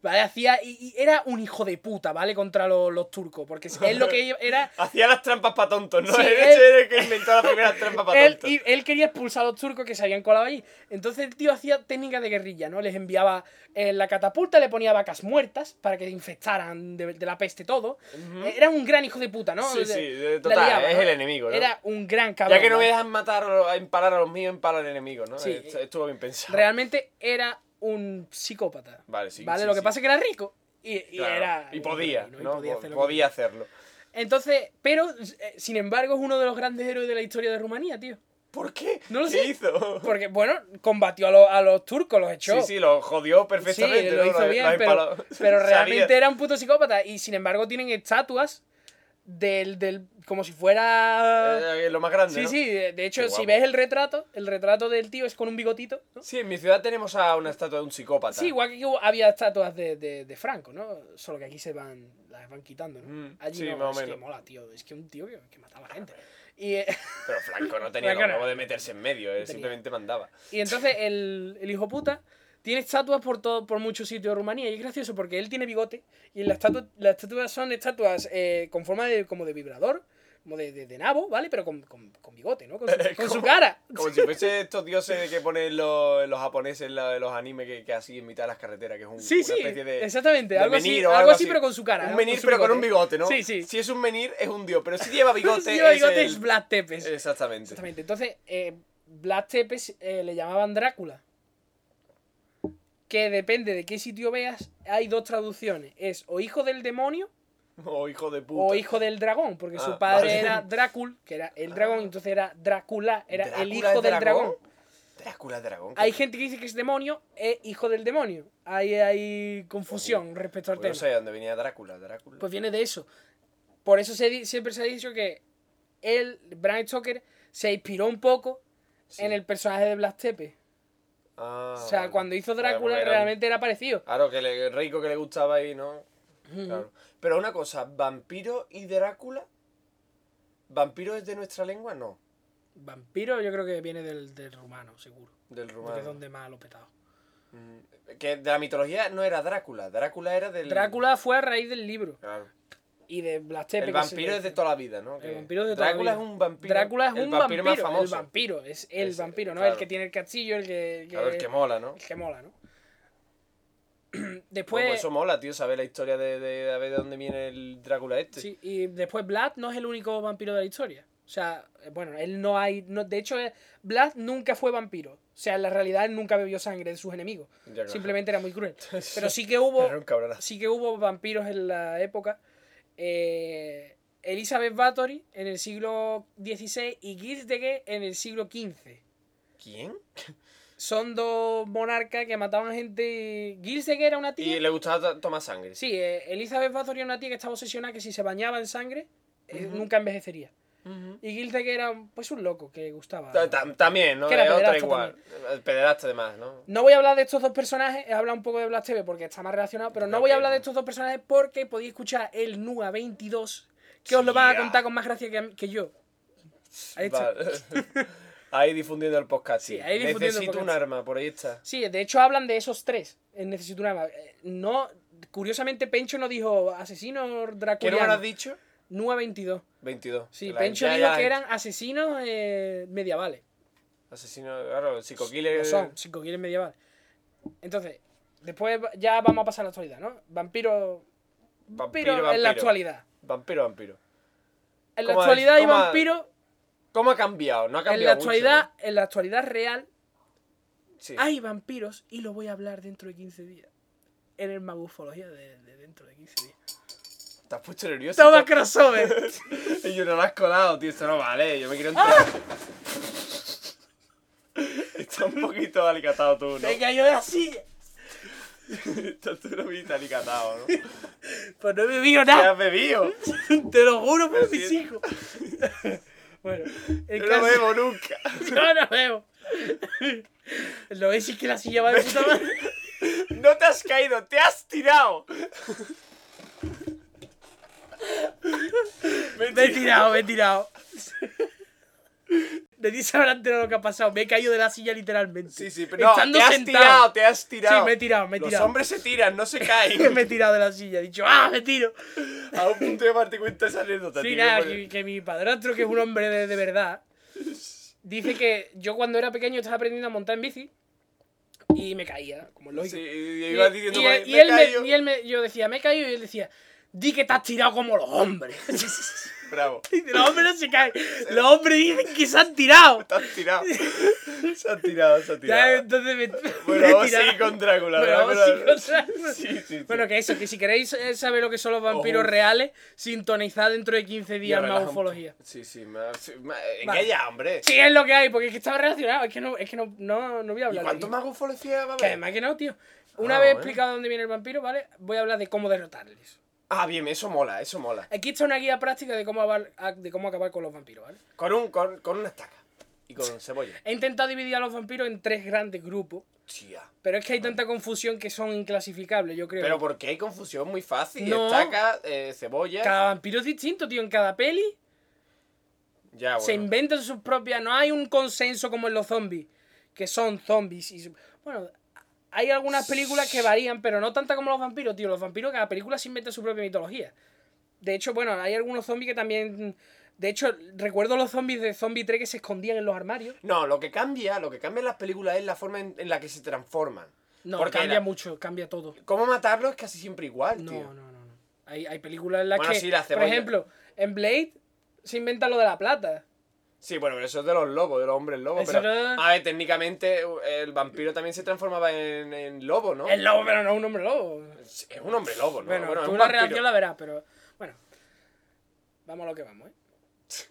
Speaker 2: ¿Vale? Hacía. Y, y era un hijo de puta, ¿vale? Contra los, los turcos. Porque es lo que era.
Speaker 1: Hacía las trampas para tontos, ¿no?
Speaker 2: Sí,
Speaker 1: Él
Speaker 2: él-
Speaker 1: era el que inventó las primeras trampas para
Speaker 2: Él,
Speaker 1: tontos.
Speaker 2: y- él quería expulsar a los turcos que se habían colado allí. Entonces el tío hacía técnicas de guerrilla, ¿no? Les enviaba eh, la catapulta, le ponía vacas muertas para que infectaran de, de la peste todo. Era un gran hijo de puta, ¿no?
Speaker 1: Sí, sí, de-
Speaker 2: La
Speaker 1: total,
Speaker 2: liaba,
Speaker 1: es
Speaker 2: ¿no?
Speaker 1: el enemigo, ¿no?
Speaker 2: Era un gran cabrón.
Speaker 1: Ya que no me
Speaker 2: ¿vale?
Speaker 1: dejan matar, a empalar a los míos, empala al enemigo, ¿no?
Speaker 2: Sí.
Speaker 1: Est- Estuvo bien pensado.
Speaker 2: Realmente era un psicópata.
Speaker 1: Vale, sí,
Speaker 2: Vale,
Speaker 1: sí,
Speaker 2: lo que
Speaker 1: sí.
Speaker 2: pasa es que era rico. Y, y
Speaker 1: Claro,
Speaker 2: era.
Speaker 1: y podía,
Speaker 2: y
Speaker 1: ¿no?
Speaker 2: podía
Speaker 1: Po-
Speaker 2: hacer lo que
Speaker 1: podía hacerlo.
Speaker 2: quería. Entonces, pero, eh, sin embargo, es uno de los grandes héroes de la historia de Rumanía, tío.
Speaker 1: ¿Por qué?
Speaker 2: No lo
Speaker 1: ¿Qué
Speaker 2: sé.
Speaker 1: hizo?
Speaker 2: Porque, bueno, combatió a, los- a los turcos, los echó.
Speaker 1: Sí, sí, lo jodió
Speaker 2: Sí,
Speaker 1: perfectamente.
Speaker 2: lo
Speaker 1: ¿no?
Speaker 2: hizo bien, pero,
Speaker 1: empaló.
Speaker 2: pero
Speaker 1: Sabía.
Speaker 2: realmente era un puto psicópata. Y sin embargo, tienen estatuas del. del como si fuera.
Speaker 1: Eh, lo más grande.
Speaker 2: Sí,
Speaker 1: ¿no?
Speaker 2: sí, de de hecho,
Speaker 1: Qué
Speaker 2: si
Speaker 1: guapo.
Speaker 2: ves el retrato, el retrato del tío es con un bigotito. ¿no?
Speaker 1: Sí, en mi ciudad tenemos a una estatua de un psicópata.
Speaker 2: Sí, igual que hubo- había estatuas de, de- de Franco, ¿no? Solo que aquí se van, las van quitando, ¿no?
Speaker 1: Mm,
Speaker 2: Allí
Speaker 1: sí,
Speaker 2: no,
Speaker 1: más o
Speaker 2: es que
Speaker 1: menos.
Speaker 2: mola, tío. Es que un tío que, que mataba gente. Y, eh,
Speaker 1: Pero Franco no tenía
Speaker 2: Franco no.
Speaker 1: como de meterse en medio, él
Speaker 2: tenía.
Speaker 1: simplemente mandaba.
Speaker 2: y entonces el, el hijo puta tiene estatuas por todo, por muchos sitios de Rumanía. Y es gracioso porque él tiene bigote. Y las estatuas, las estatuas son estatuas eh, con forma de, como de vibrador, como de, de- de nabo, ¿vale? Pero con, con- con bigote, ¿no? Con su, con su
Speaker 1: ¿Cómo?
Speaker 2: cara.
Speaker 1: Como si fuese estos dioses que ponen los, los japoneses en la- los animes que, que así en mitad de las carreteras, que es un,
Speaker 2: Sí,
Speaker 1: una
Speaker 2: sí,
Speaker 1: especie de.
Speaker 2: exactamente.
Speaker 1: de
Speaker 2: Algo así,
Speaker 1: menhir o
Speaker 2: algo
Speaker 1: algo
Speaker 2: así,
Speaker 1: así.
Speaker 2: pero con su cara.
Speaker 1: un
Speaker 2: ¿no?
Speaker 1: menir,
Speaker 2: su
Speaker 1: pero con un bigote, ¿no?
Speaker 2: Sí, sí.
Speaker 1: Si es un menir, es un dios, pero si lleva bigote.
Speaker 2: Si lleva
Speaker 1: es
Speaker 2: bigote
Speaker 1: el-
Speaker 2: es Vlad Tepes.
Speaker 1: Exactamente.
Speaker 2: Exactamente. Entonces, eh, Vlad Tepes eh, le llamaban Drácula. Que depende de qué sitio veas, hay dos traducciones. Es o hijo del demonio
Speaker 1: O Oh, hijo de puta.
Speaker 2: o Oh, hijo del dragón. Porque su
Speaker 1: Ah,
Speaker 2: padre
Speaker 1: vale. Ah.
Speaker 2: era Drácul, que era el dragón, entonces era Drácula, era el
Speaker 1: ¿Drácula
Speaker 2: hijo
Speaker 1: es
Speaker 2: del dragón.
Speaker 1: Drácula es dragón.
Speaker 2: Hay gente que dice que es demonio e hijo del demonio. Ahí hay confusión respecto al
Speaker 1: Pues
Speaker 2: tema.
Speaker 1: no sé de dónde venía Drácula, Drácula.
Speaker 2: Pues viene de eso. Por eso se di- siempre se ha dicho que él, Bram Stoker, se inspiró un poco
Speaker 1: Sí.
Speaker 2: en el personaje de Blas Tepe.
Speaker 1: Ah,
Speaker 2: o sea,
Speaker 1: vale.
Speaker 2: cuando hizo
Speaker 1: Vale,
Speaker 2: Drácula
Speaker 1: porque era un-
Speaker 2: realmente era parecido.
Speaker 1: Claro, que le, rico que le gustaba y no. Claro. Pero una cosa, ¿vampiro y Drácula? ¿Vampiro es de nuestra lengua? No,
Speaker 2: Vampiro yo creo que viene del, del rumano, seguro.
Speaker 1: del
Speaker 2: Porque es
Speaker 1: rumano.
Speaker 2: donde más lo petado.
Speaker 1: Mm, Que de la mitología no era Drácula, Drácula era del...
Speaker 2: Drácula fue a raíz del libro
Speaker 1: Claro.
Speaker 2: y de Blas Tepe.
Speaker 1: El
Speaker 2: que se
Speaker 1: vampiro
Speaker 2: le-
Speaker 1: es de toda la vida, ¿no?
Speaker 2: El
Speaker 1: Que
Speaker 2: vampiro es de toda la
Speaker 1: Drácula
Speaker 2: vida.
Speaker 1: es un vampiro.
Speaker 2: Drácula es
Speaker 1: el
Speaker 2: un
Speaker 1: vampiro,
Speaker 2: vampiro,
Speaker 1: más famoso.
Speaker 2: El vampiro, es el
Speaker 1: Ese,
Speaker 2: vampiro, ¿no?
Speaker 1: claro.
Speaker 2: El que tiene el cachillo, el que,
Speaker 1: Claro, el que mola, ¿no?
Speaker 2: el que mola, ¿no?
Speaker 1: Pues,
Speaker 2: Después...
Speaker 1: eso mola, tío, saber la historia de, de- a ver de dónde viene el Drácula este.
Speaker 2: Sí, y después Vlad no es el único vampiro de la historia. O sea, eh, bueno, él no hay. No, de hecho, eh, Vlad nunca fue vampiro. O sea, en la realidad él nunca bebió sangre de sus enemigos.
Speaker 1: Ya, claro.
Speaker 2: Simplemente era muy cruel. Pero sí que hubo.
Speaker 1: Era un cabronazo.
Speaker 2: Sí que hubo vampiros en la época. Eh, Elizabeth Bathory en el siglo XVI y Gilles de Gay en el siglo XV.
Speaker 1: ¿Quién?
Speaker 2: son dos monarcas que mataban gente. y- Gilse que era una tía.
Speaker 1: Y le gustaba ta- tomar sangre.
Speaker 2: Sí, eh, Elizabeth Bathory era una tía que estaba obsesionada que si se bañaba en sangre, eh,
Speaker 1: Ujú.
Speaker 2: nunca envejecería.
Speaker 1: Ujú.
Speaker 2: Y Gilse que era pues un loco que le gustaba.
Speaker 1: Ta- ta- También, ¿no?
Speaker 2: Que era
Speaker 1: Es otra
Speaker 2: pederasta
Speaker 1: igual. El Pederasta además, ¿no?
Speaker 2: No voy a hablar de estos dos personajes, he hablado un poco de Blast TV porque está más relacionado, pero no voy a hablar de estos dos personajes porque podéis escuchar el NUA 22, que os lo van a
Speaker 1: Yeah.
Speaker 2: contar con más gracia que, a mí- que yo. Ahí está.
Speaker 1: Vale. Ahí difundiendo el podcast.
Speaker 2: Sí, ahí difundiendo el
Speaker 1: Necesito un
Speaker 2: podcast.
Speaker 1: arma, por ahí está.
Speaker 2: Sí, de hecho hablan de esos tres en Necesito una arma. Eh, No, curiosamente Pencho no dijo asesino
Speaker 1: ¿Qué número has
Speaker 2: draculiano.
Speaker 1: dicho?
Speaker 2: NUA 22.
Speaker 1: 22.
Speaker 2: Sí,
Speaker 1: Que la-
Speaker 2: Pencho
Speaker 1: ya-
Speaker 2: dijo
Speaker 1: ya-
Speaker 2: que eran asesinos eh, medievales.
Speaker 1: Asesino, claro, psicoquiles.
Speaker 2: Lo son, cinco quieren medieval. Entonces, después va- ya vamos a pasar a la actualidad, ¿no? Vampiro.
Speaker 1: Vampiro,
Speaker 2: Vampiro, en
Speaker 1: vampiro.
Speaker 2: la actualidad.
Speaker 1: Vampiro, vampiro.
Speaker 2: En la
Speaker 1: ¿Cómo ha-
Speaker 2: actualidad hay
Speaker 1: cómo ha
Speaker 2: vampiro.
Speaker 1: ¿Cómo ha cambiado? No ha cambiado
Speaker 2: En la
Speaker 1: mucho,
Speaker 2: actualidad, en la actualidad real,
Speaker 1: ¿no? Sí.
Speaker 2: hay vampiros y lo voy a hablar dentro de 15 días. En el magufología de, de dentro de 15 días.
Speaker 1: Te has puesto nervioso.
Speaker 2: Toma
Speaker 1: tío.
Speaker 2: crossover.
Speaker 1: Y yo no lo has colado, tío. Esto no vale. Yo me quiero
Speaker 2: ¡Ah!
Speaker 1: entrar. Está un poquito alicatado tú, ¿no?
Speaker 2: Me cayó de la silla.
Speaker 1: Estás tú no viste alicatado, ¿no?
Speaker 2: Pues no he bebido
Speaker 1: ¿Qué
Speaker 2: nada.
Speaker 1: has bebido?
Speaker 2: Te lo juro por
Speaker 1: Lo
Speaker 2: mis hijos.
Speaker 1: siento.
Speaker 2: bueno, el
Speaker 1: Yo
Speaker 2: caso-
Speaker 1: no bebo nunca.
Speaker 2: Yo no veo. Lo ves y que la silla va de puta madre.
Speaker 1: No te has caído, te has tirado.
Speaker 2: Me he tirado, me he tirado. De ti se habrá enterado lo que ha pasado. Me he caído de la silla literalmente.
Speaker 1: Sí, sí, pero no,
Speaker 2: Estando
Speaker 1: te has
Speaker 2: sentado.
Speaker 1: tirado, te has tirado.
Speaker 2: Sí, me he tirado, me he
Speaker 1: Los
Speaker 2: tirado.
Speaker 1: hombres se tiran, no se caen.
Speaker 2: Me he tirado de la silla. He dicho, ¡ah, me tiro!
Speaker 1: A un punto de parte cuenta esa anécdota,
Speaker 2: Sí,
Speaker 1: tío.
Speaker 2: nada,
Speaker 1: porque-
Speaker 2: que, que mi padrastro, que es un hombre de, de verdad, dice que yo cuando era pequeño estaba aprendiendo a montar en bici y me caía, como es lógico.
Speaker 1: Sí,
Speaker 2: Y,
Speaker 1: y y ibas diciendo,
Speaker 2: y-
Speaker 1: me-
Speaker 2: y
Speaker 1: me he
Speaker 2: él
Speaker 1: caído.
Speaker 2: me, y él me- yo decía, me he caído, y él decía, di que te has tirado como los hombres.
Speaker 1: Bravo.
Speaker 2: Y los hombres no se caen, los hombres dicen que se han tirado.
Speaker 1: Te has tirado. Se ha tirado, se ha
Speaker 2: Ya,
Speaker 1: tirado.
Speaker 2: entonces me, me
Speaker 1: Bueno,
Speaker 2: he
Speaker 1: vamos a
Speaker 2: tirado.
Speaker 1: seguir con Drácula.
Speaker 2: Bueno, vamos a seguir
Speaker 1: Drácula.
Speaker 2: con Drácula.
Speaker 1: Sí, sí, sí.
Speaker 2: Bueno, que eso, que si queréis eh, saber lo que son los vampiros
Speaker 1: Ojo.
Speaker 2: reales, sintonizad dentro de 15
Speaker 1: Ya,
Speaker 2: días más
Speaker 1: relaja un po-
Speaker 2: ufología.
Speaker 1: Sí, sí. ma- sí, ma- ¿En
Speaker 2: Vale.
Speaker 1: qué ya, hombre?
Speaker 2: Sí, es lo que hay, porque es que estaba relacionado, es que no, es que no, no, no voy a
Speaker 1: ¿Y
Speaker 2: hablar. de
Speaker 1: cuánto
Speaker 2: ello.
Speaker 1: más gufología va a
Speaker 2: Que
Speaker 1: haber?
Speaker 2: además que no, tío. Una
Speaker 1: Ah,
Speaker 2: vez
Speaker 1: bueno.
Speaker 2: explicado dónde viene el vampiro, ¿vale? Voy a hablar de cómo derrotarles.
Speaker 1: Ah, bien, eso mola, eso mola.
Speaker 2: Aquí está una guía práctica de cómo, abar- a- de cómo acabar con los vampiros, ¿vale?
Speaker 1: Con, un, con, con una estaca. Y con cebolla.
Speaker 2: He intentado dividir a los vampiros en tres grandes grupos,
Speaker 1: Tía.
Speaker 2: pero es que hay tanta confusión que son inclasificables, yo creo.
Speaker 1: Pero porque hay confusión muy fácil.
Speaker 2: No.
Speaker 1: Estaca, eh, cebolla.
Speaker 2: Cada vampiro es distinto, tío. En cada peli
Speaker 1: Ya,
Speaker 2: se
Speaker 1: Ah, bueno.
Speaker 2: inventan sus propias. No hay un consenso como en los zombies, que son zombies. Y... Bueno, hay algunas películas que varían, pero no tanta como los vampiros, tío. Los vampiros, cada película se inventa su propia mitología. De hecho, bueno, hay algunos zombies que también. De hecho, recuerdo los zombies de Zombie 3 que se escondían en los armarios.
Speaker 1: No, lo que cambia, lo que cambia en las películas es la forma en, en la que se transforman.
Speaker 2: No,
Speaker 1: Porque
Speaker 2: cambia
Speaker 1: la-
Speaker 2: mucho, cambia todo.
Speaker 1: Cómo matarlo es casi siempre igual,
Speaker 2: No,
Speaker 1: tío.
Speaker 2: no, no. no. Hay, hay películas en las
Speaker 1: Bueno,
Speaker 2: que.
Speaker 1: sí, la
Speaker 2: por
Speaker 1: cebolla.
Speaker 2: ejemplo, en Blade se inventa lo de la plata.
Speaker 1: Sí, bueno, pero eso es de los lobos, de los hombres lobos.
Speaker 2: Eso
Speaker 1: Pero,
Speaker 2: no-
Speaker 1: A ver, técnicamente eh, el vampiro también se transformaba en, en lobo, ¿no?
Speaker 2: El lobo, pero no un hombre lobo.
Speaker 1: Es es un hombre lobo, ¿no?
Speaker 2: Bueno,
Speaker 1: es
Speaker 2: tú
Speaker 1: un
Speaker 2: la
Speaker 1: vampiro.
Speaker 2: relación la verás, pero bueno. Vamos a lo que vamos, ¿eh?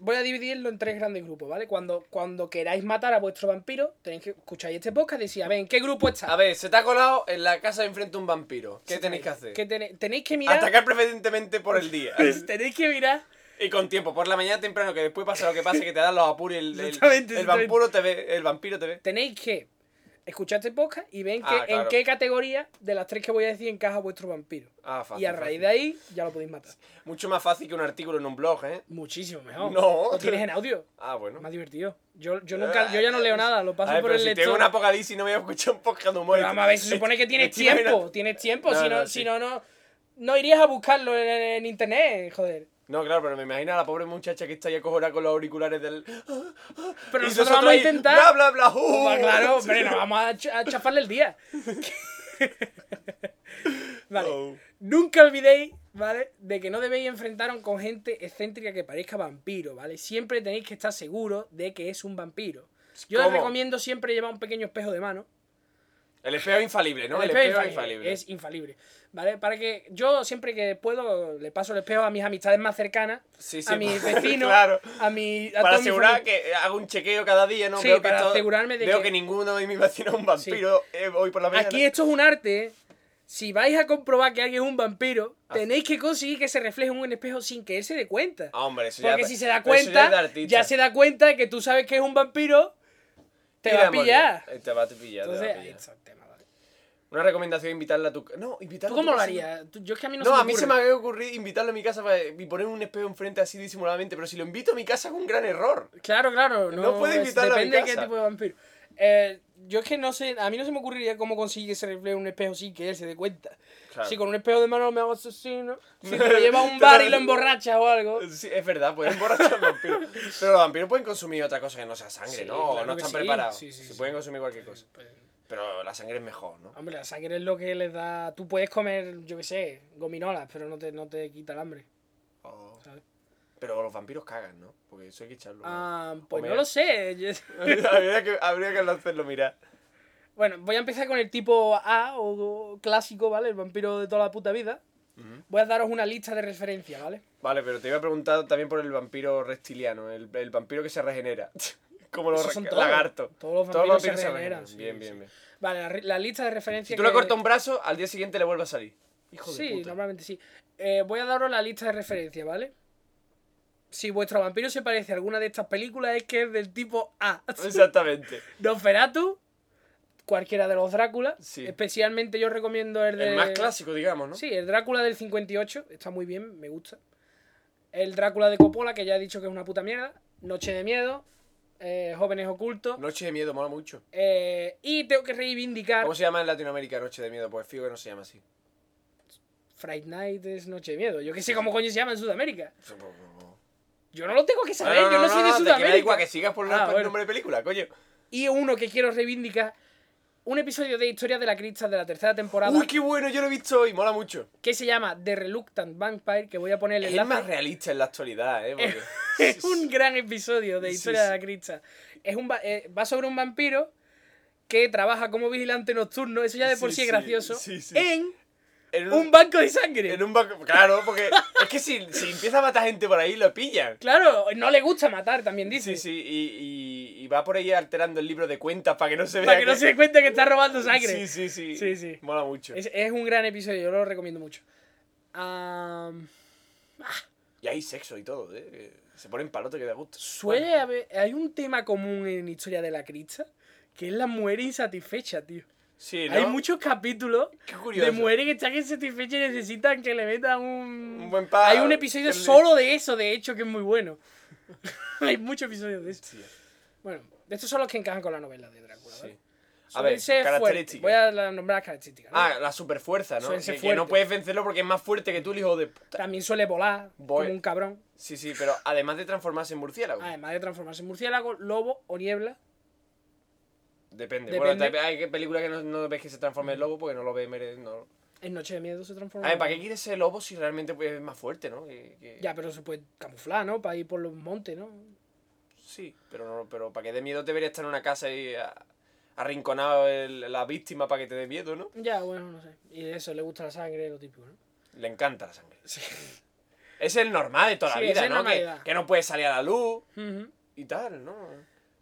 Speaker 2: Voy a dividirlo en tres grandes grupos, ¿vale? Cuando, cuando queráis matar a vuestro vampiro, tenéis que escuchar este podcast y decir, a ver, ¿en qué grupo está?
Speaker 1: A ver, se te ha colado en la casa de enfrente un vampiro. ¿Qué
Speaker 2: Sí,
Speaker 1: tenéis que hacer?
Speaker 2: ¿Qué tene- tenéis que mirar...
Speaker 1: Atacar preferentemente por el día.
Speaker 2: Tenéis que mirar...
Speaker 1: y con tiempo, por la mañana temprano, que después pasa lo que pasa, que te dan los apuros y el, el-
Speaker 2: Exactamente,
Speaker 1: el
Speaker 2: exactamente.
Speaker 1: vampiro te ve. El vampiro te ve.
Speaker 2: Tenéis que escuchar este podcast y ven
Speaker 1: Ah,
Speaker 2: que- en
Speaker 1: claro.
Speaker 2: qué categoría de las tres que voy a decir encaja vuestro vampiro.
Speaker 1: Ah, fácil.
Speaker 2: y a
Speaker 1: fácil.
Speaker 2: raíz de ahí ya lo podéis matar.
Speaker 1: Mucho más fácil que un artículo en un blog, ¿eh?
Speaker 2: Muchísimo mejor.
Speaker 1: No.
Speaker 2: Lo tienes en audio.
Speaker 1: Ah, bueno.
Speaker 2: Más divertido. Yo, yo nunca, yo ya no leo nada, lo paso
Speaker 1: Ay,
Speaker 2: por
Speaker 1: pero
Speaker 2: el
Speaker 1: si
Speaker 2: lector.
Speaker 1: tengo un apocalipsis no me voy a escuchar un podcast de humor.
Speaker 2: Pero vamos a ver, se supone que tienes
Speaker 1: Estoy imaginando-
Speaker 2: tiempo, tienes tiempo,
Speaker 1: No,
Speaker 2: si no,
Speaker 1: no,
Speaker 2: si
Speaker 1: sí.
Speaker 2: no, no, no irías a buscarlo en, en internet, joder.
Speaker 1: No, claro, pero me imagino a la pobre muchacha que está ahí acojonada con los auriculares del...
Speaker 2: Pero
Speaker 1: Y
Speaker 2: nosotros vamos a
Speaker 1: ahí,
Speaker 2: intentar.
Speaker 1: Bla, bla, bla, uh.
Speaker 2: Pues claro, hombre, no vamos a, ch- a chafarle el día. vale.
Speaker 1: Oh.
Speaker 2: Nunca olvidéis, ¿vale? De que no debéis enfrentaros con gente excéntrica que parezca vampiro, ¿vale? Siempre tenéis que estar seguros de que es un vampiro. Yo les
Speaker 1: ¿Cómo?
Speaker 2: recomiendo siempre llevar un pequeño espejo de mano.
Speaker 1: El espejo infalible, ¿no?
Speaker 2: el espejo es infalible. Es infalible. ¿Vale? Para que yo siempre que puedo le paso el espejo a mis amistades más cercanas,
Speaker 1: Sí,
Speaker 2: a mis
Speaker 1: para-
Speaker 2: vecinos,
Speaker 1: claro.
Speaker 2: a mi.
Speaker 1: Para
Speaker 2: A toda mi
Speaker 1: asegurar
Speaker 2: familia.
Speaker 1: que hago un chequeo cada día, ¿no?
Speaker 2: Sí,
Speaker 1: veo que
Speaker 2: para
Speaker 1: todo-
Speaker 2: asegurarme de
Speaker 1: veo
Speaker 2: que-
Speaker 1: que... ninguno de mis vecinos es un vampiro eh, hoy por la mañana.
Speaker 2: Aquí esto es un arte. ¿eh? Si vais a comprobar que alguien es un vampiro,
Speaker 1: Ah.
Speaker 2: tenéis que conseguir que se refleje en un espejo sin que él se dé cuenta.
Speaker 1: Ah, Hombre, eso ya
Speaker 2: Porque
Speaker 1: es-
Speaker 2: si se da
Speaker 1: pero eso ya es de
Speaker 2: cuenta, ya,
Speaker 1: artista.
Speaker 2: se da cuenta que tú sabes que es un vampiro, te
Speaker 1: Y
Speaker 2: va
Speaker 1: de
Speaker 2: a
Speaker 1: morir.
Speaker 2: pillar.
Speaker 1: Eh, Te va a pillar, te va a
Speaker 2: Entonces, ahí
Speaker 1: pillar.
Speaker 2: está el tema, ¿vale?
Speaker 1: Una recomendación invitarla a tu casa. No, invitarla
Speaker 2: ¿Tú
Speaker 1: a tu
Speaker 2: cómo lo
Speaker 1: casa.
Speaker 2: harías? Tú- Yo es que a mí no,
Speaker 1: No,
Speaker 2: se me
Speaker 1: a mí se me
Speaker 2: ocurre.
Speaker 1: había ocurrido invitarlo a mi casa para- y poner un espejo enfrente así disimuladamente, pero si lo invito a mi casa es un gran error.
Speaker 2: Claro, claro. No,
Speaker 1: No puedes
Speaker 2: es-
Speaker 1: invitarlo a mi
Speaker 2: Depende de qué
Speaker 1: casa.
Speaker 2: tipo de vampiro. Eh, yo es que no sé, a mí no se me ocurriría cómo consigue que se refleje en un espejo sin que él se dé cuenta.
Speaker 1: Claro.
Speaker 2: Si con un espejo de mano me hago asesino, si te lo llevas a un bar y lo emborrachas o algo.
Speaker 1: Sí, es verdad, pueden emborrachar a los vampiros. Pero los vampiros pueden consumir otra cosa que no sea sangre,
Speaker 2: Sí,
Speaker 1: ¿no?
Speaker 2: claro
Speaker 1: O no
Speaker 2: que
Speaker 1: están
Speaker 2: sí.
Speaker 1: preparados.
Speaker 2: Sí, sí,
Speaker 1: Sí,
Speaker 2: sí.
Speaker 1: pueden consumir cualquier cosa.
Speaker 2: Pues,
Speaker 1: Pero la sangre es mejor, ¿no?
Speaker 2: Hombre, la sangre es lo que les da. Tú puedes comer, yo qué sé, gominolas, pero no te, no te quita el hambre.
Speaker 1: Oh.
Speaker 2: ¿sabes?
Speaker 1: Pero los vampiros cagan, ¿no? Porque eso hay que echarlo.
Speaker 2: Ah, pues
Speaker 1: Hombre.
Speaker 2: no lo sé. yo-
Speaker 1: habría, que, habría que hacerlo mirar.
Speaker 2: Bueno, voy a empezar con el tipo A o o clásico, ¿vale? El vampiro de toda la puta vida.
Speaker 1: Ujú.
Speaker 2: Voy a daros una lista de referencia, ¿vale?
Speaker 1: Vale, pero te iba a preguntar también por el vampiro reptiliano, el, el vampiro que se regenera. Como los
Speaker 2: Esos son
Speaker 1: re-
Speaker 2: todos.
Speaker 1: lagartos.
Speaker 2: Todos los vampiros se regeneran, sí,
Speaker 1: bien,
Speaker 2: sí.
Speaker 1: bien, bien.
Speaker 2: Vale, la, ri- la lista de referencia.
Speaker 1: Si tú le
Speaker 2: que-
Speaker 1: cortas un brazo, al día siguiente le vuelve a salir. Hijo
Speaker 2: Sí,
Speaker 1: de puta.
Speaker 2: normalmente sí. Eh, voy a daros la lista de referencia, ¿vale? Si vuestro vampiro se parece a alguna de estas películas, es que es del tipo A. Eh,
Speaker 1: Exactamente.
Speaker 2: Nosferatu, cualquiera de los Dráculas.
Speaker 1: Sí.
Speaker 2: Especialmente yo recomiendo el de.
Speaker 1: El más clásico, digamos, ¿no?
Speaker 2: Sí, el Drácula del 58. Está muy bien, me gusta. El Drácula de Coppola, que ya he dicho que es una puta mierda. Noche de miedo. eh, jóvenes ocultos.
Speaker 1: Noche de miedo, mola mucho.
Speaker 2: eh, y tengo que reivindicar.
Speaker 1: ¿Cómo se llama en Latinoamérica Noche de miedo? Pues fijo que no se llama así.
Speaker 2: Fright Night es Noche de miedo. Yo que sé cómo coño se llama en Sudamérica.
Speaker 1: Supongo. No,
Speaker 2: Yo no lo tengo que
Speaker 1: no,
Speaker 2: saber, yo no, soy
Speaker 1: te
Speaker 2: de
Speaker 1: queda
Speaker 2: Sudamérica.
Speaker 1: igual que sigas por
Speaker 2: Ah,
Speaker 1: el
Speaker 2: bueno.
Speaker 1: nombre de película, coño.
Speaker 2: Y uno que quiero reivindicar. Un episodio de Historia de la Crista de la tercera temporada
Speaker 1: Uy, qué bueno, yo lo he visto hoy, mola mucho.
Speaker 2: que se llama The Reluctant Vampire, que voy a poner el
Speaker 1: Es el
Speaker 2: enlace.
Speaker 1: más realista en la actualidad, ¿eh? Porque...
Speaker 2: es un gran episodio de
Speaker 1: Sí,
Speaker 2: Historia
Speaker 1: sí.
Speaker 2: de la Crista. Es un va, eh, va sobre un vampiro que trabaja como vigilante nocturno, eso ya de por sí,
Speaker 1: Sí,
Speaker 2: es
Speaker 1: sí,
Speaker 2: gracioso,
Speaker 1: sí, sí.
Speaker 2: en
Speaker 1: En
Speaker 2: Eh, un banco de sangre.
Speaker 1: En un banco. Claro, porque es que si, si empieza a matar gente por ahí, lo pillan.
Speaker 2: Claro, no le gusta matar, también dice.
Speaker 1: Sí, sí, y, y- y va por ahí alterando el libro de cuentas para que no se vea.
Speaker 2: Para que no se dé cuenta que está robando sangre.
Speaker 1: Sí, sí, sí.
Speaker 2: Sí, sí.
Speaker 1: Mola mucho.
Speaker 2: Es, es un gran episodio, yo lo recomiendo mucho. Am,
Speaker 1: Y hay sexo y todo, ¿eh? Se ponen palote que da gusto.
Speaker 2: suele haber. Hay un tema común en Historia de la Crista, que es la mujer insatisfecha, tío.
Speaker 1: Sí, ¿no?
Speaker 2: Hay muchos capítulos
Speaker 1: Qué
Speaker 2: de
Speaker 1: curioso.
Speaker 2: mujeres que están insatisfechas y necesitan que le metan un.
Speaker 1: Un buen pa-
Speaker 2: Hay un episodio
Speaker 1: que le-
Speaker 2: solo de eso, de hecho, que es muy bueno. Hay muchos episodios de eso.
Speaker 1: Sí.
Speaker 2: Bueno, estos son los que encajan con la novela de Drácula.
Speaker 1: sí.
Speaker 2: ¿vale?
Speaker 1: A ver,
Speaker 2: Suelen ser fuertes.
Speaker 1: características.
Speaker 2: Voy a la- nombrar las características. ¿no?
Speaker 1: Ah, la superfuerza, ¿no?
Speaker 2: Suelen ser
Speaker 1: Que, que no
Speaker 2: fuertes.
Speaker 1: puedes vencerlo porque es más fuerte que tú, el hijo de. p-
Speaker 2: También suele volar
Speaker 1: Voy-
Speaker 2: como un cabrón.
Speaker 1: Sí, sí, pero además de transformarse en murciélago.
Speaker 2: Además de transformarse en murciélago, lobo o niebla.
Speaker 1: Depende.
Speaker 2: Depende.
Speaker 1: Bueno, te- hay que- películas que no, no ves que se transforme en lobo porque no lo ves. mere- No.
Speaker 2: En Noche de Miedo se transforma.
Speaker 1: A ver,
Speaker 2: en-
Speaker 1: ¿para qué quieres ser lobo si realmente pues, es más fuerte, no? Que- que-
Speaker 2: Ya, pero se puede camuflar, ¿no? Para ir por los montes, ¿no?
Speaker 1: Sí, pero, no, pero para que dé miedo debería estar en una casa y a- arrinconado el- la víctima para que te dé miedo, ¿no?
Speaker 2: Ya, bueno, no sé. Y de eso le gusta la sangre, lo típico, ¿no?
Speaker 1: Le encanta la sangre.
Speaker 2: Sí.
Speaker 1: Es el normal de toda
Speaker 2: Sí,
Speaker 1: la
Speaker 2: esa
Speaker 1: vida,
Speaker 2: es
Speaker 1: ¿no? Que,
Speaker 2: normalidad.
Speaker 1: que no puede salir a la luz
Speaker 2: Ujú.
Speaker 1: y tal, ¿no?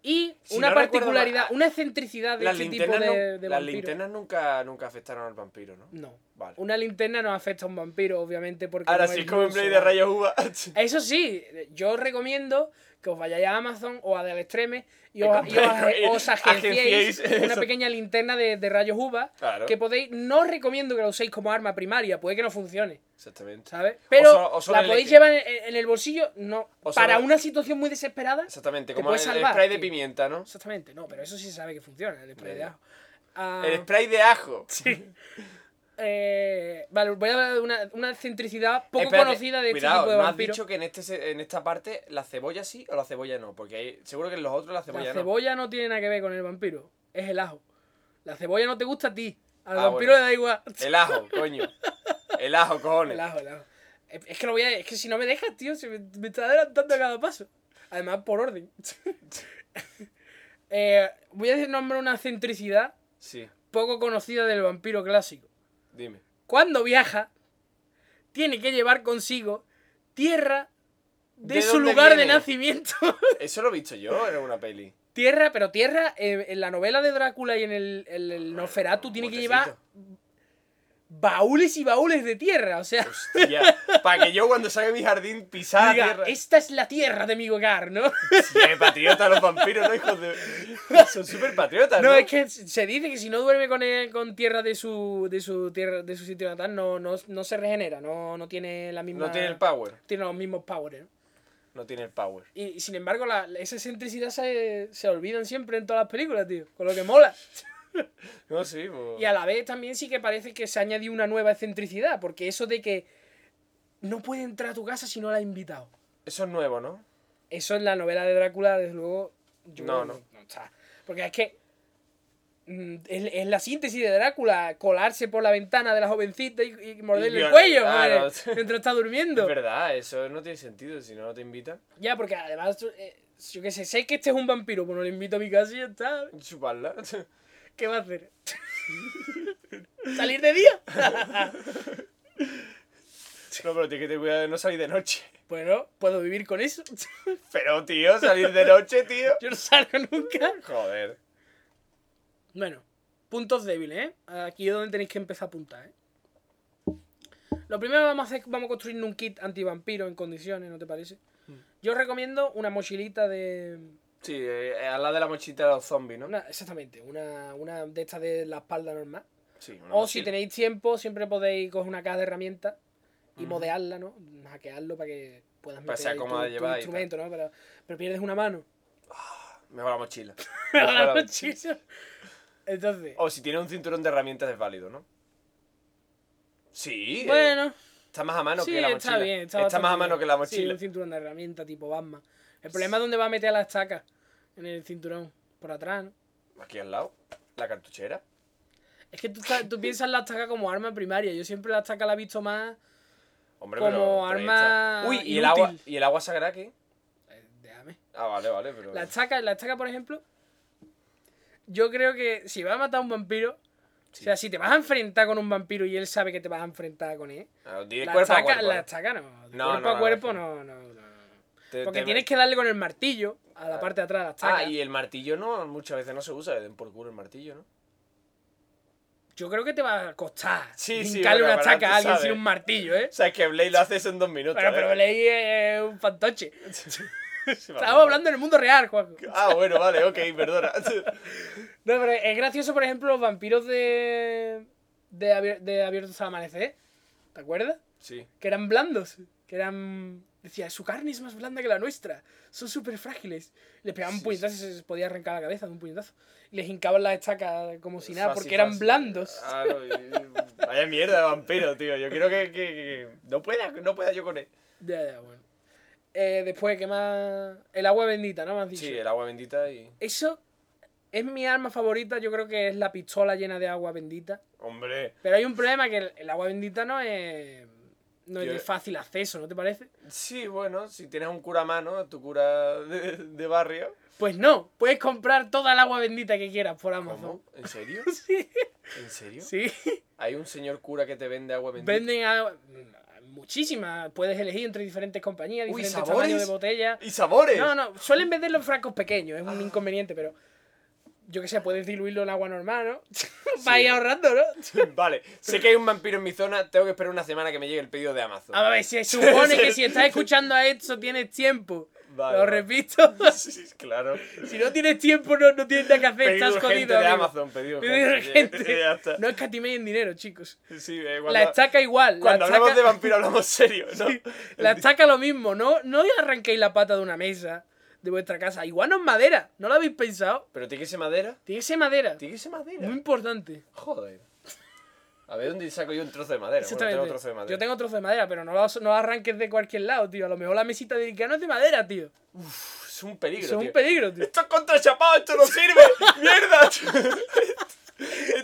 Speaker 2: Y
Speaker 1: Si
Speaker 2: una
Speaker 1: no recuerdo
Speaker 2: particularidad,
Speaker 1: mal,
Speaker 2: una excentricidad de
Speaker 1: Las
Speaker 2: este tipo
Speaker 1: linternas,
Speaker 2: de,
Speaker 1: nu-
Speaker 2: de
Speaker 1: las
Speaker 2: vampiro.
Speaker 1: linternas nunca, nunca afectaron al vampiro, ¿no?
Speaker 2: No.
Speaker 1: Vale.
Speaker 2: Una linterna no afecta a un vampiro, obviamente, porque.
Speaker 1: Ahora
Speaker 2: no
Speaker 1: sí,
Speaker 2: es
Speaker 1: como en
Speaker 2: luz
Speaker 1: Blade de
Speaker 2: solar.
Speaker 1: Rayos Uva.
Speaker 2: Eso sí, yo recomiendo que os vayáis a Amazon o a Del Extreme y
Speaker 1: Y
Speaker 2: os,
Speaker 1: compréis-
Speaker 2: y os aje- os agenciéis
Speaker 1: agenciéis,
Speaker 2: una
Speaker 1: eso.
Speaker 2: pequeña linterna de, de rayos uva
Speaker 1: Claro.
Speaker 2: que podéis. No os recomiendo que la uséis como arma primaria, puede que no funcione,
Speaker 1: Exactamente.
Speaker 2: ¿sabes? Pero
Speaker 1: solo- o solo
Speaker 2: la
Speaker 1: el
Speaker 2: podéis
Speaker 1: electric-
Speaker 2: llevar en, en el bolsillo, no.
Speaker 1: O
Speaker 2: Para
Speaker 1: solo-
Speaker 2: una situación muy desesperada.
Speaker 1: Exactamente,
Speaker 2: Te
Speaker 1: como el,
Speaker 2: puedes
Speaker 1: el
Speaker 2: salvar,
Speaker 1: spray
Speaker 2: tío.
Speaker 1: de pimienta, ¿no?
Speaker 2: Exactamente, no, pero eso sí se sabe que funciona, el spray de
Speaker 1: Venga.
Speaker 2: ajo. Ah,
Speaker 1: El spray de ajo.
Speaker 2: eh, vale, voy a hablar de una, una excentricidad poco
Speaker 1: Espérate,
Speaker 2: conocida de
Speaker 1: cuidado,
Speaker 2: este tipo de
Speaker 1: no
Speaker 2: vampiro.
Speaker 1: has dicho que en, este, se- en esta parte la cebolla sí o la cebolla no, porque hay- seguro que en los otros la cebolla
Speaker 2: la
Speaker 1: no.
Speaker 2: cebolla no tiene nada que ver con el vampiro, es el ajo. La cebolla no te gusta a ti, al
Speaker 1: Ah,
Speaker 2: vampiro
Speaker 1: bueno.
Speaker 2: le da igual.
Speaker 1: El ajo, coño. El ajo, cojones.
Speaker 2: El ajo, el ajo. Es es que lo voy a. Es que si no me dejas, tío, se me, me está adelantando a cada paso. Además, por orden. Eh, voy a decir nombre una centricidad
Speaker 1: Sí.
Speaker 2: poco conocida del vampiro clásico.
Speaker 1: Dime.
Speaker 2: Cuando viaja, tiene que llevar consigo tierra de,
Speaker 1: ¿De
Speaker 2: su
Speaker 1: dónde
Speaker 2: lugar de
Speaker 1: viene?
Speaker 2: nacimiento.
Speaker 1: Eso lo he visto yo en una peli.
Speaker 2: tierra, pero tierra, eh, en la novela de Drácula y en el, el- el Nosferatu tiene que llevar
Speaker 1: Botecito.
Speaker 2: baúles y baúles de tierra. O sea,
Speaker 1: Hostia, para que yo cuando salga de mi jardín pisara
Speaker 2: diga,
Speaker 1: Ah, tierra.
Speaker 2: esta es la tierra de mi hogar, ¿no?
Speaker 1: Sí, patriota los vampiros, ¿no? Hijos de... Son súper patriotas, ¿no?
Speaker 2: No, es que se dice que si no duerme con, eh, con tierra de su, de su tierra, de su sitio natal, no, no, no se regenera, no, no tiene la misma.
Speaker 1: No tiene el power.
Speaker 2: tiene los mismos powers. ¿no?
Speaker 1: No tiene el power.
Speaker 2: Y, y sin embargo, la, la- esa excentricidad se, se olvidan siempre en todas las películas, tío. Con lo que mola.
Speaker 1: No, sí, pues...
Speaker 2: Y a la vez también sí que parece que se ha añadido una nueva excentricidad, porque eso de que no puede entrar a tu casa si no la ha invitado.
Speaker 1: Eso es nuevo, ¿no?
Speaker 2: Eso en la novela de Drácula, desde luego, yo
Speaker 1: No,
Speaker 2: no,
Speaker 1: no.
Speaker 2: no. está. Porque es que mm, es, es la síntesis de Drácula, colarse por la ventana de la jovencita y, y morderle
Speaker 1: Y
Speaker 2: el
Speaker 1: violar,
Speaker 2: cuello
Speaker 1: claro.
Speaker 2: madre, mientras está
Speaker 1: Es
Speaker 2: durmiendo.
Speaker 1: verdad, eso no tiene sentido si no te invitan.
Speaker 2: Ya, porque además, eh, yo que sé, sé que este es un vampiro, pues no le invito a mi casa y ya está.
Speaker 1: Chuparla.
Speaker 2: ¿Qué va a hacer? ¿Salir de día?
Speaker 1: No, pero tienes que tener cuidado de no salir de noche.
Speaker 2: bueno, puedo vivir con eso.
Speaker 1: Pero, tío, salir de noche, tío.
Speaker 2: yo no salgo nunca.
Speaker 1: Joder.
Speaker 2: Bueno, puntos débiles, ¿eh? Aquí es donde tenéis que empezar a apuntar, ¿eh? Lo primero que vamos a hacer es- vamos a construir un kit antivampiro en condiciones, ¿no te parece?
Speaker 1: Mm.
Speaker 2: Yo recomiendo una mochilita de.
Speaker 1: Sí, eh, al lado de la mochita de los zombies, ¿no?
Speaker 2: una- exactamente, una, una de estas de la espalda normal.
Speaker 1: Sí, una
Speaker 2: o
Speaker 1: mochila.
Speaker 2: si tenéis tiempo, siempre podéis coger una caja de herramientas y
Speaker 1: Ujú.
Speaker 2: modearla, ¿no? Hackearlo para que puedas
Speaker 1: Para que sea
Speaker 2: ahí
Speaker 1: cómoda de
Speaker 2: tu
Speaker 1: llevar y
Speaker 2: instrumento, ¿no? Pero, pero pierdes una mano.
Speaker 1: Mejor la mochila.
Speaker 2: Pero la
Speaker 1: Ojalá.
Speaker 2: mochila. Entonces.
Speaker 1: O si tiene un cinturón de herramientas es válido, ¿no? Sí. eh,
Speaker 2: bueno.
Speaker 1: está más a mano
Speaker 2: Sí,
Speaker 1: que la mochila.
Speaker 2: está bien. Está,
Speaker 1: más a
Speaker 2: bastante
Speaker 1: mano
Speaker 2: bien.
Speaker 1: que la
Speaker 2: Sí,
Speaker 1: mochila.
Speaker 2: un cinturón de herramienta tipo Batman. El problema es dónde va a meter la estaca en el cinturón. Por atrás, ¿no?
Speaker 1: Aquí al lado. La cartuchera.
Speaker 2: Es que tú, estás- tú piensas la estaca como arma primaria. Yo siempre la estaca la he visto más
Speaker 1: Hombre,
Speaker 2: Como
Speaker 1: pero- pero ahí
Speaker 2: arma
Speaker 1: está. Uy, ¿y el,
Speaker 2: inútil.
Speaker 1: agua, ¿y el agua sagrada aquí?
Speaker 2: eh, déjame.
Speaker 1: Ah, vale, vale, pero.
Speaker 2: La estaca, la estaca, por ejemplo, yo creo que si vas a matar a un vampiro,
Speaker 1: Sí.
Speaker 2: o sea, si te vas a enfrentar con un vampiro y él sabe que te vas a enfrentar con él,
Speaker 1: Ah, di
Speaker 2: la
Speaker 1: cuerpo a
Speaker 2: estaca,
Speaker 1: cuerpo,
Speaker 2: la
Speaker 1: ¿no?
Speaker 2: estaca no.
Speaker 1: No,
Speaker 2: cuerpo
Speaker 1: no,
Speaker 2: a
Speaker 1: no,
Speaker 2: cuerpo
Speaker 1: no.
Speaker 2: no, no, no, no.
Speaker 1: Te-
Speaker 2: Porque
Speaker 1: te-
Speaker 2: tienes que darle con el martillo a la
Speaker 1: Ah.
Speaker 2: parte de atrás de la estaca.
Speaker 1: Ah, y el martillo no, muchas veces no se usa, le den por culo el martillo, ¿no?
Speaker 2: Yo creo que te va a costar
Speaker 1: Sí, sí,
Speaker 2: hincarle
Speaker 1: bueno,
Speaker 2: una
Speaker 1: pero
Speaker 2: chaca
Speaker 1: tú
Speaker 2: a alguien sin
Speaker 1: sabes.
Speaker 2: un martillo, ¿eh?
Speaker 1: O sea, es que Blade lo hace eso en dos minutos.
Speaker 2: Bueno, pero
Speaker 1: ¿eh?
Speaker 2: Blade es un fantoche.
Speaker 1: Sí, vale,
Speaker 2: Estábamos
Speaker 1: vale.
Speaker 2: hablando del mundo real, Juan.
Speaker 1: Ah, bueno, vale, ok, perdona.
Speaker 2: No, pero es gracioso, por ejemplo, los vampiros de. de, Abier- de Abiertos al Amanecer. ¿Te acuerdas?
Speaker 1: Sí.
Speaker 2: Que eran blandos. Que eran. Decía, su carne es más blanda que la nuestra. Son súper frágiles. Le pegaban
Speaker 1: Sí,
Speaker 2: un puñetazo y se les podía arrancar la cabeza de un puñetazo. Y les hincaban la estaca como si nada,
Speaker 1: Fácil,
Speaker 2: porque eran
Speaker 1: fácil.
Speaker 2: blandos.
Speaker 1: Ah, no, y- vaya mierda de vampiro, tío. Yo quiero que, que- que- no pueda, no pueda yo con él.
Speaker 2: Ya, ya, bueno. Eh, después, ¿qué más? El agua bendita, ¿no? Me has dicho.
Speaker 1: Sí, el agua bendita y.
Speaker 2: Eso es mi arma favorita. Yo creo que es la pistola llena de agua bendita.
Speaker 1: Hombre.
Speaker 2: Pero hay un problema que el, el agua bendita no es. No es
Speaker 1: Yo-
Speaker 2: de fácil acceso, ¿no te parece?
Speaker 1: Sí, bueno, si tienes un cura a mano, tu cura de, de barrio.
Speaker 2: Pues no, puedes comprar toda el agua bendita que quieras por Amazon.
Speaker 1: ¿Cómo? ¿En serio?
Speaker 2: Sí,
Speaker 1: ¿En serio?
Speaker 2: sí.
Speaker 1: Hay un señor cura que te vende agua bendita.
Speaker 2: Venden agua- muchísimas. Puedes elegir entre diferentes compañías,
Speaker 1: Uy,
Speaker 2: diferentes
Speaker 1: ¿sabores?
Speaker 2: tamaños de botella.
Speaker 1: ¡Y sabores!
Speaker 2: No, no, suelen venderlo en frascos pequeños, es un inconveniente, pero yo que sé, puedes diluirlo en agua normal, ¿no? Vais
Speaker 1: Sí.
Speaker 2: ahorrando, ¿no?
Speaker 1: Vale, sé que hay un vampiro en mi zona, tengo que esperar una semana que me llegue el pedido de Amazon.
Speaker 2: A ver, se supone que si estás escuchando a esto tienes tiempo.
Speaker 1: Vale,
Speaker 2: Lo
Speaker 1: vale.
Speaker 2: repito.
Speaker 1: Sí, sí, claro.
Speaker 2: Si no tienes tiempo, no, no tienes nada que hacer,
Speaker 1: Pedido
Speaker 2: estás
Speaker 1: urgente
Speaker 2: jodido.
Speaker 1: de
Speaker 2: amigo.
Speaker 1: Amazon, pedido
Speaker 2: Pedido
Speaker 1: urgente.
Speaker 2: urgente.
Speaker 1: Ya está.
Speaker 2: No escatiméis en dinero, chicos.
Speaker 1: Sí, eh, cuando,
Speaker 2: La estaca igual.
Speaker 1: cuando
Speaker 2: la,
Speaker 1: hablamos de
Speaker 2: estaca,
Speaker 1: vampiro hablamos serio, ¿no?
Speaker 2: la estaca lo mismo. No, no arranquéis la pata de una mesa de vuestra casa. Igual no es madera. ¿No lo habéis pensado?
Speaker 1: Pero tiene que ser madera.
Speaker 2: Tiene que ser madera.
Speaker 1: Tiene que ser madera.
Speaker 2: Muy importante.
Speaker 1: Joder. A ver dónde saco yo un trozo de madera. Bueno,
Speaker 2: Exactamente.
Speaker 1: tengo trozo de madera.
Speaker 2: Yo tengo trozo de madera, pero no lo, no lo arranques de cualquier lado, tío. A lo mejor la mesita de Ikea no es de madera, tío.
Speaker 1: Uf, es un peligro.
Speaker 2: Eso es
Speaker 1: tío.
Speaker 2: un peligro, tío.
Speaker 1: Esto es contrachapado, esto no sirve. ¡Mierda!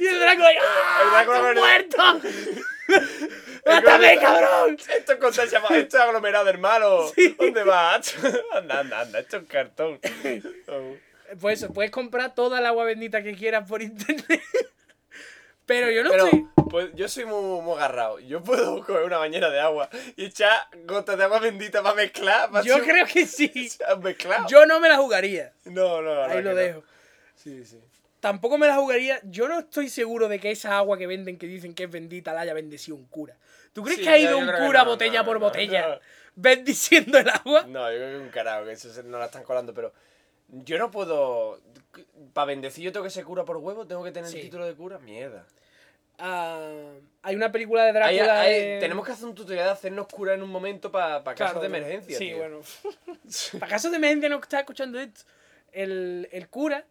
Speaker 2: Y el Drácula ahí, ¡ah!
Speaker 1: El Drácula
Speaker 2: ¡Está
Speaker 1: con el-
Speaker 2: muerto! ¡Mátame, cabrón!
Speaker 1: Esto es contrachapado, esto es aglomerado, hermano. ¿Dónde vas? Anda, anda, anda, esto es un cartón. Oh.
Speaker 2: Pues eso, puedes comprar toda el agua bendita que quieras por internet. Pero yo no
Speaker 1: Pero
Speaker 2: estoy.
Speaker 1: pues, yo soy muy, muy agarrado. Yo puedo coger una bañera de agua y echar gotas de agua bendita para mezclar. pa'
Speaker 2: Yo
Speaker 1: hacer-
Speaker 2: creo que sí.
Speaker 1: Mezclar.
Speaker 2: Yo no me la jugaría.
Speaker 1: No, no, la verdad
Speaker 2: Ahí lo
Speaker 1: que no.
Speaker 2: dejo.
Speaker 1: Sí, sí.
Speaker 2: Tampoco me la jugaría. Yo no estoy seguro de que esa agua que venden, que dicen que es bendita, la haya bendecido un cura. ¿Tú crees
Speaker 1: Sí,
Speaker 2: que ha
Speaker 1: yo-
Speaker 2: ido
Speaker 1: yo
Speaker 2: un
Speaker 1: creo que
Speaker 2: cura
Speaker 1: no,
Speaker 2: botella
Speaker 1: no,
Speaker 2: por
Speaker 1: no,
Speaker 2: botella
Speaker 1: no.
Speaker 2: bendiciendo el agua?
Speaker 1: No, yo creo que un carajo, que eso se- no la están colando, pero yo no puedo. Para bendecir, yo tengo que ser cura por huevo, tengo que tener
Speaker 2: Sí.
Speaker 1: el título de cura, mierda.
Speaker 2: Ah, hay una película de
Speaker 1: Hay-
Speaker 2: Drácula.
Speaker 1: hay-
Speaker 2: de-
Speaker 1: Tenemos que hacer un tutorial de hacernos cura en un momento para
Speaker 2: Claro,
Speaker 1: casos de emergencia.
Speaker 2: Sí,
Speaker 1: tío.
Speaker 2: bueno. Para casos de emergencia no está escuchando esto. El, el cura.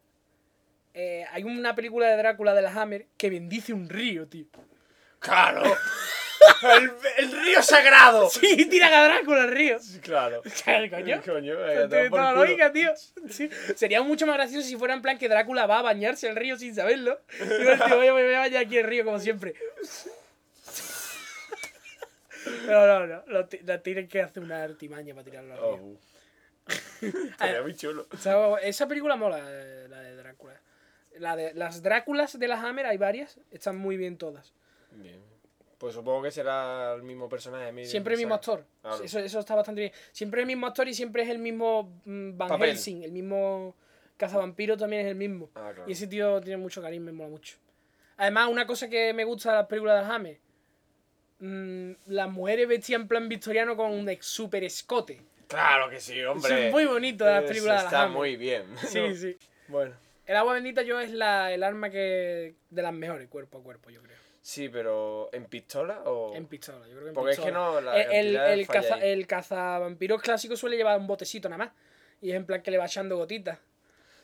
Speaker 2: eh, hay una película de Drácula de la Hammer que bendice un río, tío.
Speaker 1: ¡Claro! el, el río sagrado!
Speaker 2: Sí, tiran a Drácula al río.
Speaker 1: Sí, Claro.
Speaker 2: ¿Sabes, coño?
Speaker 1: Coño, venga, toma
Speaker 2: Tiene
Speaker 1: por
Speaker 2: toda
Speaker 1: culo.
Speaker 2: lógica, tío. Sí. Sería mucho más gracioso si fuera en plan que Drácula va a bañarse al río sin saberlo. Y bueno, tío, voy a- me voy a bañar aquí el río como siempre. No, no, no. Lo ti- la tienen que hacer una artimaña para tirarlo al
Speaker 1: Oh,
Speaker 2: río.
Speaker 1: uh. Estaría muy chulo.
Speaker 2: O sea, esa película mola, eh, la de Drácula. La de, las Dráculas de la Hammer, hay varias, están muy bien todas.
Speaker 1: Bien. Pues supongo que será el mismo personaje. mi-
Speaker 2: Siempre el mismo
Speaker 1: saga.
Speaker 2: actor.
Speaker 1: Claro.
Speaker 2: Eso, eso está bastante bien. Siempre el mismo actor y siempre es el mismo mm, Van
Speaker 1: Papel.
Speaker 2: Helsing, el mismo Cazavampiro también es el mismo.
Speaker 1: Ah, claro.
Speaker 2: Y ese tío tiene mucho carisma, me mola mucho. Además, una cosa que me gusta de las películas de Hammer, mm, las mujeres vestidas en plan victoriano con un ex- super escote.
Speaker 1: Claro que sí, hombre.
Speaker 2: Eso es muy bonito de las
Speaker 1: Eso
Speaker 2: películas de las
Speaker 1: Está
Speaker 2: Hammer.
Speaker 1: muy bien.
Speaker 2: Sí, sí.
Speaker 1: Bueno.
Speaker 2: El agua bendita yo es la, el arma que de las mejores cuerpo a cuerpo, yo creo.
Speaker 1: Sí, pero ¿en pistola o...?
Speaker 2: En pistola, yo creo que en
Speaker 1: Oh. Porque es
Speaker 2: pistola.
Speaker 1: que no, la
Speaker 2: el, el,
Speaker 1: cantidad
Speaker 2: el
Speaker 1: falla
Speaker 2: caza,
Speaker 1: ahí.
Speaker 2: el cazavampiros clásico suele llevar un botecito nada más. Y es en plan que le va echando gotitas.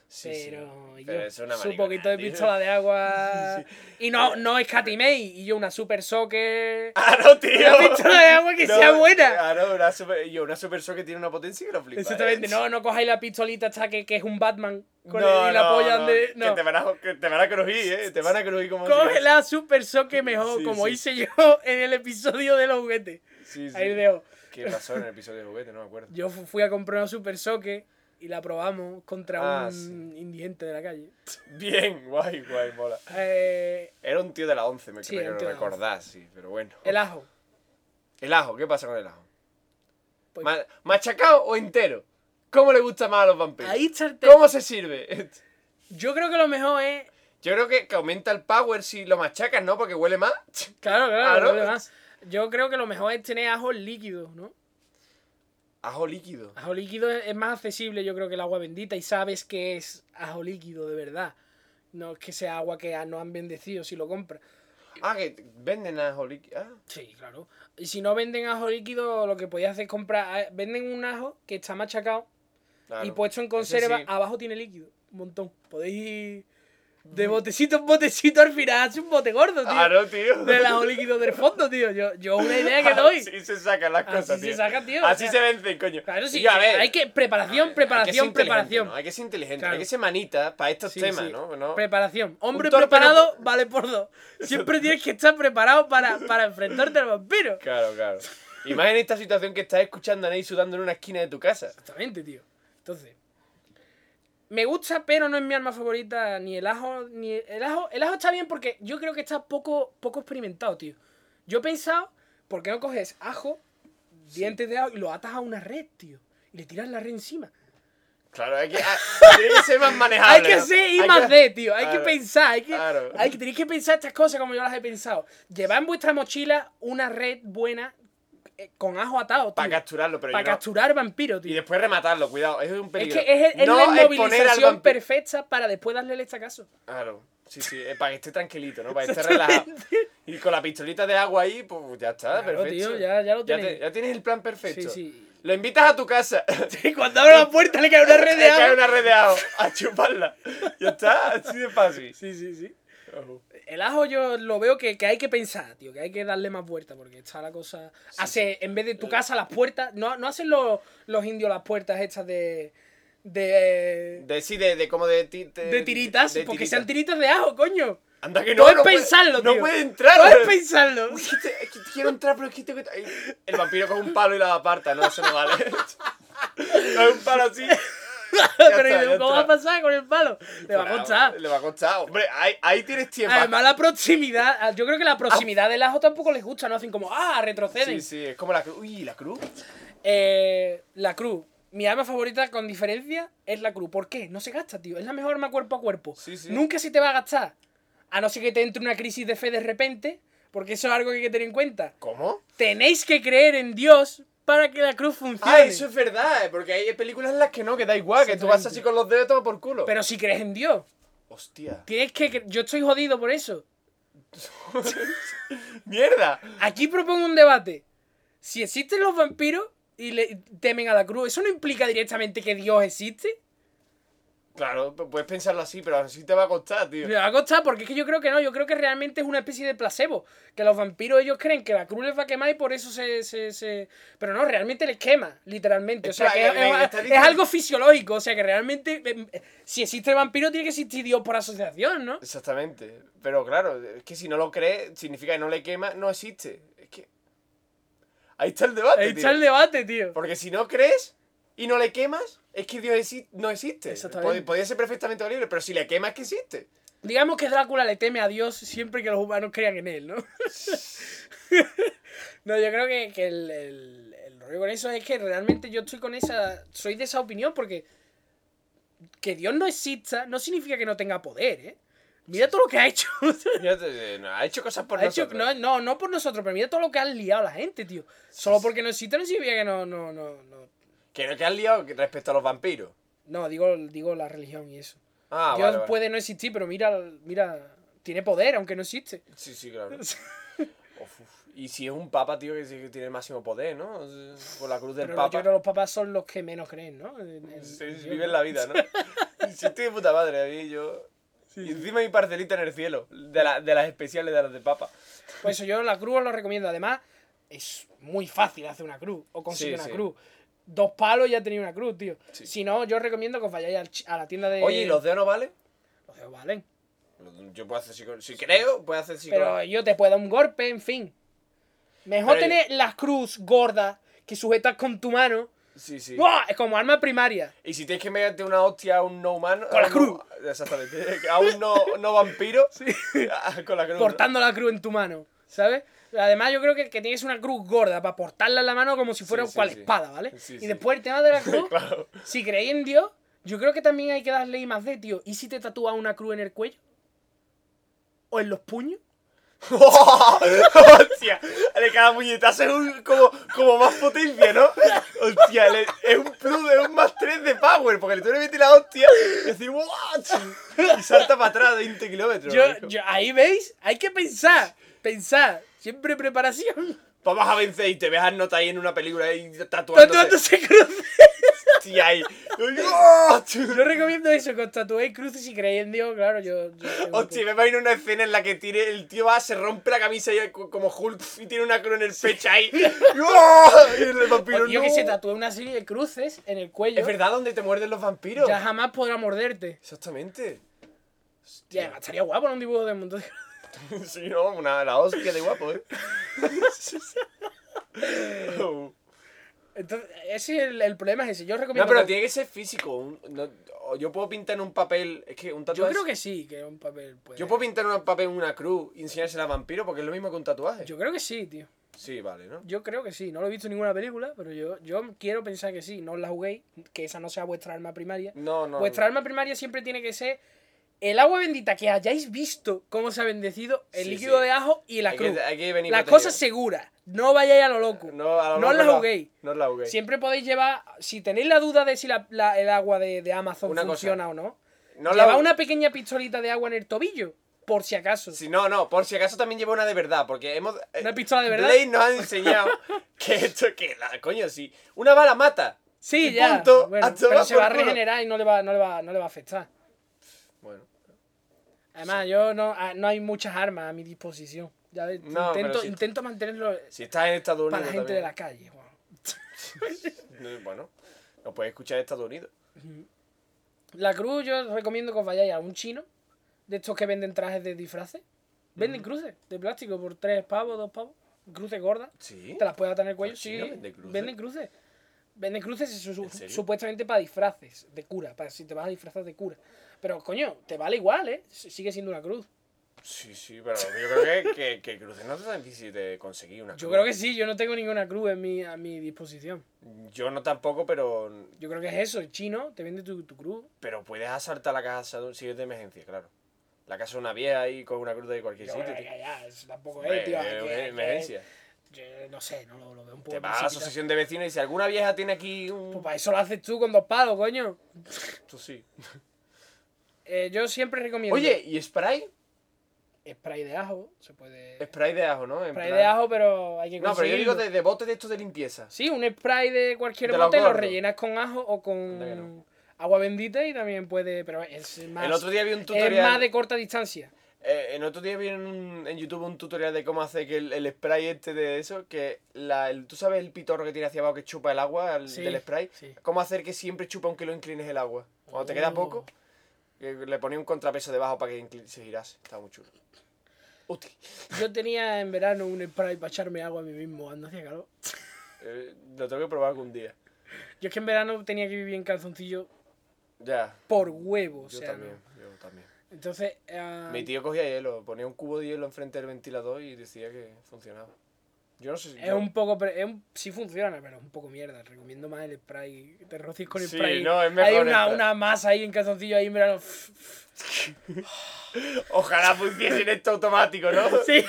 Speaker 1: Sí, sí.
Speaker 2: pero
Speaker 1: Pero
Speaker 2: yo,
Speaker 1: es una
Speaker 2: su
Speaker 1: mariconada,
Speaker 2: poquito de
Speaker 1: tío.
Speaker 2: pistola de agua. Y no, no escatiméis. Y yo una super soccer.
Speaker 1: ¡Ah, no, tío!
Speaker 2: Una pistola de agua que sea buena.
Speaker 1: Ah, no, una super, yo, una super shock que tiene una potencia que lo flipa. ¿eh?
Speaker 2: Exactamente, no, no cojáis la pistolita esta que, que es un Batman. Con
Speaker 1: no,
Speaker 2: el- y la
Speaker 1: no,
Speaker 2: polla
Speaker 1: no,
Speaker 2: de. No.
Speaker 1: Que te van a, que te van a crujir, ¿eh? Te van a crujir como...
Speaker 2: Coge la super soccer mejor,
Speaker 1: Sí,
Speaker 2: como
Speaker 1: sí.
Speaker 2: hice yo en el episodio de los juguetes.
Speaker 1: Sí, sí.
Speaker 2: Ahí veo.
Speaker 1: ¿Qué pasó en el episodio de juguete? No me acuerdo.
Speaker 2: Yo fu- fui a comprar una super soque y la probamos contra
Speaker 1: Ah,
Speaker 2: un
Speaker 1: sí.
Speaker 2: indigente de la calle.
Speaker 1: Bien, guay, guay, mola.
Speaker 2: Eh,
Speaker 1: Era un tío de la 11, me
Speaker 2: Sí,
Speaker 1: creo
Speaker 2: era un
Speaker 1: que
Speaker 2: tío
Speaker 1: lo
Speaker 2: de la 11.
Speaker 1: recordás, sí, pero bueno.
Speaker 2: el ajo.
Speaker 1: El ajo, ¿qué pasa con el ajo?
Speaker 2: Pues-
Speaker 1: Ma- ¿Machacado o entero? ¿Cómo le gusta más a los vampiros?
Speaker 2: Ahí está el tema.
Speaker 1: ¿Cómo se sirve?
Speaker 2: Yo creo que lo mejor es.
Speaker 1: Yo creo que, que aumenta el power si lo machacas, ¿no? Porque huele más.
Speaker 2: Claro, claro,
Speaker 1: Claro.
Speaker 2: lo demás. Yo creo que lo mejor es tener ajo líquido, ¿no?
Speaker 1: Ajo líquido.
Speaker 2: Ajo líquido es es más accesible, yo creo, que el agua bendita y sabes que es ajo líquido de verdad. No es que sea agua que ah, no han bendecido si lo compras.
Speaker 1: Ah, que venden ajo líquido. Ah,
Speaker 2: Sí, claro. Y si no venden ajo líquido, lo que podías hacer es comprar. ah, Venden un ajo que está machacado
Speaker 1: claro.
Speaker 2: y pues, puesto en
Speaker 1: Ese
Speaker 2: conserva,
Speaker 1: sí.
Speaker 2: abajo tiene líquido. Un montón. Podéis ir de botecito en botecito al final. Hace un bote gordo, tío.
Speaker 1: Mm. Claro, tío.
Speaker 2: Del ajo líquido del fondo, tío. Yo, yo una idea que doy.
Speaker 1: Así se sacan las
Speaker 2: Así
Speaker 1: cosas,
Speaker 2: se
Speaker 1: Ah, tío.
Speaker 2: saca, tío,
Speaker 1: Así
Speaker 2: o sea.
Speaker 1: se vencen, coño.
Speaker 2: Claro, sí.
Speaker 1: Y yo, a ver,
Speaker 2: Hay que. Preparación,
Speaker 1: hay que ser
Speaker 2: preparación,
Speaker 1: inteligente,
Speaker 2: preparación.
Speaker 1: ¿no? Hay que ser inteligente,
Speaker 2: Claro.
Speaker 1: hay que ser manita para estos
Speaker 2: Sí,
Speaker 1: temas,
Speaker 2: sí.
Speaker 1: ¿no? ¿no?
Speaker 2: Preparación. Hombre
Speaker 1: torpe
Speaker 2: preparado vale por dos. Siempre tienes que estar preparado para, para enfrentarte al vampiro.
Speaker 1: Claro, claro. Y más en esta situación que estás escuchando a Ney sudando en una esquina de tu casa.
Speaker 2: Exactamente, tío. Entonces. Me gusta, pero no es mi arma favorita. Ni el ajo, ni el ajo. El ajo está bien porque yo creo que está poco, poco experimentado, tío. Yo he pensado, ¿por qué no coges ajo, dientes de ajo y lo atas a una red, tío? Y le tiras la red encima.
Speaker 1: Claro, hay que, ah, tiene que ser más manejable.
Speaker 2: Hay que
Speaker 1: ¿no?
Speaker 2: hacer I
Speaker 1: Hay
Speaker 2: más
Speaker 1: que-
Speaker 2: D, tío. Hay
Speaker 1: Claro.
Speaker 2: que pensar. Hay que,
Speaker 1: Claro.
Speaker 2: hay que, tenéis que pensar estas cosas como yo las he pensado. Llevar en vuestra mochila una red buena eh, con ajo atado, tío.
Speaker 1: Para capturarlo, pero
Speaker 2: Para
Speaker 1: yo no-
Speaker 2: capturar vampiros,
Speaker 1: Y
Speaker 2: tío.
Speaker 1: después rematarlo, cuidado, eso es un
Speaker 2: Es
Speaker 1: peligro.
Speaker 2: que es, el- es
Speaker 1: No
Speaker 2: la
Speaker 1: exponer al
Speaker 2: movilización
Speaker 1: vampi-
Speaker 2: perfecta para después darle el estacazo.
Speaker 1: Claro, sí, sí, eh, para que esté tranquilito, ¿no? Para que esté relajado. Y con la pistolita de agua ahí, pues ya está,
Speaker 2: Claro,
Speaker 1: perfecto.
Speaker 2: tío, ya- ya lo
Speaker 1: te-
Speaker 2: tienes.
Speaker 1: ya tienes el plan perfecto.
Speaker 2: Sí, sí.
Speaker 1: Lo invitas a tu casa.
Speaker 2: Y cuando abre la puerta le cae una red
Speaker 1: Le
Speaker 2: de
Speaker 1: cae
Speaker 2: ajo.
Speaker 1: una red de ajo, a chuparla. Ya está, así de fácil.
Speaker 2: Sí, sí, sí.
Speaker 1: Ojo.
Speaker 2: El ajo yo lo veo que, que hay que pensar, tío, que hay que darle más vueltas, porque está la cosa... hace, en vez de tu casa, las puertas... No, no hacen los, los indios las puertas estas de... De...
Speaker 1: De sí, de, de como de, ti-
Speaker 2: de tiritas,
Speaker 1: de
Speaker 2: porque
Speaker 1: tiritas.
Speaker 2: sean tiritas de ajo, coño.
Speaker 1: Anda que no,
Speaker 2: Puedes
Speaker 1: no puede-
Speaker 2: pensarlo, tío.
Speaker 1: No puede entrar.
Speaker 2: Puedes
Speaker 1: pero-
Speaker 2: pensarlo.
Speaker 1: Es que te- es que te quiero entrar, pero es que tengo que- Ay, El vampiro con un palo y la aparta, no, eso no vale. Con un palo así.
Speaker 2: Pero
Speaker 1: está,
Speaker 2: ¿y
Speaker 1: ya
Speaker 2: ¿cómo va a
Speaker 1: está.
Speaker 2: pasar con el palo? Te va a
Speaker 1: Bravo,
Speaker 2: costar.
Speaker 1: Le va a costar, hombre. Ahí, ahí tienes tiempo.
Speaker 2: Además, la proximidad. ah, Yo creo que la proximidad del ajo tampoco les gusta, ¿no? Hacen como, ah, retroceden.
Speaker 1: sí, sí, es como la cruz. Uy, la cruz.
Speaker 2: Eh, la cruz. Mi arma favorita, con diferencia, es la cruz. ¿Por qué? No se gasta, tío. Es la mejor arma cuerpo a cuerpo.
Speaker 1: Sí, sí.
Speaker 2: Nunca se te va a gastar. A no ser que te entre una crisis de fe de repente, porque eso es algo que hay que tener en cuenta.
Speaker 1: ¿Cómo?
Speaker 2: Tenéis que creer en Dios para que la cruz funcione.
Speaker 1: Ah, eso es verdad, eh, porque hay películas en las que no, que da igual, que tú vas así con los dedos todo por culo.
Speaker 2: Pero si crees en Dios,
Speaker 1: Hostia.
Speaker 2: tienes que. cre- Yo estoy jodido por eso.
Speaker 1: ¡Mierda!
Speaker 2: Aquí propongo un debate. Si existen los vampiros y le temen a la cruz, ¿eso no implica directamente que Dios existe?
Speaker 1: Claro, p- puedes pensarlo así, pero así te va a costar, tío.
Speaker 2: Me va a costar, porque es que yo creo que no, yo creo que realmente es una especie de placebo. Que los vampiros ellos creen que la cruz les va a quemar y por eso se. se, se- Pero no, realmente les quema, literalmente. O sea, que
Speaker 1: Espera,
Speaker 2: es,
Speaker 1: eh, me
Speaker 2: es-
Speaker 1: estás
Speaker 2: es
Speaker 1: diciendo-
Speaker 2: algo fisiológico, o sea, que realmente. eh, Si existe el vampiro, tiene que existir Dios por asociación, ¿no?
Speaker 1: Exactamente. Pero claro, es que si no lo crees, significa que no le quema, no existe. Es que. Ahí está el debate,
Speaker 2: Ahí está
Speaker 1: tío.
Speaker 2: el debate, tío.
Speaker 1: Porque si no crees y no le quemas, es que Dios exi- no existe.
Speaker 2: Exactamente.
Speaker 1: Pod- Podría ser perfectamente horrible, pero si le quemas, que existe.
Speaker 2: Digamos que Drácula le teme a Dios siempre que los humanos crean en él, ¿no? no, yo creo que, que el, el, el rollo con eso es que realmente yo estoy con esa. Soy de esa opinión porque. Que Dios no exista no significa que no tenga poder, ¿eh? Mira todo lo que ha hecho.
Speaker 1: Ya te- eh, no, ha hecho cosas por
Speaker 2: Ha hecho-
Speaker 1: nosotros.
Speaker 2: no, no, no por nosotros, pero mira todo lo que han liado a la gente, tío. Solo porque no exista no significa que no. No, no, no.
Speaker 1: Que no te has liado respecto a los vampiros.
Speaker 2: no digo, digo la religión y eso.
Speaker 1: Ah,
Speaker 2: Dios
Speaker 1: vale, vale.
Speaker 2: puede no existir, pero mira, mira. Tiene poder, aunque no existe.
Speaker 1: Sí, sí, claro. Uf, uf. Y si es un papa, tío, que sí que tiene el máximo poder, ¿no? Con la cruz del
Speaker 2: Pero
Speaker 1: papa.
Speaker 2: yo creo que los papás son los que menos creen, ¿no? En- en-
Speaker 1: Sí,
Speaker 2: en Dios,
Speaker 1: viven
Speaker 2: ¿no?
Speaker 1: la vida, ¿no? Si estoy de puta madre, a mí yo. Y encima mi parcelita en el cielo, de, la- de las especiales de las de papa.
Speaker 2: Por Pues eso yo la cruz os lo recomiendo. Además, es muy fácil hacer una cruz o conseguir
Speaker 1: Sí,
Speaker 2: una
Speaker 1: sí.
Speaker 2: cruz. Dos palos y ya tenéis una cruz, tío.
Speaker 1: Sí.
Speaker 2: Si no, yo os recomiendo que os vayáis al chi- a la tienda de.
Speaker 1: Oye, ¿y los dedos no valen?
Speaker 2: Los dedos valen.
Speaker 1: Yo puedo hacer psicología. Si creo, puedo hacer
Speaker 2: Pero
Speaker 1: psicología.
Speaker 2: yo te puedo dar un golpe, en fin. Mejor
Speaker 1: Pero-
Speaker 2: tener las cruz gordas que sujetas con tu mano.
Speaker 1: Sí, sí.
Speaker 2: ¡Buah! Es como arma primaria.
Speaker 1: Y si tienes que mediante una hostia a un no humano.
Speaker 2: Con la
Speaker 1: a un no- Exactamente. A un no, no vampiro. ah, Con la cruz.
Speaker 2: portando la cruz en tu mano, ¿sabes? Además, yo creo que, que tienes una cruz gorda para portarla en la mano como si fuera
Speaker 1: Sí, sí,
Speaker 2: cual
Speaker 1: sí.
Speaker 2: espada, ¿vale?
Speaker 1: Sí,
Speaker 2: y
Speaker 1: sí.
Speaker 2: después el tema de la cruz,
Speaker 1: Claro.
Speaker 2: si creéis en Dios, yo creo que también hay que darle I más D, tío. ¿Y si te tatúas una cruz en el cuello? ¿O en los puños?
Speaker 1: ¡Hostia! Le cada puñetazo es un, como, como más potencia, ¿no? ¡Hostia! le- es un plus, es un más 3 de power, porque le tú le metes la hostia y decís "What?" Y salta para atrás de 20 kilómetros.
Speaker 2: Yo,
Speaker 1: hijo.
Speaker 2: yo- ahí veis, hay que pensar, pensar, siempre preparación.
Speaker 1: Vamos Pues a vencer y te ves a nota ahí en una película ahí tatuándote.
Speaker 2: Tatuándose cruces.
Speaker 1: ¡Hostia! Ahí. ¡What!
Speaker 2: Yo recomiendo eso, que os tatuéis cruces si creéis en Dios, claro, yo... yo-
Speaker 1: Hostia, me imagino una escena en la que tire, el tío va, se rompe la camisa y co- como Hulk y tiene una cruz en el pecho ahí. Y el vampiro,
Speaker 2: O yo
Speaker 1: "No".
Speaker 2: que se tatúe una serie de cruces en el cuello.
Speaker 1: Es verdad donde te muerden los vampiros.
Speaker 2: Ya jamás podrá morderte.
Speaker 1: Exactamente.
Speaker 2: Y además estaría guapo en un dibujo de un montón de-
Speaker 1: Sí, no, una, la hostia de guapo, ¿eh? no,
Speaker 2: Entonces, ese es el, el problema es ese. Yo recomiendo.
Speaker 1: pero
Speaker 2: que-
Speaker 1: tiene que ser físico. un- no- o yo puedo pintar en un papel. Es que un
Speaker 2: Yo
Speaker 1: tatuaje.
Speaker 2: creo que sí, que un papel puede.
Speaker 1: Yo puedo pintar en un papel una cruz y enseñársela a vampiro porque es lo mismo que un tatuaje.
Speaker 2: Yo creo que sí, tío.
Speaker 1: Sí, vale, ¿no?
Speaker 2: Yo creo que sí. No lo he visto en ninguna película, pero yo, yo quiero pensar que sí. No os la juguéis, que esa no sea vuestra arma primaria.
Speaker 1: No, no.
Speaker 2: Vuestra arma primaria siempre tiene que ser el agua bendita que hayáis visto cómo se ha bendecido, el
Speaker 1: Sí,
Speaker 2: líquido
Speaker 1: sí.
Speaker 2: de ajo y la
Speaker 1: Hay que-
Speaker 2: cruz.
Speaker 1: hay que venir
Speaker 2: Las
Speaker 1: protegido.
Speaker 2: cosas seguras. No vayáis a lo loco.
Speaker 1: No, a lo
Speaker 2: no
Speaker 1: mejor
Speaker 2: os la
Speaker 1: no-
Speaker 2: juguéis.
Speaker 1: No os la juguéis.
Speaker 2: Siempre podéis llevar, si tenéis la duda de si la- la- el agua de, de Amazon
Speaker 1: Una cosa.
Speaker 2: funciona o no,
Speaker 1: No
Speaker 2: lleva
Speaker 1: la-
Speaker 2: una pequeña pistolita de agua en el tobillo, por si acaso.
Speaker 1: Si no, no, por si acaso también llevo una de verdad, porque hemos... eh,
Speaker 2: ¿Una pistola de verdad?
Speaker 1: Blade nos ha enseñado que esto, que la... Coño, sí. Una bala mata.
Speaker 2: Sí,
Speaker 1: Y
Speaker 2: ya.
Speaker 1: punto,
Speaker 2: bueno,
Speaker 1: a tomar
Speaker 2: pero se
Speaker 1: por
Speaker 2: va a
Speaker 1: culo.
Speaker 2: regenerar y no le va, no le va, no le va a afectar.
Speaker 1: Bueno.
Speaker 2: Además, yo no, ah, no hay muchas armas a mi disposición. Ya ves,
Speaker 1: No, pero
Speaker 2: intento,
Speaker 1: sí.
Speaker 2: intento mantenerlo
Speaker 1: Si estás en Estados Unidos
Speaker 2: para la gente
Speaker 1: también.
Speaker 2: de la calle. Juan.
Speaker 1: Eh, Bueno, lo puedes escuchar en Estados Unidos.
Speaker 2: La cruz yo os recomiendo que os vayáis a un chino, de estos que venden trajes de disfraces. Venden cruces de plástico por tres pavos, dos pavos. Cruces gordas.
Speaker 1: Sí.
Speaker 2: Te las puedes atar en el cuello,
Speaker 1: Pues
Speaker 2: sí.
Speaker 1: China vende cruces.
Speaker 2: Venden cruces. Vende cruces eso su-
Speaker 3: ¿En serio?
Speaker 2: supuestamente para disfraces de cura, para si te vas a disfrazar de cura. Pero coño, te vale igual, ¿eh? S- Sigue siendo una cruz.
Speaker 1: Sí, sí, pero yo creo que, que, que cruces no es tan difícil de conseguir una
Speaker 2: Yo
Speaker 1: cruz.
Speaker 2: creo que sí, yo no tengo ninguna cruz en mi, a mi disposición.
Speaker 1: Yo no tampoco, pero,
Speaker 2: Yo creo que es eso, el chino te vende tu, tu cruz.
Speaker 1: pero puedes asaltar la casa de un- si es de emergencia, claro. La casa de una vieja y con una cruz de cualquier
Speaker 2: Yo,
Speaker 1: sitio.
Speaker 2: ya,
Speaker 1: tío.
Speaker 2: ya, ya, eso tampoco
Speaker 1: Hombre,
Speaker 2: es, tío.
Speaker 1: es
Speaker 2: que-
Speaker 1: una
Speaker 2: que-
Speaker 1: emergencia.
Speaker 2: yo no sé, no lo, lo veo un poco.
Speaker 1: Te vas a la
Speaker 2: precipitado.
Speaker 1: asociación de vecinos y dices, alguna vieja tiene aquí
Speaker 2: Pues
Speaker 1: un...
Speaker 2: para eso lo haces tú con dos palos, coño.
Speaker 1: Tú sí.
Speaker 2: Eh, yo siempre recomiendo.
Speaker 1: Oye, ¿y spray?
Speaker 2: Spray de ajo, se puede.
Speaker 1: Spray de ajo, ¿no? En
Speaker 2: Spray
Speaker 1: plan-
Speaker 2: de ajo, pero hay que
Speaker 1: No, pero yo digo
Speaker 2: conseguirlo.
Speaker 1: de, de bote de estos de limpieza.
Speaker 2: Sí, un spray de cualquier
Speaker 1: De los
Speaker 2: bote lo
Speaker 1: gordos.
Speaker 2: rellenas con ajo o
Speaker 1: Anda que
Speaker 2: con
Speaker 1: no.
Speaker 2: agua bendita y también puede. Pero es más.
Speaker 1: El otro día vi un
Speaker 2: Es
Speaker 1: tutorial...
Speaker 2: más de corta distancia.
Speaker 1: Eh, en otro día vi en, un- en YouTube un tutorial de cómo hacer que el, el spray este de eso, que la, el- tú sabes el pitorro que tiene hacia abajo que chupa el agua al-
Speaker 2: Sí,
Speaker 1: del spray,
Speaker 2: sí.
Speaker 1: cómo hacer que siempre chupa aunque lo inclines el agua. Cuando te queda
Speaker 2: Oh.
Speaker 1: poco, que le ponía un contrapeso debajo para que incli- se girase. Estaba muy chulo. Útil.
Speaker 2: Yo tenía en verano un spray para echarme agua a mí mismo cuando hacía calor.
Speaker 1: Eh, lo tengo que probar algún día.
Speaker 2: Yo es que en verano tenía que vivir en calzoncillo
Speaker 1: Ya.
Speaker 2: por huevo, o
Speaker 1: Yo
Speaker 2: sea,
Speaker 1: también,
Speaker 2: ¿no?
Speaker 1: yo también.
Speaker 2: Entonces, ah,
Speaker 1: Mi tío cogía hielo, ponía un cubo de hielo enfrente del ventilador y decía que funcionaba. Yo no sé si...
Speaker 2: es
Speaker 1: yo-
Speaker 2: un poco. pre- Es un, sí funciona, pero es un poco mierda. Recomiendo más el spray. Te roces con el
Speaker 1: Sí,
Speaker 2: spray.
Speaker 1: no, es
Speaker 2: Hay
Speaker 1: mejor
Speaker 2: una,
Speaker 1: el spray.
Speaker 2: una masa ahí en calzoncillo ahí en verano.
Speaker 1: Ojalá pusiesen esto automático, ¿no?
Speaker 2: Sí.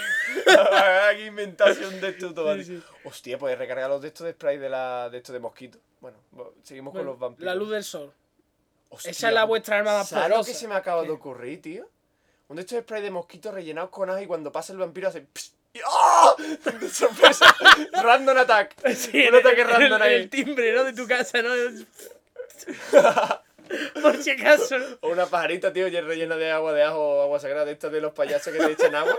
Speaker 1: Hay inventación de esto automático.
Speaker 2: Sí, sí.
Speaker 1: Hostia, puedes recargar los de estos de spray de, la, de estos de mosquito. Bueno, bo- seguimos
Speaker 2: Bueno,
Speaker 1: con los vampiros.
Speaker 2: La luz del sol.
Speaker 1: Hostia,
Speaker 2: esa es la vuestra arma más
Speaker 1: ¿sabes lo
Speaker 2: poderosa?
Speaker 1: que se me acaba
Speaker 2: ¿Qué?
Speaker 1: de ocurrir, tío? Un de estos spray de mosquito rellenados con ajo y cuando pasa el vampiro hace... pss, y- ¡Ah! De sorpresa. random attack. Un ataque
Speaker 2: el-
Speaker 1: random
Speaker 2: el,
Speaker 1: ahí.
Speaker 2: el timbre, ¿no? De tu casa, ¿no? Por si acaso. ¿no?
Speaker 1: O una pajarita, tío, ya rellena de agua de ajo o agua sagrada. de Estas de los payasos que te echan agua.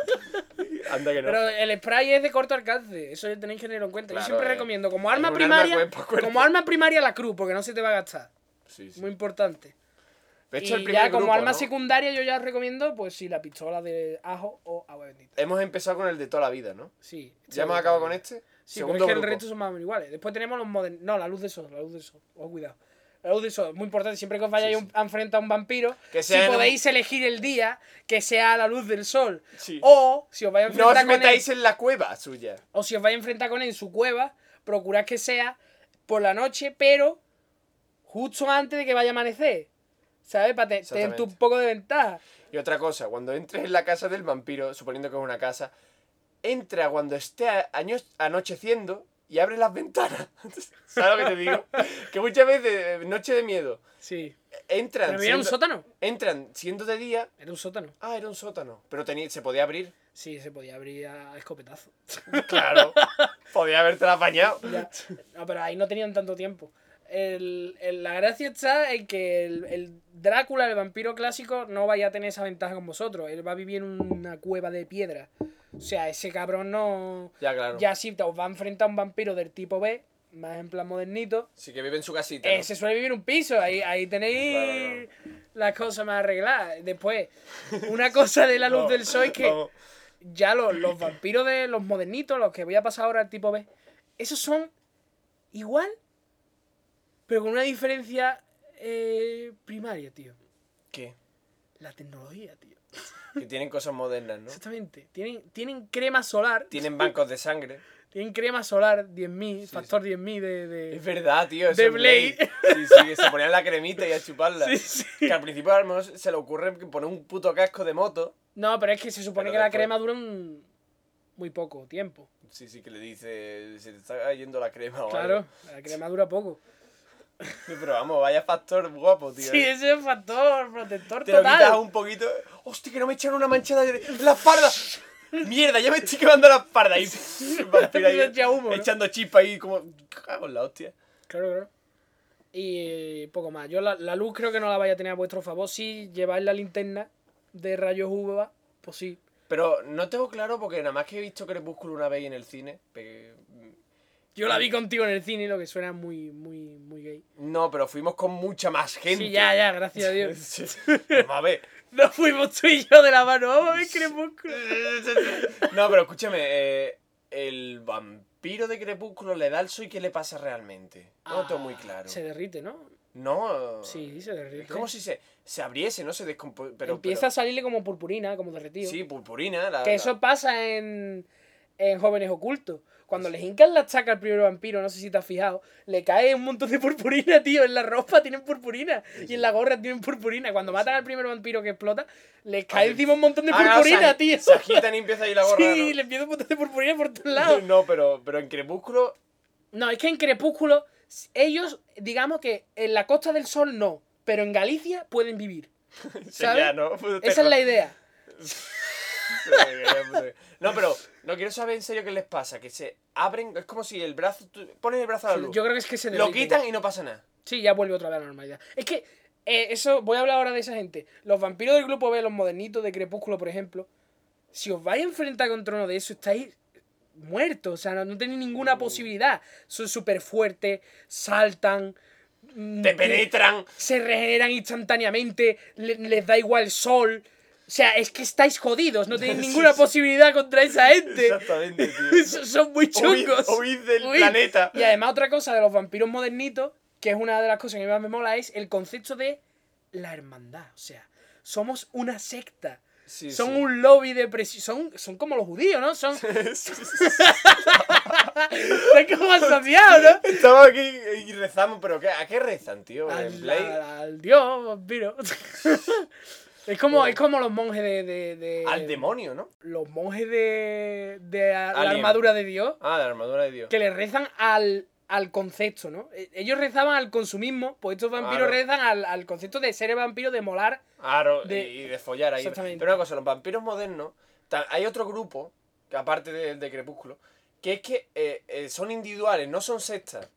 Speaker 1: Anda que no.
Speaker 2: Pero el spray es de corto alcance, eso ya tenéis que tenerlo en cuenta.
Speaker 1: Claro,
Speaker 2: Yo siempre
Speaker 1: eh.
Speaker 2: recomiendo como
Speaker 1: Es
Speaker 2: arma
Speaker 1: un arma
Speaker 2: primaria,
Speaker 1: cuerpo a cuerpo.
Speaker 2: como arma primaria la cruz, porque no se te va a gastar.
Speaker 1: Sí, sí.
Speaker 2: Muy importante.
Speaker 1: De hecho, el
Speaker 2: y
Speaker 1: primer
Speaker 2: ya como
Speaker 1: grupo,
Speaker 2: arma
Speaker 1: ¿no?
Speaker 2: secundaria yo ya recomiendo, pues sí, la pistola de ajo o agua bendita.
Speaker 1: Hemos empezado con el de toda la vida, ¿no?
Speaker 2: Sí. sí,
Speaker 1: Ya hemos
Speaker 2: sí.
Speaker 1: acabado con este.
Speaker 2: Sí,
Speaker 1: Segundo
Speaker 2: pero es que el
Speaker 1: grupo.
Speaker 2: resto son más o menos iguales. Después tenemos los modernos. No, la luz de sol, la luz de sol. Ojo, cuidado. La luz de sol, muy importante. Siempre que os vayáis
Speaker 1: Sí,
Speaker 2: un- a enfrentar a un vampiro,
Speaker 1: Que
Speaker 2: si
Speaker 1: sea en un-
Speaker 2: podéis elegir el día, que sea la luz del sol.
Speaker 1: Sí.
Speaker 2: O si os vais a
Speaker 1: No
Speaker 2: enfrentar
Speaker 1: os
Speaker 2: Oh, con él,
Speaker 1: metáis en la cueva suya.
Speaker 2: o si os vais a enfrentar con él en su cueva, procurad que sea por la noche, pero justo antes de que vaya a amanecer. ¿Sabes? Para te- tener tú un
Speaker 1: Exactamente.
Speaker 2: poco de ventaja.
Speaker 1: Y otra cosa, cuando entres en la casa del vampiro, suponiendo que es una casa, entra cuando esté a- año- anocheciendo y abre las ventanas. ¿Sabes lo que te digo? que muchas veces, eh, noche de miedo,
Speaker 2: Sí.
Speaker 1: entran
Speaker 2: Pero era
Speaker 1: siendo,
Speaker 2: un sótano.
Speaker 1: entran siendo de día.
Speaker 2: Era un sótano.
Speaker 1: Ah, era un sótano. Pero tenía, se podía abrir.
Speaker 2: Sí, se podía abrir a a escopetazo.
Speaker 1: Claro. podía haberte la apañado.
Speaker 2: Ya. No, pero ahí no tenían tanto tiempo. El- el- la gracia está en que el, el Drácula, el vampiro clásico, no vaya a tener esa ventaja con vosotros. Él va a vivir en una cueva de piedra. O sea, ese cabrón no.
Speaker 1: Ya, claro.
Speaker 2: Ya si te- os va a enfrentar a un vampiro del tipo B, más en plan modernito.
Speaker 1: Sí que vive en su casita. ¿no?
Speaker 2: eh, se suele vivir en un piso, ahí, ahí tenéis las cosas más arregladas. Después, una cosa de la luz
Speaker 1: No,
Speaker 2: del sol es que
Speaker 1: no.
Speaker 2: ya los, los vampiros de los modernitos, los que voy a pasar ahora al tipo B, esos son igual, pero con una diferencia eh, primaria, tío.
Speaker 1: ¿Qué?
Speaker 2: La tecnología, tío.
Speaker 1: Que tienen cosas modernas, ¿no?
Speaker 2: Exactamente. Tienen, tienen crema solar.
Speaker 1: Tienen bancos de sangre.
Speaker 2: Tienen crema solar 10.000,
Speaker 1: sí.
Speaker 2: factor 10.000 de... de-
Speaker 1: Es verdad, tío. eso
Speaker 2: De
Speaker 1: es ley. Sí, sí, que se ponían la cremita y a chuparla.
Speaker 2: Sí, sí.
Speaker 1: Que al principio a lo mejor se le ocurre que poner un puto casco de moto.
Speaker 2: No, pero es que se
Speaker 1: Pero
Speaker 2: supone que la
Speaker 1: después-
Speaker 2: crema dura un... muy poco tiempo.
Speaker 1: Sí, sí, que le dice, se te está yendo la crema o
Speaker 2: Claro,
Speaker 1: algo.
Speaker 2: la crema dura poco.
Speaker 1: Sí, Pero vamos, vaya factor guapo, tío.
Speaker 2: Sí, ese es factor protector
Speaker 1: Te lo quitas
Speaker 2: total.
Speaker 1: un poquito. Hostia, que no me echaron una manchada de en la espalda. Mierda, ya me estoy quemando la espalda. Y el vampiro ahí
Speaker 2: Echa humo, ¿no?
Speaker 1: echando chispa ahí como... Cago en la hostia.
Speaker 2: Claro, claro. Y eh, poco más. Yo la, la luz creo que no la vaya a tener a vuestro favor. Si lleváis la linterna de rayos UVA, pues sí.
Speaker 1: Pero no tengo claro porque nada más que he visto Crepúsculo una vez en el cine. pe-
Speaker 2: Yo la vi contigo en el cine, lo que suena muy, muy, muy gay.
Speaker 1: No, pero fuimos con mucha más gente.
Speaker 2: Sí, ya, ya, gracias a Dios.
Speaker 1: Sí. Vamos a ver.
Speaker 2: Nos fuimos tú y yo de la mano. Vamos a ver crepúsculo.
Speaker 1: No, pero escúchame, eh, el vampiro. vampiro de Crepúsculo le da el soy, ¿qué le pasa realmente? No todo
Speaker 2: Ah,
Speaker 1: muy claro.
Speaker 2: Se derrite, ¿no?
Speaker 1: No.
Speaker 2: Sí, se derrite.
Speaker 1: Es como si se, se abriese, no se descompone. Pero,
Speaker 2: Empieza a
Speaker 1: pero-
Speaker 2: salirle como purpurina, como derretido.
Speaker 1: Sí, purpurina. La,
Speaker 2: que
Speaker 1: la-
Speaker 2: eso pasa en, en Jóvenes Ocultos. Cuando les hincan la chaca al primer vampiro, no sé si te has fijado, le cae un montón de purpurina, tío. En la ropa tienen purpurina y
Speaker 1: sí.
Speaker 2: en la gorra tienen purpurina. Cuando matan al primer vampiro que explota, les
Speaker 1: Ah,
Speaker 2: cae
Speaker 1: sí.
Speaker 2: encima un montón de
Speaker 1: Ah, no,
Speaker 2: purpurina,
Speaker 1: se agi-
Speaker 2: tío.
Speaker 1: Se agitan y empieza ahí la gorra.
Speaker 2: Sí, le empieza un montón de purpurina por todos lados.
Speaker 1: ¿no? no, pero, pero en Crepúsculo.
Speaker 2: No, es que en Crepúsculo, ellos, digamos que en la Costa del Sol no, pero en Galicia pueden vivir. ¿Sabes?
Speaker 1: Ya, ¿no? Puto
Speaker 2: Esa es la
Speaker 1: terror.
Speaker 2: idea.
Speaker 1: No, pero no quiero saber en serio qué les pasa. Que se abren. Es como si el brazo. tú- Ponen el brazo a la luz.
Speaker 2: Yo creo que es que se
Speaker 1: Lo
Speaker 2: derriten.
Speaker 1: quitan y no pasa nada.
Speaker 2: Sí, ya vuelve otra vez a la normalidad. Es que, eh, eso, voy a hablar ahora de esa gente. Los vampiros del grupo B, los modernitos de Crepúsculo, por ejemplo, si os vais a enfrentar contra uno de esos, estáis muertos. O sea, no, no tenéis ninguna posibilidad. Son súper fuertes, saltan. mm,
Speaker 1: Te
Speaker 2: que-
Speaker 1: penetran.
Speaker 2: Se regeneran instantáneamente, le- les da igual el sol. O sea, es que estáis jodidos, no tenéis
Speaker 1: Sí,
Speaker 2: ninguna
Speaker 1: sí.
Speaker 2: posibilidad contra esa gente.
Speaker 1: Exactamente, tío.
Speaker 2: Son son muy
Speaker 1: Huid,
Speaker 2: chungos.
Speaker 1: huid del
Speaker 2: Huid.
Speaker 1: planeta.
Speaker 2: Y además otra cosa de los vampiros modernitos, que es una de las cosas que más me mola, es el concepto de la hermandad. O sea, somos una secta.
Speaker 1: Sí,
Speaker 2: son
Speaker 1: sí.
Speaker 2: un lobby de presi- son, son como los judíos, ¿no? Son, son como asociados,
Speaker 1: Estamos aquí y rezamos, pero ¿qué- ¿a qué rezan, tío?
Speaker 2: ¿no?
Speaker 1: En
Speaker 2: Al,
Speaker 1: Play.
Speaker 2: al- al dios vampiro. es, como, es como los monjes de... de- de-
Speaker 1: Al demonio, ¿no?
Speaker 2: Los monjes de, de la
Speaker 1: Alien.
Speaker 2: armadura de dios.
Speaker 1: Ah, la armadura de Dios.
Speaker 2: que le rezan al, al concepto, ¿no? E- Ellos rezaban al consumismo, pues estos vampiros
Speaker 1: Claro.
Speaker 2: rezan al, al concepto de ser vampiro, de molar.
Speaker 1: Aro
Speaker 2: de-
Speaker 1: y, y de follar ahí.
Speaker 2: Exactamente.
Speaker 1: Pero una cosa, los vampiros modernos, ta- hay otro grupo, que aparte de, de Crepúsculo, que es que eh, eh, son individuales, no son sectas.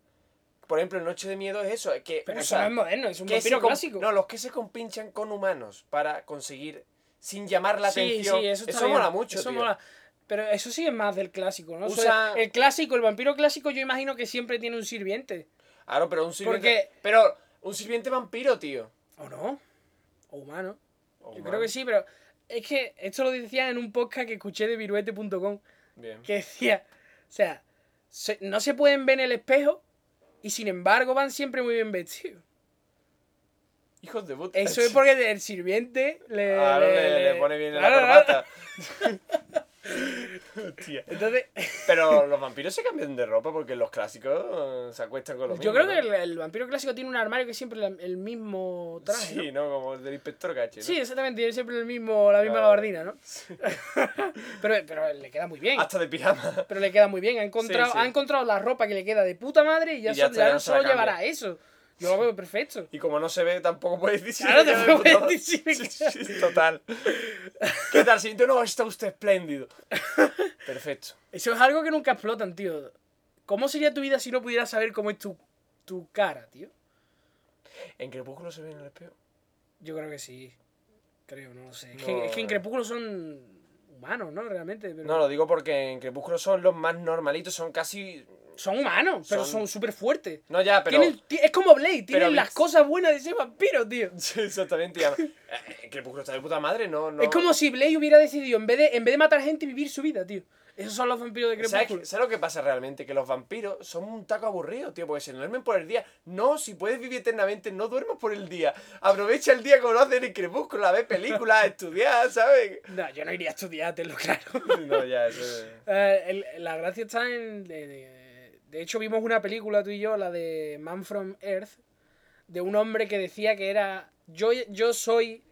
Speaker 1: Por ejemplo, en Noche de Miedo es eso, es que
Speaker 2: Pero eso no
Speaker 1: usan
Speaker 2: es moderno, es un
Speaker 1: que se
Speaker 2: vampiro
Speaker 1: com-
Speaker 2: clásico.
Speaker 1: No, los que se compinchan con humanos para conseguir sin llamar la
Speaker 2: sí,
Speaker 1: atención.
Speaker 2: sí, eso, está bien,
Speaker 1: mola mucho,
Speaker 2: eso
Speaker 1: tío.
Speaker 2: mola. Pero eso sí es más del clásico, ¿no? Eso
Speaker 1: Usa-
Speaker 2: es- el clásico, el vampiro clásico, yo imagino que siempre tiene un sirviente.
Speaker 1: Claro, pero un sirviente.
Speaker 2: Porque-
Speaker 1: Pero un sirviente vampiro, tío.
Speaker 2: ¿O no? O humano.
Speaker 1: Oh,
Speaker 2: Yo
Speaker 1: man.
Speaker 2: creo que sí, pero es que esto lo decía en un podcast que escuché de viruete.com.
Speaker 1: Bien.
Speaker 2: que decía, o sea, se- no se pueden ver en el espejo y sin embargo van siempre muy bien vestidos.
Speaker 1: Hijos de puta.
Speaker 2: Eso es porque el sirviente le,
Speaker 1: Claro,
Speaker 2: le-
Speaker 1: le,
Speaker 2: le-
Speaker 1: le pone bien
Speaker 2: Claro,
Speaker 1: la
Speaker 2: claro.
Speaker 1: corbata. Hostia.
Speaker 2: Entonces,
Speaker 1: Pero los vampiros se cambian de ropa porque los clásicos eh, se acuestan con los
Speaker 2: yo creo que el, el vampiro clásico tiene un armario que es siempre la- el mismo traje. ¿no?
Speaker 1: Sí, ¿no? Como el del inspector Gachi, ¿no?
Speaker 2: Sí, exactamente, tiene siempre el mismo, la misma
Speaker 1: Ah.
Speaker 2: gabardina, ¿no? pero, pero le queda muy bien.
Speaker 1: Hasta de pijama.
Speaker 2: Pero le queda muy bien. Ha encontrado,
Speaker 1: sí.
Speaker 2: ha encontrado la ropa que le queda de puta madre y ya,
Speaker 1: Y ya
Speaker 2: sol-
Speaker 1: está,
Speaker 2: ya
Speaker 1: ya
Speaker 2: no
Speaker 1: no se la
Speaker 2: solo
Speaker 1: cambia.
Speaker 2: llevará eso. Yo lo veo perfecto.
Speaker 1: Y como no se ve, tampoco puedes decir.
Speaker 2: Claro,
Speaker 1: que queda de
Speaker 2: tampoco
Speaker 1: puta
Speaker 2: puedes
Speaker 1: madre.
Speaker 2: decir
Speaker 1: Sí, sí, sí, Total. ¿Qué tal? Si no, está usted espléndido. Perfecto.
Speaker 2: Eso es algo que nunca explotan, tío. ¿Cómo sería tu vida si no pudieras saber cómo es tu, tu cara, tío?
Speaker 1: ¿En Crepúsculo se ve en el espejo?
Speaker 2: Yo creo que sí. Creo, no lo sé. Es,
Speaker 1: No,
Speaker 2: que, es que en
Speaker 1: eh.
Speaker 2: Crepúsculo son humanos, ¿no? Realmente. pero-
Speaker 1: No, lo digo porque en Crepúsculo son los más normalitos, son casi.
Speaker 2: Son humanos, pero
Speaker 1: Son-
Speaker 2: son súper fuertes.
Speaker 1: No, ya, pero.
Speaker 2: Tienen- ti- es como Blade, tienen
Speaker 1: pero
Speaker 2: las
Speaker 1: Blitz-
Speaker 2: cosas buenas de ser vampiro, tío.
Speaker 1: Sí, exactamente. y además, eh, En Crepúsculo está de puta madre, no. no...
Speaker 2: Es como si Blade hubiera decidido, en vez, de, en vez de matar gente, vivir su vida, tío. Esos son los vampiros de Crepúsculo.
Speaker 1: ¿Sabes, sabes lo que pasa realmente? Que los vampiros son un taco aburrido, tío, porque se duermen por el día. No, si puedes vivir eternamente, no duermas por el día. Aprovecha el día como lo hacen en Crepúsculo, a ver películas, a estudiar, ¿sabes?
Speaker 2: No, yo no iría a estudiártelo, claro.
Speaker 1: No, ya, eso es-
Speaker 2: Eh, el- la gracia está en. De, de- de hecho, vimos una película tú y yo, la de Man from Earth, de un hombre que decía que era. Yo, yo soy.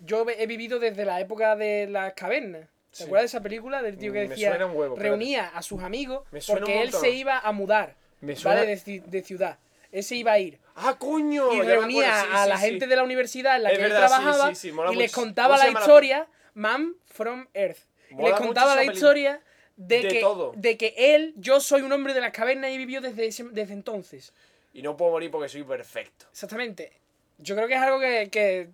Speaker 2: Yo he vivido desde la época de las cavernas. ¿Te
Speaker 1: Sí. Mm,
Speaker 2: acuerdas de esa película del tío que
Speaker 1: Me
Speaker 2: decía
Speaker 1: suena un huevo, espérate.
Speaker 2: reunía a sus amigos
Speaker 1: Me suena
Speaker 2: porque
Speaker 1: un
Speaker 2: él
Speaker 1: montón.
Speaker 2: se iba a mudar
Speaker 1: Me
Speaker 2: ¿vale?
Speaker 1: suena-
Speaker 2: de, ci- de ciudad él se iba a ir
Speaker 1: ¡Ah, coño!
Speaker 2: y
Speaker 1: Ya me acuerdo,
Speaker 2: reunía
Speaker 1: sí,
Speaker 2: a
Speaker 1: sí,
Speaker 2: la
Speaker 1: sí.
Speaker 2: gente de la universidad en la
Speaker 1: Es
Speaker 2: que
Speaker 1: verdad, sí,
Speaker 2: él trabajaba
Speaker 1: sí, sí, mola
Speaker 2: y les
Speaker 1: mucho.
Speaker 2: contaba
Speaker 1: ¿Cómo se
Speaker 2: la
Speaker 1: llama la
Speaker 2: historia Man from Earth. Y
Speaker 1: Mola
Speaker 2: les
Speaker 1: mucho
Speaker 2: contaba
Speaker 1: esa
Speaker 2: la
Speaker 1: película.
Speaker 2: historia de,
Speaker 1: De
Speaker 2: que,
Speaker 1: todo.
Speaker 2: de que él, yo soy un hombre de las cavernas y he vivido desde, ese- desde entonces.
Speaker 1: Y no puedo morir porque soy perfecto.
Speaker 2: Exactamente. Yo creo que es algo que, que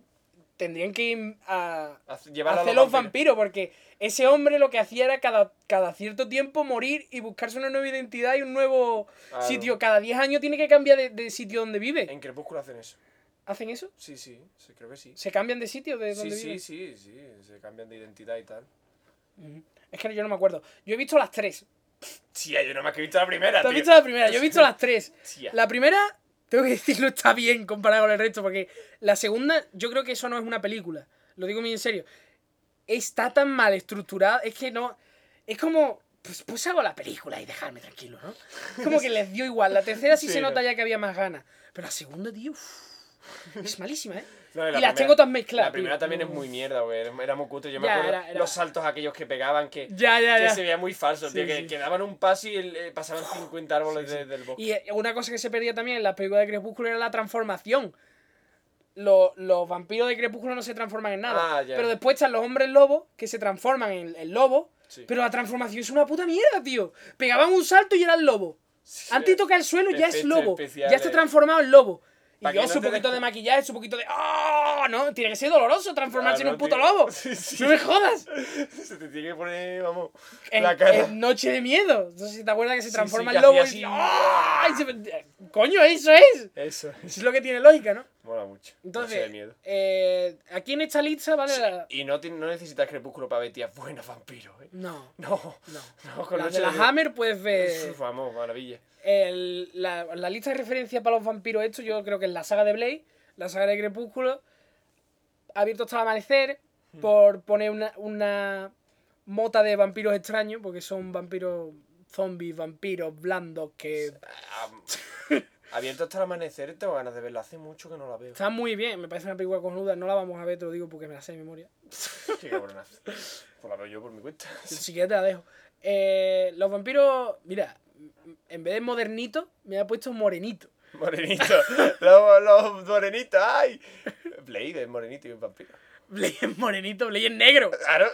Speaker 2: tendrían que ir a,
Speaker 1: Haz- Llevarlo a
Speaker 2: hacer los vampiros, porque ese hombre lo que hacía era cada, cada cierto tiempo morir y buscarse una nueva identidad y un nuevo
Speaker 1: Claro.
Speaker 2: sitio. Cada 10 años tiene que cambiar de, de sitio donde vive.
Speaker 1: En Crepúsculo hacen eso.
Speaker 2: ¿Hacen eso?
Speaker 1: Sí, sí, sí, creo que sí.
Speaker 2: ¿Se cambian de sitio de
Speaker 1: Sí,
Speaker 2: donde
Speaker 1: sí,
Speaker 2: viven?
Speaker 1: sí, sí, se cambian de identidad y tal.
Speaker 2: Es que yo no me acuerdo. Yo he visto las tres.
Speaker 1: Tía, yo no me he visto la primera,
Speaker 2: ¿Te has
Speaker 1: tío.
Speaker 2: visto la primera? Yo he visto las tres.
Speaker 1: Tía.
Speaker 2: La primera, tengo que decirlo, está bien comparada con el resto, porque la segunda, yo creo que eso no es una película. Lo digo muy en serio. Está tan mal estructurada, es que no. Es como. Pues, pues hago la película y dejarme tranquilo, ¿no? Es Como que les dio igual. La tercera sí,
Speaker 1: Sí,
Speaker 2: se
Speaker 1: ¿no?
Speaker 2: nota ya que había más ganas. Pero la segunda, tío. uff, es malísima, ¿eh?
Speaker 1: No,
Speaker 2: y las tengo tan mezcladas,
Speaker 1: La primera
Speaker 2: tío.
Speaker 1: también es
Speaker 2: Uf.
Speaker 1: muy mierda, güey. Era era muy cutre. Yo me
Speaker 2: Ya,
Speaker 1: acuerdo
Speaker 2: era- era-
Speaker 1: los saltos aquellos que pegaban que,
Speaker 2: Ya, ya,
Speaker 1: que
Speaker 2: ya.
Speaker 1: se veía muy falso, tío.
Speaker 2: Sí,
Speaker 1: Que,
Speaker 2: sí.
Speaker 1: que daban un paso y eh, pasaban 50 árboles de- del bosque.
Speaker 2: Y eh, una cosa que se perdía también en las películas de Crepúsculo era la transformación. Lo- los vampiros de Crepúsculo no se transforman en nada.
Speaker 1: Ah, ya.
Speaker 2: Pero después están los hombres lobos que se transforman en, en lobo.
Speaker 1: Sí.
Speaker 2: Pero la transformación es una puta mierda, tío. Pegaban un salto y era el lobo.
Speaker 1: Sí,
Speaker 2: Antes de tocar el suelo ya es
Speaker 1: efectos
Speaker 2: lobo.
Speaker 1: especiales.
Speaker 2: Ya está transformado en lobo. Y
Speaker 1: Pa' que
Speaker 2: yo,
Speaker 1: no
Speaker 2: su
Speaker 1: te
Speaker 2: poquito
Speaker 1: des
Speaker 2: de
Speaker 1: cu-
Speaker 2: maquillaje, su poquito de. ¡Oh! No, tiene que ser doloroso transformarse
Speaker 1: Claro,
Speaker 2: en un puto
Speaker 1: tío.
Speaker 2: lobo.
Speaker 1: Sí, sí.
Speaker 2: ¡No me jodas!
Speaker 1: Se te tiene que poner, vamos,
Speaker 2: En,
Speaker 1: la cara.
Speaker 2: en Noche de Miedo. No sé si te acuerdas que se
Speaker 1: Sí,
Speaker 2: transforma
Speaker 1: sí,
Speaker 2: en
Speaker 1: que
Speaker 2: lobo y.
Speaker 1: hacía
Speaker 2: ¡Ah! Y se- ¡Coño, eso es!
Speaker 1: Eso.
Speaker 2: Eso es lo que tiene lógica, ¿no?
Speaker 1: Mola mucho.
Speaker 2: Entonces,
Speaker 1: Noche de miedo.
Speaker 2: eh, aquí en esta lista, ¿vale? La-
Speaker 1: Y no, ti- no necesitas crepúsculo para ver tías buenas vampiros, eh.
Speaker 2: No,
Speaker 1: No.
Speaker 2: no.
Speaker 1: No, con
Speaker 2: la
Speaker 1: Noche
Speaker 2: de la
Speaker 1: miedo.
Speaker 2: Hammer puedes ver.
Speaker 1: Uf, Vamos, maravilla.
Speaker 2: el- la, la lista de referencia para los vampiros, esto yo creo que es la saga de Blade, la saga de Crepúsculo, Abierto hasta el amanecer,
Speaker 1: Hmm.
Speaker 2: por poner una, una mota de vampiros extraños, porque son vampiros zombies, vampiros blandos que
Speaker 1: Am- Abierto hasta el amanecer, tengo ganas de verla. Hace mucho que no la veo.
Speaker 2: están muy bien. Me parece una película cojonuda, no la vamos a ver, te lo digo porque me la sé de memoria.
Speaker 1: Qué cabronazo. Pues la veo yo por mi cuenta.
Speaker 2: Si quieres te la dejo. Eh, los vampiros, mira, m- en vez de modernito, me ha puesto morenito.
Speaker 1: Morenito. Los, los morenitos, ay. Blade es morenito y un vampiro.
Speaker 2: Blade es morenito, Blade es negro.
Speaker 1: Claro.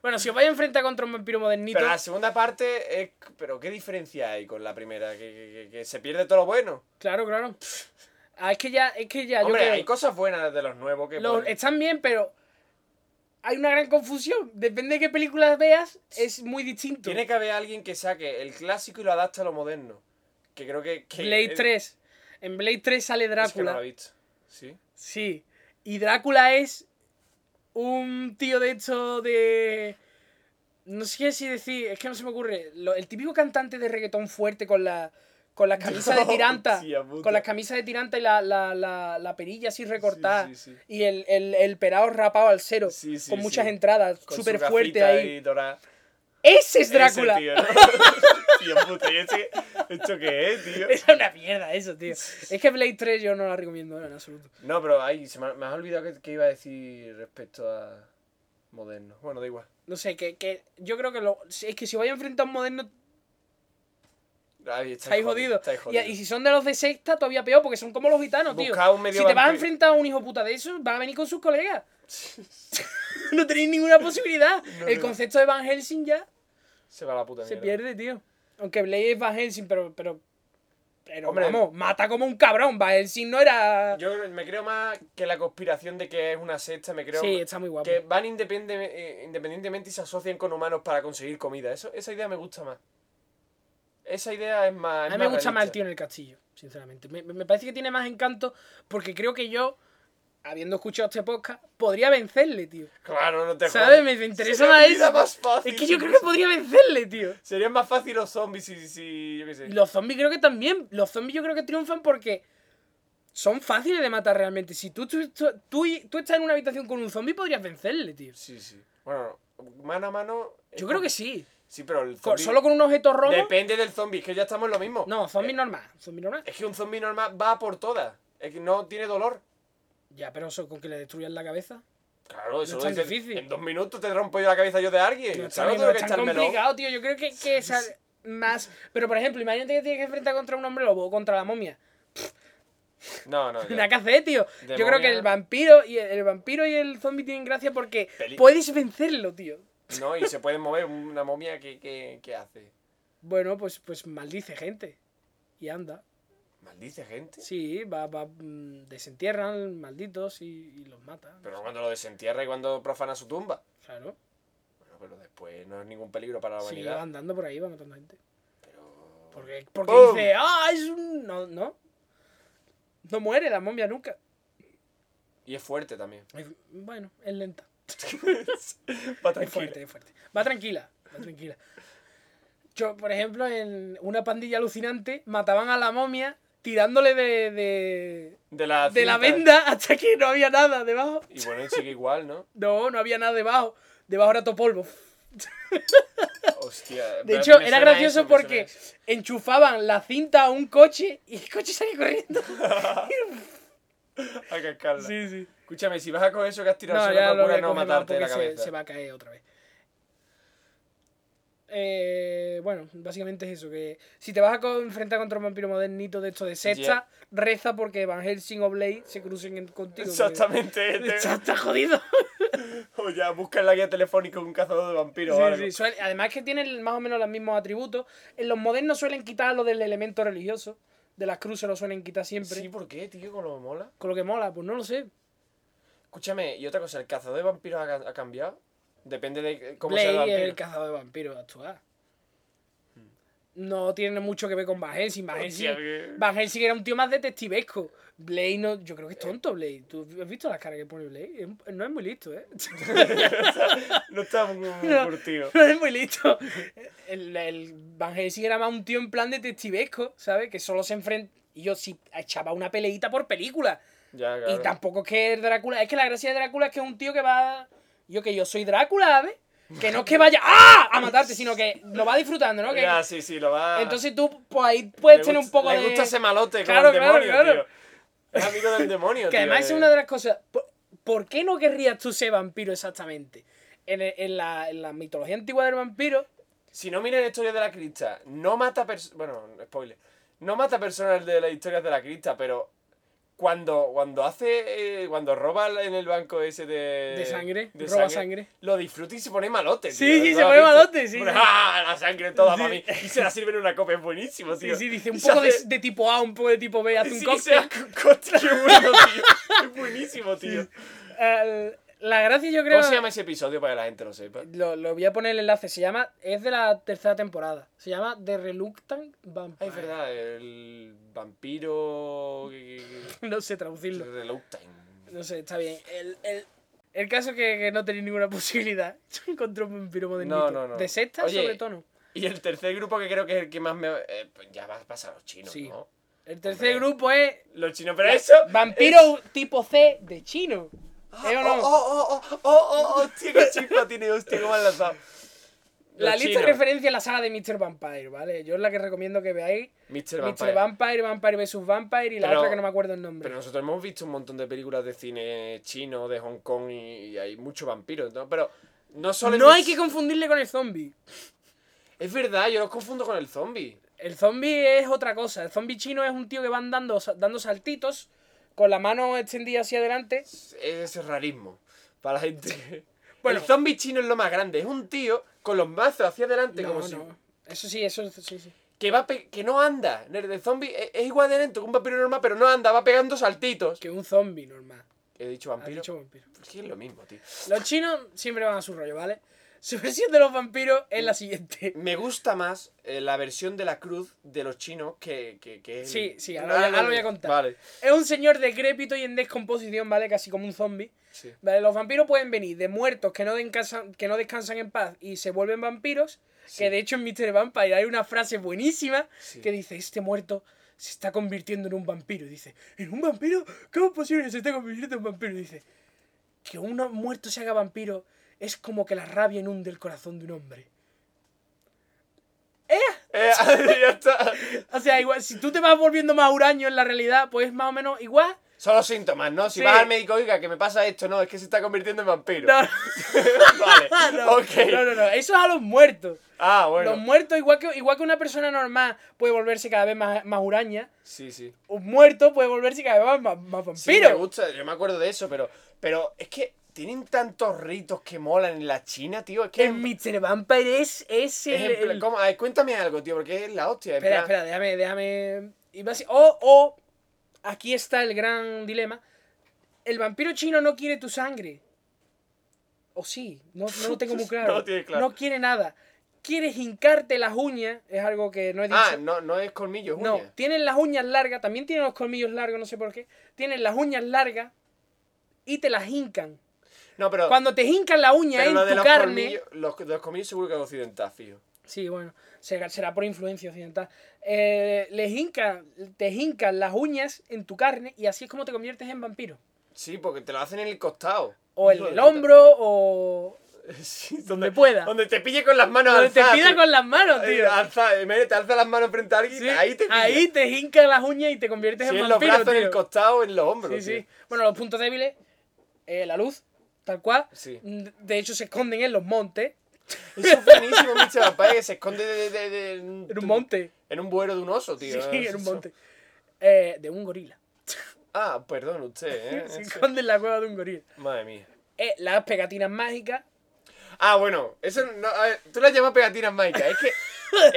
Speaker 2: Bueno, si os vais a enfrentar contra un vampiro modernito,
Speaker 1: Pero la segunda parte es. Pero ¿qué diferencia hay con la primera? Que, que- que- que se pierde todo lo bueno.
Speaker 2: claro, claro. Ah, es que ya, es que ya,
Speaker 1: Hombre,
Speaker 2: yo
Speaker 1: hay
Speaker 2: creo.
Speaker 1: cosas buenas de los nuevos que.
Speaker 2: los-
Speaker 1: ponen.
Speaker 2: están bien, pero hay una gran confusión. Depende de qué películas veas, es muy distinto.
Speaker 1: Tiene que haber alguien que saque el clásico y lo adapte a lo moderno. Que creo que. que
Speaker 2: Blade
Speaker 1: eh,
Speaker 2: 3. En Blade 3 sale
Speaker 1: Es que no lo
Speaker 2: Drácula.
Speaker 1: he visto. ¿Sí?
Speaker 2: Sí. Y Drácula es un tío de hecho de... No sé si decir, es que no se me ocurre. Lo- el típico cantante de reggaetón fuerte con la con las camisas de tiranta.
Speaker 1: Hostia puta.
Speaker 2: con las camisas de tiranta y la, la, la, la perilla así recortada.
Speaker 1: Sí, sí, sí.
Speaker 2: Y el, el, el perado rapado al cero.
Speaker 1: Sí, sí,
Speaker 2: con
Speaker 1: sí.
Speaker 2: muchas entradas,
Speaker 1: Con su
Speaker 2: súper fuerte
Speaker 1: gafita
Speaker 2: ahí.
Speaker 1: y dorada.
Speaker 2: Ese es Drácula.
Speaker 1: Ese, tío, ¿no? Tío, puta, ¿y ese- ¿Esto qué es, tío?
Speaker 2: es una mierda eso, tío. Es que Blade 3 yo no la recomiendo ahora en absoluto.
Speaker 1: No, pero ahí se me, ha- me has olvidado que, que iba a decir respecto a moderno. Bueno, da igual.
Speaker 2: No sé, que, que yo creo que lo, es que si vais a enfrentar a un moderno
Speaker 1: Ahí
Speaker 2: Estáis jodidos.
Speaker 1: Estáis
Speaker 2: Y,
Speaker 1: jodidos.
Speaker 2: y si son de los de sexta, todavía peor, porque son como los gitanos, tío.
Speaker 1: Buscad un medio
Speaker 2: si te vas a
Speaker 1: vampiro.
Speaker 2: enfrentar a un hijo puta de esos, van a venir con sus colegas. no tenéis ninguna posibilidad.
Speaker 1: No,
Speaker 2: El
Speaker 1: no.
Speaker 2: concepto de Van Helsing ya
Speaker 1: Se va la puta
Speaker 2: se
Speaker 1: mierda.
Speaker 2: pierde, tío. Aunque Blade es Van Helsing, pero. pero pero
Speaker 1: Hombre.
Speaker 2: vamos, mata como un cabrón. Van Helsing no era.
Speaker 1: Yo creo- me creo más que la conspiración de que es una secta, me creo
Speaker 2: sí, está muy guapo.
Speaker 1: que van independe- eh, independientemente y se asocian con humanos para conseguir comida. Eso, esa idea me gusta más. Esa idea es más.
Speaker 2: A mí me gusta más el tío en el castillo, sinceramente. Me, me- me parece que tiene más encanto porque creo que yo, habiendo escuchado este podcast, podría vencerle, tío.
Speaker 1: Claro, no te
Speaker 2: ¿Sabes?
Speaker 1: jodas.
Speaker 2: Me interesa
Speaker 1: Sería
Speaker 2: más
Speaker 1: mi vida
Speaker 2: eso.
Speaker 1: más fácil.
Speaker 2: Es que yo creo que podría vencerle, tío.
Speaker 1: Serían más fácil los zombies si, si yo qué sé.
Speaker 2: Y los zombies creo que también. Los zombies yo creo que triunfan porque son fáciles de matar realmente. Si tú, tú, tú- tú y- tú estás en una habitación con un zombie, podrías vencerle, tío.
Speaker 1: Sí, sí. Bueno, mano a mano. es
Speaker 2: Yo creo
Speaker 1: com-
Speaker 2: que sí.
Speaker 1: Sí, pero el
Speaker 2: Con-
Speaker 1: zombie.
Speaker 2: solo con un objeto rojo.
Speaker 1: Depende del zombie, es que ya estamos en lo mismo. Eh,
Speaker 2: No, zombie normal. Zombie normal.
Speaker 1: Es que un zombie normal va a por todas. Es que no tiene dolor.
Speaker 2: Ya, pero eso con que le destruyan la cabeza.
Speaker 1: Claro, eso
Speaker 2: es
Speaker 1: lo
Speaker 2: tan
Speaker 1: dices,
Speaker 2: difícil.
Speaker 1: En dos minutos te rompo yo la cabeza yo de alguien.
Speaker 2: No
Speaker 1: No,
Speaker 2: está
Speaker 1: claro,
Speaker 2: bien,
Speaker 1: tengo
Speaker 2: no
Speaker 1: Eh, que
Speaker 2: es tan
Speaker 1: echármelo.
Speaker 2: complicado, tío. Yo creo que, que es al- más. Pero por ejemplo, imagínate que tienes que enfrentar contra un hombre lobo o contra la momia.
Speaker 1: No, no. ya.
Speaker 2: Nada que hacer, tío.
Speaker 1: De
Speaker 2: Yo creo que
Speaker 1: momia.
Speaker 2: el vampiro y el, el vampiro y el zombie tienen gracia porque
Speaker 1: Peli-
Speaker 2: puedes vencerlo, tío.
Speaker 1: No, y se puede mover una momia que, que, que hace.
Speaker 2: Bueno, pues, pues maldice gente. Y anda.
Speaker 1: Maldice gente.
Speaker 2: Sí, va, va, mm, desentierran malditos y, y los matan.
Speaker 1: Pero no cuando lo desentierra y cuando profana su tumba.
Speaker 2: Claro.
Speaker 1: Bueno, pero después no es ningún peligro para la
Speaker 2: Sí, va
Speaker 1: humanidad.
Speaker 2: andando por ahí, va matando gente.
Speaker 1: Pero.
Speaker 2: Porque, porque
Speaker 1: ¡Pum!
Speaker 2: dice, ah, es un... No, no. No muere la momia nunca.
Speaker 1: Y es fuerte también.
Speaker 2: Es- Bueno, es lenta.
Speaker 1: Va
Speaker 2: Es fuerte, es fuerte. Va tranquila, va tranquila. Yo, por ejemplo, en una pandilla alucinante mataban a la momia tirándole de, de,
Speaker 1: De la,
Speaker 2: de la
Speaker 1: cinta.
Speaker 2: venda hasta que no había nada debajo.
Speaker 1: Y bueno, y sigue igual, ¿no?
Speaker 2: No, no había nada debajo. Debajo era todo polvo.
Speaker 1: Hostia.
Speaker 2: De
Speaker 1: me-
Speaker 2: hecho,
Speaker 1: me
Speaker 2: era
Speaker 1: suena
Speaker 2: gracioso
Speaker 1: eso, me suena
Speaker 2: porque
Speaker 1: eso.
Speaker 2: enchufaban la cinta a un coche y el coche salía corriendo.
Speaker 1: Hay que cascarla.
Speaker 2: sí, sí.
Speaker 1: Escúchame, si vas a coger eso que has tirado,
Speaker 2: No,
Speaker 1: solo
Speaker 2: ya lo voy
Speaker 1: procura
Speaker 2: a
Speaker 1: no
Speaker 2: coger más
Speaker 1: matarte de la
Speaker 2: porque se,
Speaker 1: cabeza.
Speaker 2: se va a caer otra vez. Eh, bueno, básicamente es eso, que si te vas a co- enfrentar contra un vampiro modernito de esto de sexta,
Speaker 1: eh.
Speaker 2: reza porque Van Helsing o Blade se crucen en- contigo. porque-
Speaker 1: Exactamente.
Speaker 2: Está,
Speaker 1: este.
Speaker 2: está jodido.
Speaker 1: O ya, busca en la guía telefónica un cazador de vampiros o
Speaker 2: Sí,
Speaker 1: algo.
Speaker 2: sí, suele- además que tienen más o menos los mismos atributos. En los modernos suelen quitar lo del elemento religioso. De las cruces lo suelen quitar siempre.
Speaker 1: Sí, ¿por qué, tío? Con lo que mola.
Speaker 2: Con lo que mola, pues no lo sé.
Speaker 1: Escúchame, y otra cosa, ¿el cazador de vampiros ha, ca- ha cambiado? Depende de cómo sea el
Speaker 2: Blade
Speaker 1: vampiro.
Speaker 2: es el cazador de vampiros actual. No tiene mucho que ver con Van Helsing. Van
Speaker 1: Hostia,
Speaker 2: Helsing,
Speaker 1: que-
Speaker 2: Van Helsing era un tío más detectivesco. Blade no. Yo creo que es tonto, Blade. ¿Tú has visto las caras que pone Blade? Es un- No es muy listo, ¿eh?
Speaker 1: No está muy muy
Speaker 2: No.
Speaker 1: curtido.
Speaker 2: No es muy listo. El, el Van Helsing era más un tío en plan detectivesco, ¿sabes? Que solo se enfrenta. Y yo sí echaba una peleita por película.
Speaker 1: Ya,
Speaker 2: Y
Speaker 1: claro.
Speaker 2: tampoco es que el Drácula. Es que la gracia de Drácula es que es un tío que va. Yo que yo soy Drácula, ¿ves? Que no es que vaya ¡ah! a matarte, sino que lo va disfrutando, ¿no? Que-
Speaker 1: Ya, sí, sí, lo va.
Speaker 2: entonces tú, pues ahí
Speaker 1: Le
Speaker 2: puedes tener
Speaker 1: gusta-
Speaker 2: un poco
Speaker 1: le
Speaker 2: de.
Speaker 1: gusta ese malote
Speaker 2: Claro,
Speaker 1: con el
Speaker 2: claro,
Speaker 1: demonio,
Speaker 2: claro.
Speaker 1: tío. Es amigo del demonio,
Speaker 2: Que
Speaker 1: tío,
Speaker 2: además es
Speaker 1: eh.
Speaker 2: una de las cosas. ¿Por, por qué no querrías tú ser vampiro exactamente? En, el- en la, en la mitología antigua del vampiro.
Speaker 1: Si no miren historias de la crista, no mata personas. Bueno, spoiler. No mata personas de las historias de la crista, pero cuando, cuando hace. eh, cuando roba en el banco ese Eh, de.
Speaker 2: De sangre, roba sangre.
Speaker 1: Lo disfruta y se pone malote.
Speaker 2: Sí,
Speaker 1: tío,
Speaker 2: sí,
Speaker 1: ¿no
Speaker 2: se
Speaker 1: has
Speaker 2: pone
Speaker 1: visto?
Speaker 2: malote, sí,
Speaker 1: Pone,
Speaker 2: sí.
Speaker 1: ¡Ah! La sangre toda
Speaker 2: Sí.
Speaker 1: para mí. Y se la sirve en una copa, es buenísimo,
Speaker 2: Sí,
Speaker 1: tío.
Speaker 2: sí, dice
Speaker 1: Y
Speaker 2: un
Speaker 1: se
Speaker 2: poco de,
Speaker 1: hace-
Speaker 2: de tipo A, un poco de tipo B, hace un
Speaker 1: sí, se
Speaker 2: cóctel.
Speaker 1: hace un cóctel, qué bueno, tío. Es buenísimo, tío.
Speaker 2: El- la gracia, yo creo.
Speaker 1: ¿Cómo se llama ese episodio para que la gente lo sepa?
Speaker 2: Lo, lo voy a poner el enlace. Se llama. Es de la tercera temporada. Se llama The Reluctant
Speaker 1: Ah,
Speaker 2: Vampire.
Speaker 1: es verdad, el vampiro. que- que-
Speaker 2: No sé
Speaker 1: que-
Speaker 2: traducirlo.
Speaker 1: Reluctant.
Speaker 2: No sé, está bien. El, el- el caso es que, que no tenía ninguna posibilidad. Yo encontré un vampiro modernito.
Speaker 1: No, no, no.
Speaker 2: De sexta,
Speaker 1: Oye,
Speaker 2: sobre todo. no.
Speaker 1: Y el tercer grupo que creo que es el que más me. eh, pues ya vas a pasar los chinos,
Speaker 2: Sí.
Speaker 1: ¿no?
Speaker 2: El tercer
Speaker 1: hombre.
Speaker 2: grupo es.
Speaker 1: Los chinos, pero eso.
Speaker 2: Vampiro tipo C de chino.
Speaker 1: Ah,
Speaker 2: ¿Eh o
Speaker 1: oh,
Speaker 2: no?
Speaker 1: oh, oh, oh, oh, oh, hostia, qué chispa tiene, hostia, cómo ha lanzado.
Speaker 2: la
Speaker 1: Los
Speaker 2: lista de
Speaker 1: chinos.
Speaker 2: referencia es la saga de Mr. Vampire, ¿vale? Yo es la que recomiendo que veáis.
Speaker 1: Mr.
Speaker 2: Mr.
Speaker 1: Vampire.
Speaker 2: Vampire, Vampire, vs. Vampire y la
Speaker 1: Pero-
Speaker 2: otra que no me acuerdo el nombre.
Speaker 1: Pero nosotros hemos visto un montón de películas de cine chino, de Hong Kong y, y hay muchos vampiros, ¿no? Pero no solo.
Speaker 2: no
Speaker 1: en-
Speaker 2: hay que confundirle con el zombie.
Speaker 1: Es verdad, yo los confundo con el zombie.
Speaker 2: El zombie es otra cosa. El zombie chino es un tío que va andando, sa- dando saltitos con la mano extendida hacia adelante.
Speaker 1: es rarismo para la gente.
Speaker 2: Bueno.
Speaker 1: el zombie chino es lo más grande. Es un tío con los mazos hacia adelante,
Speaker 2: No,
Speaker 1: como
Speaker 2: no.
Speaker 1: si.
Speaker 2: Eso sí, eso sí, sí.
Speaker 1: Que, va pe- que no anda. El de zombie es, es igual de lento que un vampiro normal, pero no anda, va pegando saltitos.
Speaker 2: Que un zombie normal.
Speaker 1: He dicho
Speaker 2: Ha
Speaker 1: vampiro.
Speaker 2: dicho vampiro.
Speaker 1: Es que es lo mismo, tío.
Speaker 2: Los chinos siempre van a su rollo, ¿vale? Su versión de los vampiros es la siguiente.
Speaker 1: Me gusta más eh, la versión de la cruz de los chinos que. que, que el-
Speaker 2: Sí, sí, ahora- ahora lo voy a contar.
Speaker 1: Vale.
Speaker 2: Es un señor decrépito y en descomposición, ¿vale? Casi como un zombie.
Speaker 1: Sí.
Speaker 2: ¿Vale? Los vampiros pueden venir de muertos que no, descansan, que no descansan en paz y se vuelven vampiros.
Speaker 1: Sí.
Speaker 2: Que de hecho en Mr. Vampire hay una frase buenísima
Speaker 1: Sí.
Speaker 2: que dice, este muerto se está convirtiendo en un vampiro. Y dice, ¿en un vampiro? ¿Cómo es posible que se esté convirtiendo en un vampiro? Y dice, que un muerto se haga vampiro es como que la rabia inunde el corazón de un hombre.
Speaker 1: Eh, ya está.
Speaker 2: O sea, igual, si tú te vas volviendo más huraño en la realidad, pues es más o menos igual.
Speaker 1: Son los síntomas, ¿no? Si
Speaker 2: Sí.
Speaker 1: vas al médico, oiga, que me pasa esto, no, es que se está convirtiendo en vampiro.
Speaker 2: No,
Speaker 1: vale.
Speaker 2: no,
Speaker 1: ok.
Speaker 2: no, no, no, eso es a los muertos.
Speaker 1: Ah, bueno.
Speaker 2: Los muertos, igual que, igual que una persona normal puede volverse cada vez más, más huraña,
Speaker 1: Sí, sí.
Speaker 2: un muerto puede volverse cada vez más, más
Speaker 1: Sí, me
Speaker 2: vampiro.
Speaker 1: gusta, yo me acuerdo de eso, pero, pero es que tienen tantos ritos que molan en la China, tío. Es que.
Speaker 2: el Mr. Vampire es, es
Speaker 1: es
Speaker 2: el...
Speaker 1: en plan-
Speaker 2: el-
Speaker 1: ¿cómo? A ver, cuéntame algo, tío, porque es la hostia. en plan-
Speaker 2: Espera, espera, déjame, déjame... iba a decir- O, o, aquí está el gran dilema. El vampiro chino no quiere tu sangre. O sí, no, no lo tengo muy claro.
Speaker 1: No lo tiene claro.
Speaker 2: No quiere nada. Quieres hincarte las uñas, es algo que no he dicho.
Speaker 1: Ah, no, no es colmillo, es
Speaker 2: No,
Speaker 1: uña.
Speaker 2: tienen las uñas largas, también tienen los colmillos largos, no sé por qué. Tienen las uñas largas y te las hincan.
Speaker 1: No, pero,
Speaker 2: Cuando te hincan la uña
Speaker 1: pero
Speaker 2: en
Speaker 1: lo de
Speaker 2: tu
Speaker 1: los
Speaker 2: carne,
Speaker 1: colmillos, los, de los colmillos seguro que es occidental, fío.
Speaker 2: Sí, bueno, será, será por influencia occidental. Eh, les hinca, te hincan las uñas en tu carne y así es como te conviertes en vampiro.
Speaker 1: Sí, porque te lo hacen en el costado.
Speaker 2: O en
Speaker 1: Hijo de
Speaker 2: el
Speaker 1: puta.
Speaker 2: hombro, o
Speaker 1: Sí,
Speaker 2: donde pueda.
Speaker 1: Donde te pille con las manos
Speaker 2: Donde te
Speaker 1: alzadas,
Speaker 2: pida
Speaker 1: tío.
Speaker 2: con las manos,
Speaker 1: Eh,
Speaker 2: tío.
Speaker 1: alza- eh, mira, te alza las manos frente a alguien,
Speaker 2: Sí,
Speaker 1: ahí te pilla.
Speaker 2: ahí te hincan las uñas y te
Speaker 1: Sí,
Speaker 2: conviertes
Speaker 1: en
Speaker 2: en
Speaker 1: los
Speaker 2: vampiro,
Speaker 1: brazos, en el
Speaker 2: tío.
Speaker 1: costado, en los hombros.
Speaker 2: Sí, sí.
Speaker 1: tío.
Speaker 2: Bueno, los puntos débiles, eh, la luz, tal cual.
Speaker 1: Sí.
Speaker 2: Mm, De hecho, se esconden en los montes.
Speaker 1: Eso es buenísimo, Michel Papá, que se esconde de, de- de- de-
Speaker 2: En un monte.
Speaker 1: En un vuelo de un oso, tío. Ah,
Speaker 2: sí, en un
Speaker 1: Eso.
Speaker 2: monte. Eh, de un gorila.
Speaker 1: Ah, perdón, usted, ¿eh?
Speaker 2: se
Speaker 1: Eso-
Speaker 2: esconden en la cueva de un gorila.
Speaker 1: Madre mía.
Speaker 2: Eh, las pegatinas mágicas.
Speaker 1: Ah, bueno, eso no, a ver, tú las llamas pegatinas mágicas. Es que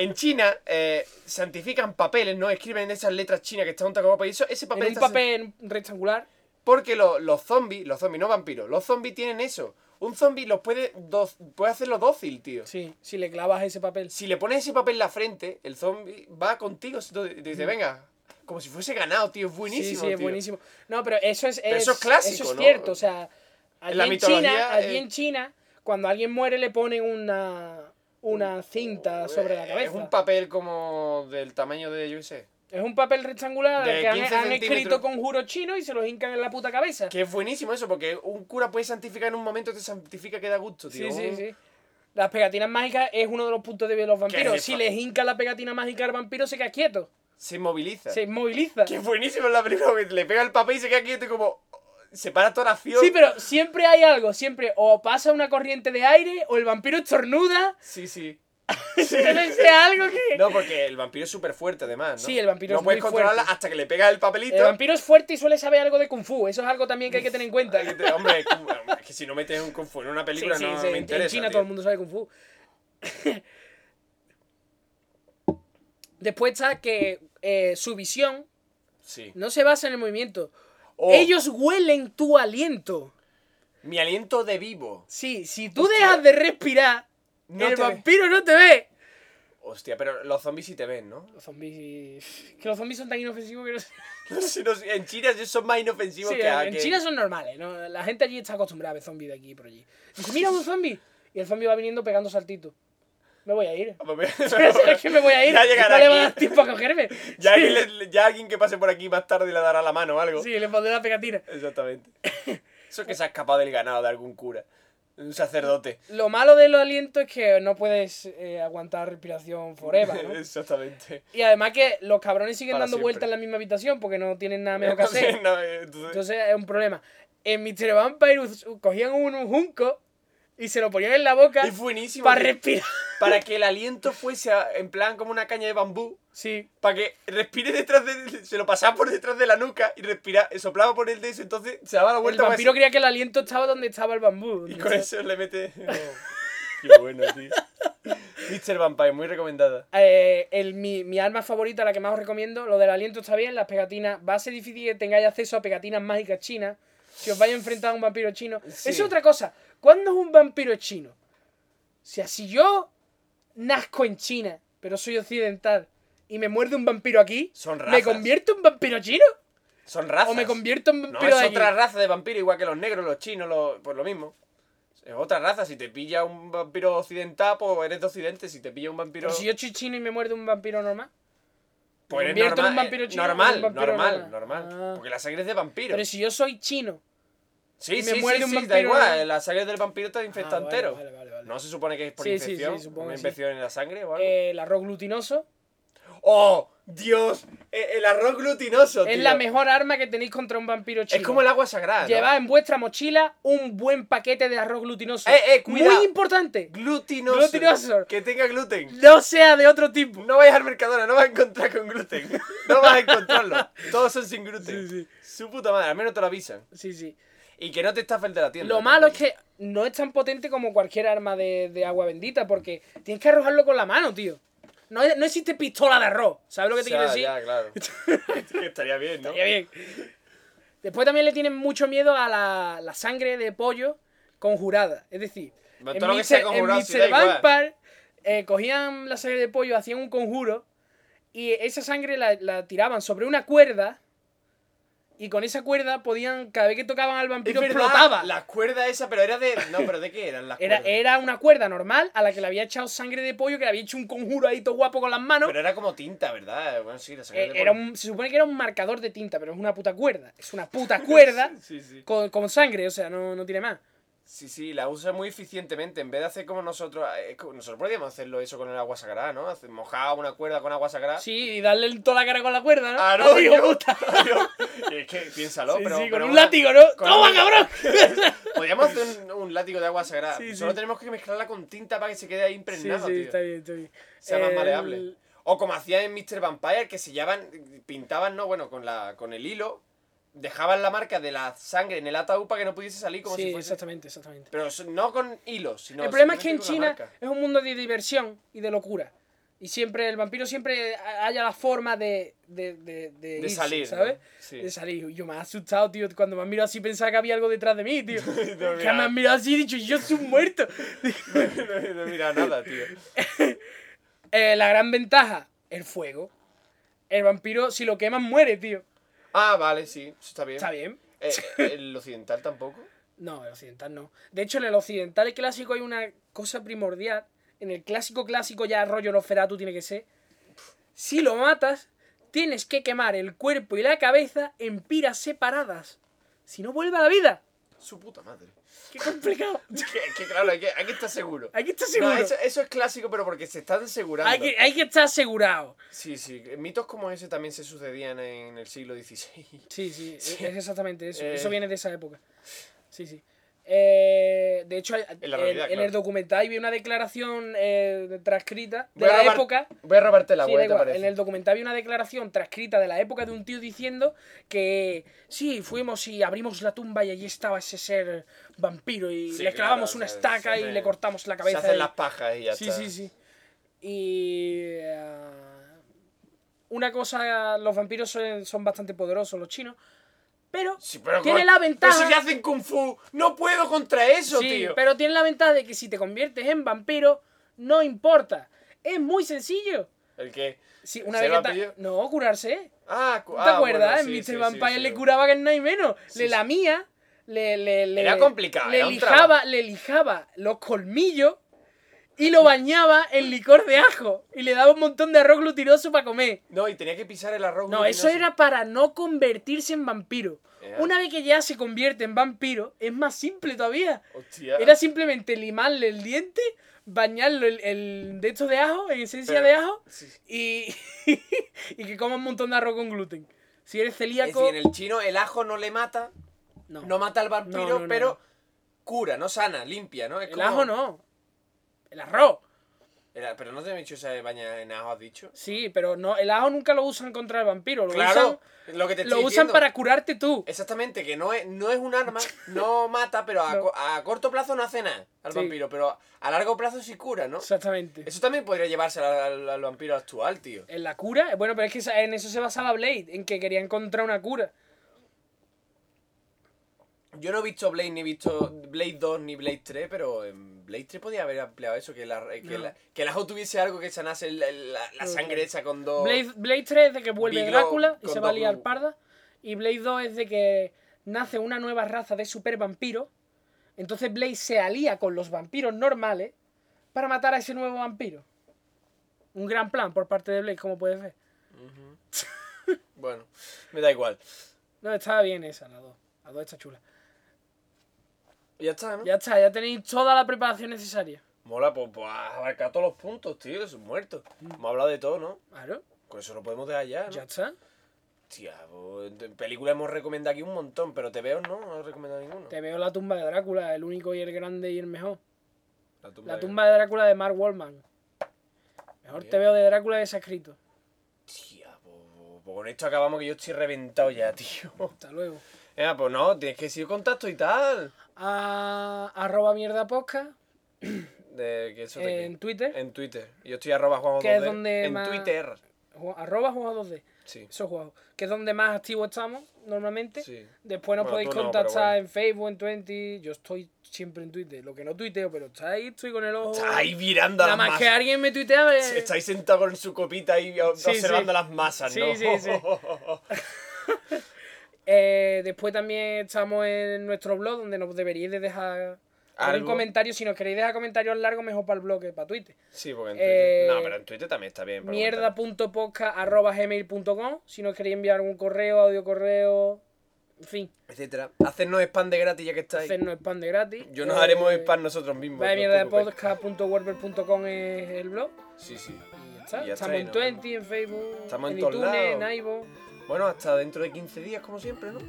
Speaker 1: en China eh, santifican papeles, ¿no? Escriben esas letras chinas que están un taco y eso, ese papel
Speaker 2: En un
Speaker 1: está san-
Speaker 2: papel rectangular.
Speaker 1: Porque lo- los zombies, los zombies, no vampiros, los zombies tienen eso. Un zombie los puede, doc- puede hacerlo dócil, tío.
Speaker 2: Sí, si le clavas ese papel.
Speaker 1: Si le pones ese papel en la frente, el zombie va contigo entonces te dice, venga, como si fuese ganado, tío, es buenísimo.
Speaker 2: Mm. Sí, sí, es
Speaker 1: tío.
Speaker 2: buenísimo. No, pero eso es,
Speaker 1: Pero eso es
Speaker 2: es-
Speaker 1: clásico,
Speaker 2: eso es
Speaker 1: ¿no?
Speaker 2: cierto, o sea, allí
Speaker 1: la
Speaker 2: en,
Speaker 1: mitología,
Speaker 2: China, allí
Speaker 1: eh,
Speaker 2: en China, cuando alguien muere le ponen una una cinta sobre la
Speaker 1: Eh,
Speaker 2: cabeza.
Speaker 1: Es un papel como del tamaño de, yo qué sé.
Speaker 2: papel rectangular
Speaker 1: de
Speaker 2: que han,
Speaker 1: 15
Speaker 2: han
Speaker 1: centímetros.
Speaker 2: escrito conjuro chino y se los hincan en la puta cabeza.
Speaker 1: Que es buenísimo eso, porque un cura puede santificar en un momento, te santifica que da gusto, tío.
Speaker 2: Sí, sí,
Speaker 1: Un-
Speaker 2: sí. Las pegatinas mágicas es uno de los puntos débiles de los vampiros.
Speaker 1: es
Speaker 2: Si
Speaker 1: fa-
Speaker 2: les hinca la pegatina mágica al vampiro se queda quieto,
Speaker 1: Se moviliza.
Speaker 2: se inmoviliza.
Speaker 1: Que es buenísimo en la película, que le pega el papel y se queda quieto y como... Se para toda la acción.
Speaker 2: Sí, pero siempre hay algo, siempre o pasa una corriente de aire o el vampiro estornuda.
Speaker 1: Sí, sí.
Speaker 2: Debe ser algo que...
Speaker 1: No, porque el vampiro es súper fuerte, además, ¿no?
Speaker 2: Sí, el vampiro
Speaker 1: no
Speaker 2: es
Speaker 1: puedes
Speaker 2: muy
Speaker 1: controlarla
Speaker 2: fuerte.
Speaker 1: hasta que le pegas el papelito.
Speaker 2: El vampiro es fuerte y suele saber algo de kung fu. Eso es algo también que hay que tener en cuenta.
Speaker 1: Ay, que te- Hombre, es como- es que si no metes un kung fu en una
Speaker 2: Sí,
Speaker 1: película
Speaker 2: sí,
Speaker 1: no
Speaker 2: sí,
Speaker 1: me
Speaker 2: en-
Speaker 1: interesa.
Speaker 2: en China
Speaker 1: tío.
Speaker 2: todo el mundo sabe kung fu. Después está que eh, su visión
Speaker 1: Sí.
Speaker 2: no se basa en el movimiento.
Speaker 1: Oh,
Speaker 2: Ellos huelen tu aliento.
Speaker 1: Mi aliento de vivo.
Speaker 2: Sí, si tú
Speaker 1: Hostia.
Speaker 2: dejas de respirar,
Speaker 1: No
Speaker 2: el
Speaker 1: te ve.
Speaker 2: vampiro no te ve.
Speaker 1: Hostia, pero los zombies sí te ven, ¿no?
Speaker 2: Los zombies. Que los zombies son tan inofensivos que no sé.
Speaker 1: No sé, no sé, En China ellos son más inofensivos
Speaker 2: Sí,
Speaker 1: que a-
Speaker 2: en
Speaker 1: que-
Speaker 2: China son normales, ¿no? La gente allí está acostumbrada a ver zombies de aquí y por allí. Dice, mira un zombie. Y el zombie va viniendo pegando saltitos. Me voy a ir. es que me voy a ir.
Speaker 1: Ya llegará
Speaker 2: no le va a
Speaker 1: aquí.
Speaker 2: dar tiempo a cogerme.
Speaker 1: Ya,
Speaker 2: sí,
Speaker 1: alguien le- ya alguien que pase por aquí más tarde le dará la mano o algo.
Speaker 2: sí, le pondré la pegatina.
Speaker 1: Exactamente. Eso es que se ha escapado del ganado de algún cura. de Un sacerdote.
Speaker 2: Lo malo de los alientos es que no puedes eh, aguantar respiración forever, ¿no?
Speaker 1: Exactamente.
Speaker 2: Y además que los cabrones siguen
Speaker 1: Para
Speaker 2: dando
Speaker 1: siempre.
Speaker 2: vueltas en la misma habitación porque no tienen nada mejor que
Speaker 1: Entonces,
Speaker 2: hacer.
Speaker 1: no, eh, entonces-
Speaker 2: Entonces es un problema. En Mr. Vampire us- cogían un, un junco y se lo ponían en la boca
Speaker 1: es buenísimo.
Speaker 2: para
Speaker 1: que-
Speaker 2: respirar.
Speaker 1: para que el aliento fuese a- en plan como una caña de bambú.
Speaker 2: Sí,
Speaker 1: Para que respire detrás de. Se lo pasaba por detrás de la nuca y respira, soplaba por el de eso, entonces se daba la
Speaker 2: el
Speaker 1: vuelta. para
Speaker 2: vampiro
Speaker 1: así,
Speaker 2: creía que el aliento estaba donde estaba el bambú. donde
Speaker 1: Y con
Speaker 2: estaba-
Speaker 1: eso le mete. Oh, qué bueno, tío. Mr. Vampire, muy recomendada.
Speaker 2: Eh, el, mi, mi arma favorita, la que más os recomiendo, lo del aliento está bien, las pegatinas. Va a ser difícil que tengáis acceso a pegatinas mágicas chinas. Si os vais a enfrentar a un vampiro chino.
Speaker 1: Sí.
Speaker 2: Es otra cosa. ¿Cuándo es un vampiro chino? O sea, si yo nazco en China, pero soy occidental, y me muerde un vampiro aquí,
Speaker 1: Son
Speaker 2: ¿me
Speaker 1: razas.
Speaker 2: convierto en vampiro chino?
Speaker 1: Son razas.
Speaker 2: ¿O me convierto en
Speaker 1: No,
Speaker 2: vampiro
Speaker 1: es
Speaker 2: de allí?
Speaker 1: otra raza de vampiro, igual que los negros, los chinos, los, pues lo mismo. Es otra raza. Si te pilla un vampiro occidental, pues eres de occidente. Si te pilla un vampiro.
Speaker 2: Pero Pues si yo soy chino y me muerde un vampiro normal.
Speaker 1: pues eres
Speaker 2: convierto en
Speaker 1: normal,
Speaker 2: un vampiro chino o
Speaker 1: normal,
Speaker 2: un vampiro
Speaker 1: normal, normal,
Speaker 2: normal. Ah.
Speaker 1: Porque la sangre es de vampiro.
Speaker 2: Pero si yo soy chino.
Speaker 1: Sí,
Speaker 2: y me
Speaker 1: sí,
Speaker 2: muerde
Speaker 1: sí,
Speaker 2: un
Speaker 1: sí, da
Speaker 2: vampiro,
Speaker 1: igual,
Speaker 2: ¿no?
Speaker 1: la sangre del vampiro te infecta
Speaker 2: Ah, vale,
Speaker 1: entero.
Speaker 2: vale, vale, vale.
Speaker 1: No se supone que es por
Speaker 2: Sí, sí, sí,
Speaker 1: infección,
Speaker 2: supongo
Speaker 1: una
Speaker 2: que sí.
Speaker 1: infección en la sangre o algo.
Speaker 2: eh, el arroz glutinoso.
Speaker 1: ¡Oh, Dios! E- El arroz glutinoso,
Speaker 2: Es
Speaker 1: tío.
Speaker 2: la mejor arma que tenéis contra un vampiro chino.
Speaker 1: Es como el agua sagrada. ¿no?
Speaker 2: Llevad en vuestra mochila un buen paquete de arroz glutinoso.
Speaker 1: Eh, eh, cuidado.
Speaker 2: Muy importante.
Speaker 1: Glutinoso.
Speaker 2: Glutinoso.
Speaker 1: Que tenga gluten.
Speaker 2: No sea de otro tipo.
Speaker 1: No vayas al Mercadona, no vas a encontrar con gluten. No vas a encontrarlo. Todos son sin gluten.
Speaker 2: Sí, sí.
Speaker 1: Su puta madre, al menos te lo avisan.
Speaker 2: Sí, sí.
Speaker 1: Y que no te estafa el de la tienda.
Speaker 2: Lo malo es que no es tan potente como cualquier arma de, de agua bendita, porque tienes que arrojarlo con la mano, tío. No, no existe pistola de arroz. ¿Sabes lo que
Speaker 1: O
Speaker 2: te
Speaker 1: sea,
Speaker 2: quiero decir?
Speaker 1: ya, claro. Que Estaría bien, ¿no?
Speaker 2: Estaría bien. Después también le tienen mucho miedo a la, la sangre de pollo conjurada. Es decir,
Speaker 1: Bueno,
Speaker 2: en
Speaker 1: todo lo que
Speaker 2: Mr.
Speaker 1: sea conjurado,
Speaker 2: en
Speaker 1: sí,
Speaker 2: Mr.
Speaker 1: da igual.
Speaker 2: Vampire, eh, cogían la sangre de pollo, hacían un conjuro y esa sangre la, la tiraban sobre una cuerda Y con esa cuerda podían, cada vez que tocaban al
Speaker 1: Es
Speaker 2: vampiro,
Speaker 1: verdad,
Speaker 2: explotaba.
Speaker 1: Las cuerdas esas, pero era de. No, pero ¿de qué eran las
Speaker 2: Era,
Speaker 1: cuerdas?
Speaker 2: era una cuerda normal a la que le había echado sangre de pollo, que le había hecho un conjuro ahí todo guapo con las manos.
Speaker 1: Pero era como tinta, ¿verdad? Bueno, sí, la sangre
Speaker 2: Eh,
Speaker 1: de
Speaker 2: era
Speaker 1: pollo.
Speaker 2: un- se supone que era un marcador de tinta, pero es una puta cuerda. Es una puta cuerda
Speaker 1: Sí, sí.
Speaker 2: con, con sangre, o sea, no, no tiene más.
Speaker 1: Sí, sí, la usa muy eficientemente. En vez de hacer como nosotros. eh, co- Nosotros podríamos hacerlo eso con el agua sagrada, ¿no? Hacer- Mojar una cuerda con agua sagrada.
Speaker 2: Sí, y darle el- toda la cara con la cuerda, ¿no?
Speaker 1: Ah, no,
Speaker 2: Así me
Speaker 1: yo-
Speaker 2: gusta.
Speaker 1: yo- Es que piénsalo,
Speaker 2: Sí,
Speaker 1: pero.
Speaker 2: sí, con
Speaker 1: pero
Speaker 2: un
Speaker 1: una-
Speaker 2: látigo, ¿no?
Speaker 1: con
Speaker 2: ¡Toma,
Speaker 1: un-
Speaker 2: cabrón!
Speaker 1: Podríamos hacer un, un látigo de agua sagrada.
Speaker 2: Sí,
Speaker 1: Solo
Speaker 2: sí.
Speaker 1: tenemos que mezclarla con tinta para que se quede ahí
Speaker 2: Sí,
Speaker 1: impregnado,
Speaker 2: sí,
Speaker 1: tío.
Speaker 2: está bien, está bien.
Speaker 1: sea más
Speaker 2: El-
Speaker 1: maleable. O como hacían en Mr. Vampire, que sellaban, pintaban, no, bueno, con la con el hilo, dejaban la marca de la sangre en el ataúd para que no pudiese salir como
Speaker 2: sí,
Speaker 1: si fuese.
Speaker 2: exactamente, exactamente.
Speaker 1: Pero eso- no con hilos, sino.
Speaker 2: el problema es que en
Speaker 1: simplemente
Speaker 2: China
Speaker 1: con la marca.
Speaker 2: es un mundo de diversión y de locura. Y siempre, el vampiro siempre ha- halla la forma de, de, de, de
Speaker 1: De
Speaker 2: irse,
Speaker 1: salir,
Speaker 2: ¿sabes?
Speaker 1: ¿no? Sí.
Speaker 2: De salir. Yo me he asustado, tío. Cuando me han mirado así pensaba que había algo detrás de mí, tío. que
Speaker 1: No,
Speaker 2: me han mirado así y he dicho, yo soy un muerto.
Speaker 1: no, no he mirado nada, tío.
Speaker 2: Eh, la gran ventaja, el fuego. El vampiro, si lo queman, muere, tío.
Speaker 1: Ah, vale, sí, eso está bien.
Speaker 2: ¿Está bien?
Speaker 1: Eh, ¿El occidental tampoco?
Speaker 2: No, el occidental no. De hecho, en el occidental el clásico hay una cosa primordial. En el clásico clásico ya rollo Nosferatu tiene que ser. Si lo matas, tienes que quemar el cuerpo y la cabeza en piras separadas. Si no, vuelve a la vida.
Speaker 1: Su puta madre.
Speaker 2: Qué complicado.
Speaker 1: Es que, es que, claro, hay que, hay que estar seguro.
Speaker 2: Hay que estar
Speaker 1: No,
Speaker 2: seguro.
Speaker 1: eso, eso es clásico, pero porque se están asegurando.
Speaker 2: hay, que, hay que estar asegurado.
Speaker 1: Sí, sí. Mitos como ese también se sucedían en el siglo XVI.
Speaker 2: Sí, sí, es-
Speaker 1: Sí.
Speaker 2: es exactamente eso.
Speaker 1: Eh.
Speaker 2: Eso viene de esa época. Sí, sí. Eh, de hecho, hay- en,
Speaker 1: En la realidad,
Speaker 2: en el
Speaker 1: claro.
Speaker 2: documental vi una declaración eh, transcrita de
Speaker 1: Voy a
Speaker 2: la
Speaker 1: robar-
Speaker 2: época.
Speaker 1: Voy a robarte la
Speaker 2: Sí,
Speaker 1: web,
Speaker 2: da
Speaker 1: ¿te
Speaker 2: igual.
Speaker 1: parece?
Speaker 2: En el documental había una declaración transcrita de la época de un tío diciendo que sí, fuimos y abrimos la tumba y allí estaba ese ser vampiro y
Speaker 1: Sí,
Speaker 2: le clavamos
Speaker 1: claro,
Speaker 2: una
Speaker 1: se-
Speaker 2: estaca
Speaker 1: se
Speaker 2: y
Speaker 1: hace-
Speaker 2: le cortamos la
Speaker 1: Se
Speaker 2: cabeza.
Speaker 1: hacen
Speaker 2: y-
Speaker 1: las pajas y ya
Speaker 2: sí,
Speaker 1: está.
Speaker 2: sí, sí. Y... eh, una cosa, los vampiros son, son bastante poderosos, los chinos, pero,
Speaker 1: Sí, pero
Speaker 2: tiene
Speaker 1: con-
Speaker 2: la ventaja...
Speaker 1: Pero si ya hacen Kung Fu, no puedo contra eso,
Speaker 2: Sí,
Speaker 1: tío.
Speaker 2: pero tiene la ventaja de que si te conviertes en vampiro, no importa. Es muy sencillo.
Speaker 1: ¿El qué?
Speaker 2: Sí, una
Speaker 1: ¿Ser
Speaker 2: vez que ta-
Speaker 1: vampiro?
Speaker 2: No, curarse.
Speaker 1: Ah, cu-
Speaker 2: ¿Tú te
Speaker 1: ah,
Speaker 2: acuerdas?
Speaker 1: bueno,
Speaker 2: en
Speaker 1: sí,
Speaker 2: Mr.
Speaker 1: sí, sí,
Speaker 2: Vampire
Speaker 1: sí.
Speaker 2: le curaba que no hay menos. le
Speaker 1: sí.
Speaker 2: lamía, le, le, le-
Speaker 1: Era complicado,
Speaker 2: Le
Speaker 1: era un
Speaker 2: lijaba,
Speaker 1: trabajo.
Speaker 2: le lijaba los colmillos y lo bañaba en licor de ajo. Y le daba un montón de arroz glutinoso para comer.
Speaker 1: No, y tenía que pisar el arroz.
Speaker 2: No,
Speaker 1: glutinoso.
Speaker 2: eso era para no convertirse en vampiro.
Speaker 1: Ea.
Speaker 2: Una vez que ya se convierte en vampiro, es más simple todavía.
Speaker 1: Hostia.
Speaker 2: Era simplemente limarle el diente, bañarlo el, el de estos de ajo, en esencia
Speaker 1: Pero-
Speaker 2: de ajo,
Speaker 1: Sí, sí.
Speaker 2: y, y que coma un montón de arroz con gluten. Si eres
Speaker 1: Es
Speaker 2: celíaco.
Speaker 1: decir, en el chino el ajo no le mata, no, mata al vampiro,
Speaker 2: No, no, no,
Speaker 1: pero
Speaker 2: no.
Speaker 1: cura, no sana, limpia, ¿no? Es
Speaker 2: El
Speaker 1: como-
Speaker 2: ajo no. El arroz.
Speaker 1: Era- pero no te he dicho esa de baña en ajo, has dicho.
Speaker 2: Sí, pero no, el ajo nunca lo usan contra el vampiro. Lo
Speaker 1: Claro, lo que te estoy
Speaker 2: usan, lo usan
Speaker 1: diciendo. Eh,
Speaker 2: para curarte tú.
Speaker 1: Exactamente, que no es, no es un arma, no mata, pero a,
Speaker 2: No.
Speaker 1: co- a corto plazo no hace nada al
Speaker 2: Sí.
Speaker 1: vampiro, pero a largo plazo sí cura, ¿no?
Speaker 2: Exactamente.
Speaker 1: Eso también podría llevarse al, al- al vampiro actual, tío.
Speaker 2: En la cura. Bueno, pero es que esa- en eso se basaba Blade, en que quería encontrar una cura.
Speaker 1: Yo no he visto Blade, ni he visto Blade 2, ni Blade 3, pero en Blade 3 podía haber empleado eso, que, la, eh, que,
Speaker 2: No.
Speaker 1: la- que el ajo tuviese algo que sanase el- el- la, la
Speaker 2: No,
Speaker 1: sangre
Speaker 2: claro.
Speaker 1: esa con dos...
Speaker 2: Blade, Blade 3 es de que vuelve
Speaker 1: Big
Speaker 2: Drácula
Speaker 1: Love
Speaker 2: y
Speaker 1: con
Speaker 2: se va a
Speaker 1: dos
Speaker 2: liar
Speaker 1: globos.
Speaker 2: parda. Y Blade 2 es de que nace una nueva raza de super vampiros. Entonces Blade se alía con los vampiros normales para matar a ese nuevo vampiro. Un gran plan por parte de Blade, como puedes ver.
Speaker 1: Ujú. bueno, me da igual.
Speaker 2: No, estaba bien esa, la 2. La 2 está chula.
Speaker 1: Ya está, ¿no?
Speaker 2: Ya está, ya tenéis toda la preparación necesaria.
Speaker 1: Mola, pues, pues has abarcado todos los puntos, tío, es un muerto. Hemos hablado de todo, ¿no?
Speaker 2: Claro,
Speaker 1: Con eso lo podemos dejar ya, ¿no?
Speaker 2: Mm. ya está.
Speaker 1: Tía, pues, de- películas hemos recomendado aquí un montón, pero te veo no, no he recomendado ninguno.
Speaker 2: Te veo la tumba de Drácula, el único y el grande y el mejor.
Speaker 1: La tumba.
Speaker 2: La
Speaker 1: de-
Speaker 2: tumba de Drácula de Mark Wallman. Mejor te veo de Drácula de escrito.
Speaker 1: Tía, pues, pues, pues con esto acabamos que yo estoy reventado ya, tío.
Speaker 2: Hasta luego.
Speaker 1: Venga, pues no, tienes que decir contacto y tal.
Speaker 2: A, arroba mierda posca
Speaker 1: De que eso de qué?
Speaker 2: en Twitter.
Speaker 1: En Twitter. Yo estoy arroba Juan
Speaker 2: Que es
Speaker 1: Odode.
Speaker 2: donde
Speaker 1: En
Speaker 2: más-
Speaker 1: Twitter.
Speaker 2: Ju- Arroba juego 2D.
Speaker 1: Sí.
Speaker 2: Eso juego. Que es donde más activos estamos normalmente.
Speaker 1: Sí.
Speaker 2: Después nos
Speaker 1: Bueno,
Speaker 2: podéis
Speaker 1: tú no, pero
Speaker 2: contactar
Speaker 1: bueno.
Speaker 2: en Facebook, en Twenty. Yo estoy siempre en Twitter. Lo que no tuiteo, pero está ahí, estoy con el ojo.
Speaker 1: Estáis mirando a las
Speaker 2: Nada más
Speaker 1: masas.
Speaker 2: que alguien me tuitea. eh, me-
Speaker 1: Estáis sentados con su copita ahí
Speaker 2: Sí,
Speaker 1: observando
Speaker 2: sí.
Speaker 1: las masas,
Speaker 2: Sí,
Speaker 1: ¿no?
Speaker 2: sí, sí. Eh, después también estamos en nuestro blog, donde nos deberíais de dejar algún
Speaker 1: Algo.
Speaker 2: comentario. Si nos queréis dejar comentarios largos, mejor para el blog que para Twitter.
Speaker 1: Sí, porque en
Speaker 2: Eh,
Speaker 1: Twitter. No, pero en Twitter también está bien. para comentar.
Speaker 2: Mierda.podcast.gmail.com Si nos queréis enviar algún correo, audio correo, en fin,
Speaker 1: Etcétera. Hacernos spam de gratis ya que está ahí.
Speaker 2: hacernos spam de gratis.
Speaker 1: Yo nos
Speaker 2: Eh,
Speaker 1: haremos spam nosotros mismos.
Speaker 2: Vaya
Speaker 1: no
Speaker 2: mierda de
Speaker 1: os preocupéis.
Speaker 2: podcast.wordpress.com es el blog.
Speaker 1: Sí, sí.
Speaker 2: Y ya está.
Speaker 1: Y ya está,
Speaker 2: Estamos
Speaker 1: y
Speaker 2: en
Speaker 1: no-
Speaker 2: 20, en Facebook,
Speaker 1: Estamos en
Speaker 2: en
Speaker 1: todos
Speaker 2: iTunes, en
Speaker 1: lados.
Speaker 2: iVoox,
Speaker 1: Bueno, hasta dentro de 15 días, como siempre, ¿no?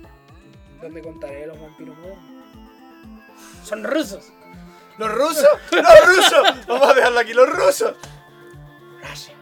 Speaker 2: donde contaré los vampiros modernos. Son rusos.
Speaker 1: ¡Los rusos! ¡Los rusos! Vamos a dejarlo aquí, los rusos.
Speaker 2: Russian.